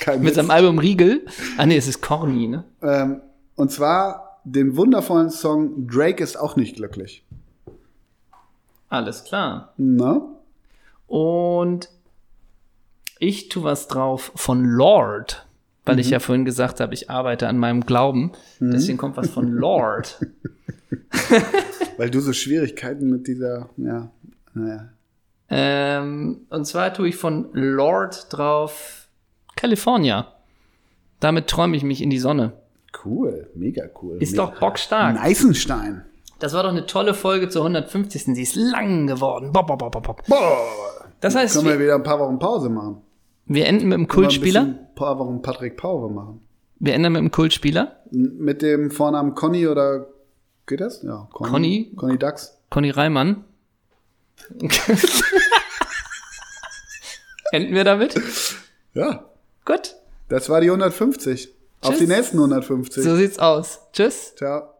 Kein
Mit
Witz.
seinem Album Riegel. Ah nee, es ist Corny, ne?
Ähm, und zwar den wundervollen Song Drake ist auch nicht glücklich. Ne?
Alles klar.
Na?
Und ich tu was drauf von Lord, weil
Mhm.
ich ja vorhin gesagt habe, ich arbeite an meinem Glauben. Deswegen kommt was von Lord.
[LAUGHS] Weil du so Schwierigkeiten mit dieser, ja, naja.
ähm, und zwar tue ich von Lord drauf California. Damit träume ich mich in die Sonne.
Cool, mega cool.
Ist
mega.
doch bockstark.
Ein Eisenstein.
Das war doch eine tolle Folge zur 150. Sie ist lang geworden. Bop, bop, bop, bop, bop.
Boah!
Das heißt,
Können wir
wir,
wieder ein paar Wochen Pause machen.
wir enden mit dem
Können wir ein
Kultspieler.
bisschen Ein paar Wochen Patrick Pauwe machen.
Wir enden mit dem Kultspieler.
N- Mit dem Vornamen Conny oder geht das? Ja,
Conny?
Conny Dax.
Conny Reimann. enden wir damit?
Ja,
Gut,
das war die 150. Auf
Tschüss.
die nächsten 150.
so sieht's aus. Tschüss.
Ciao.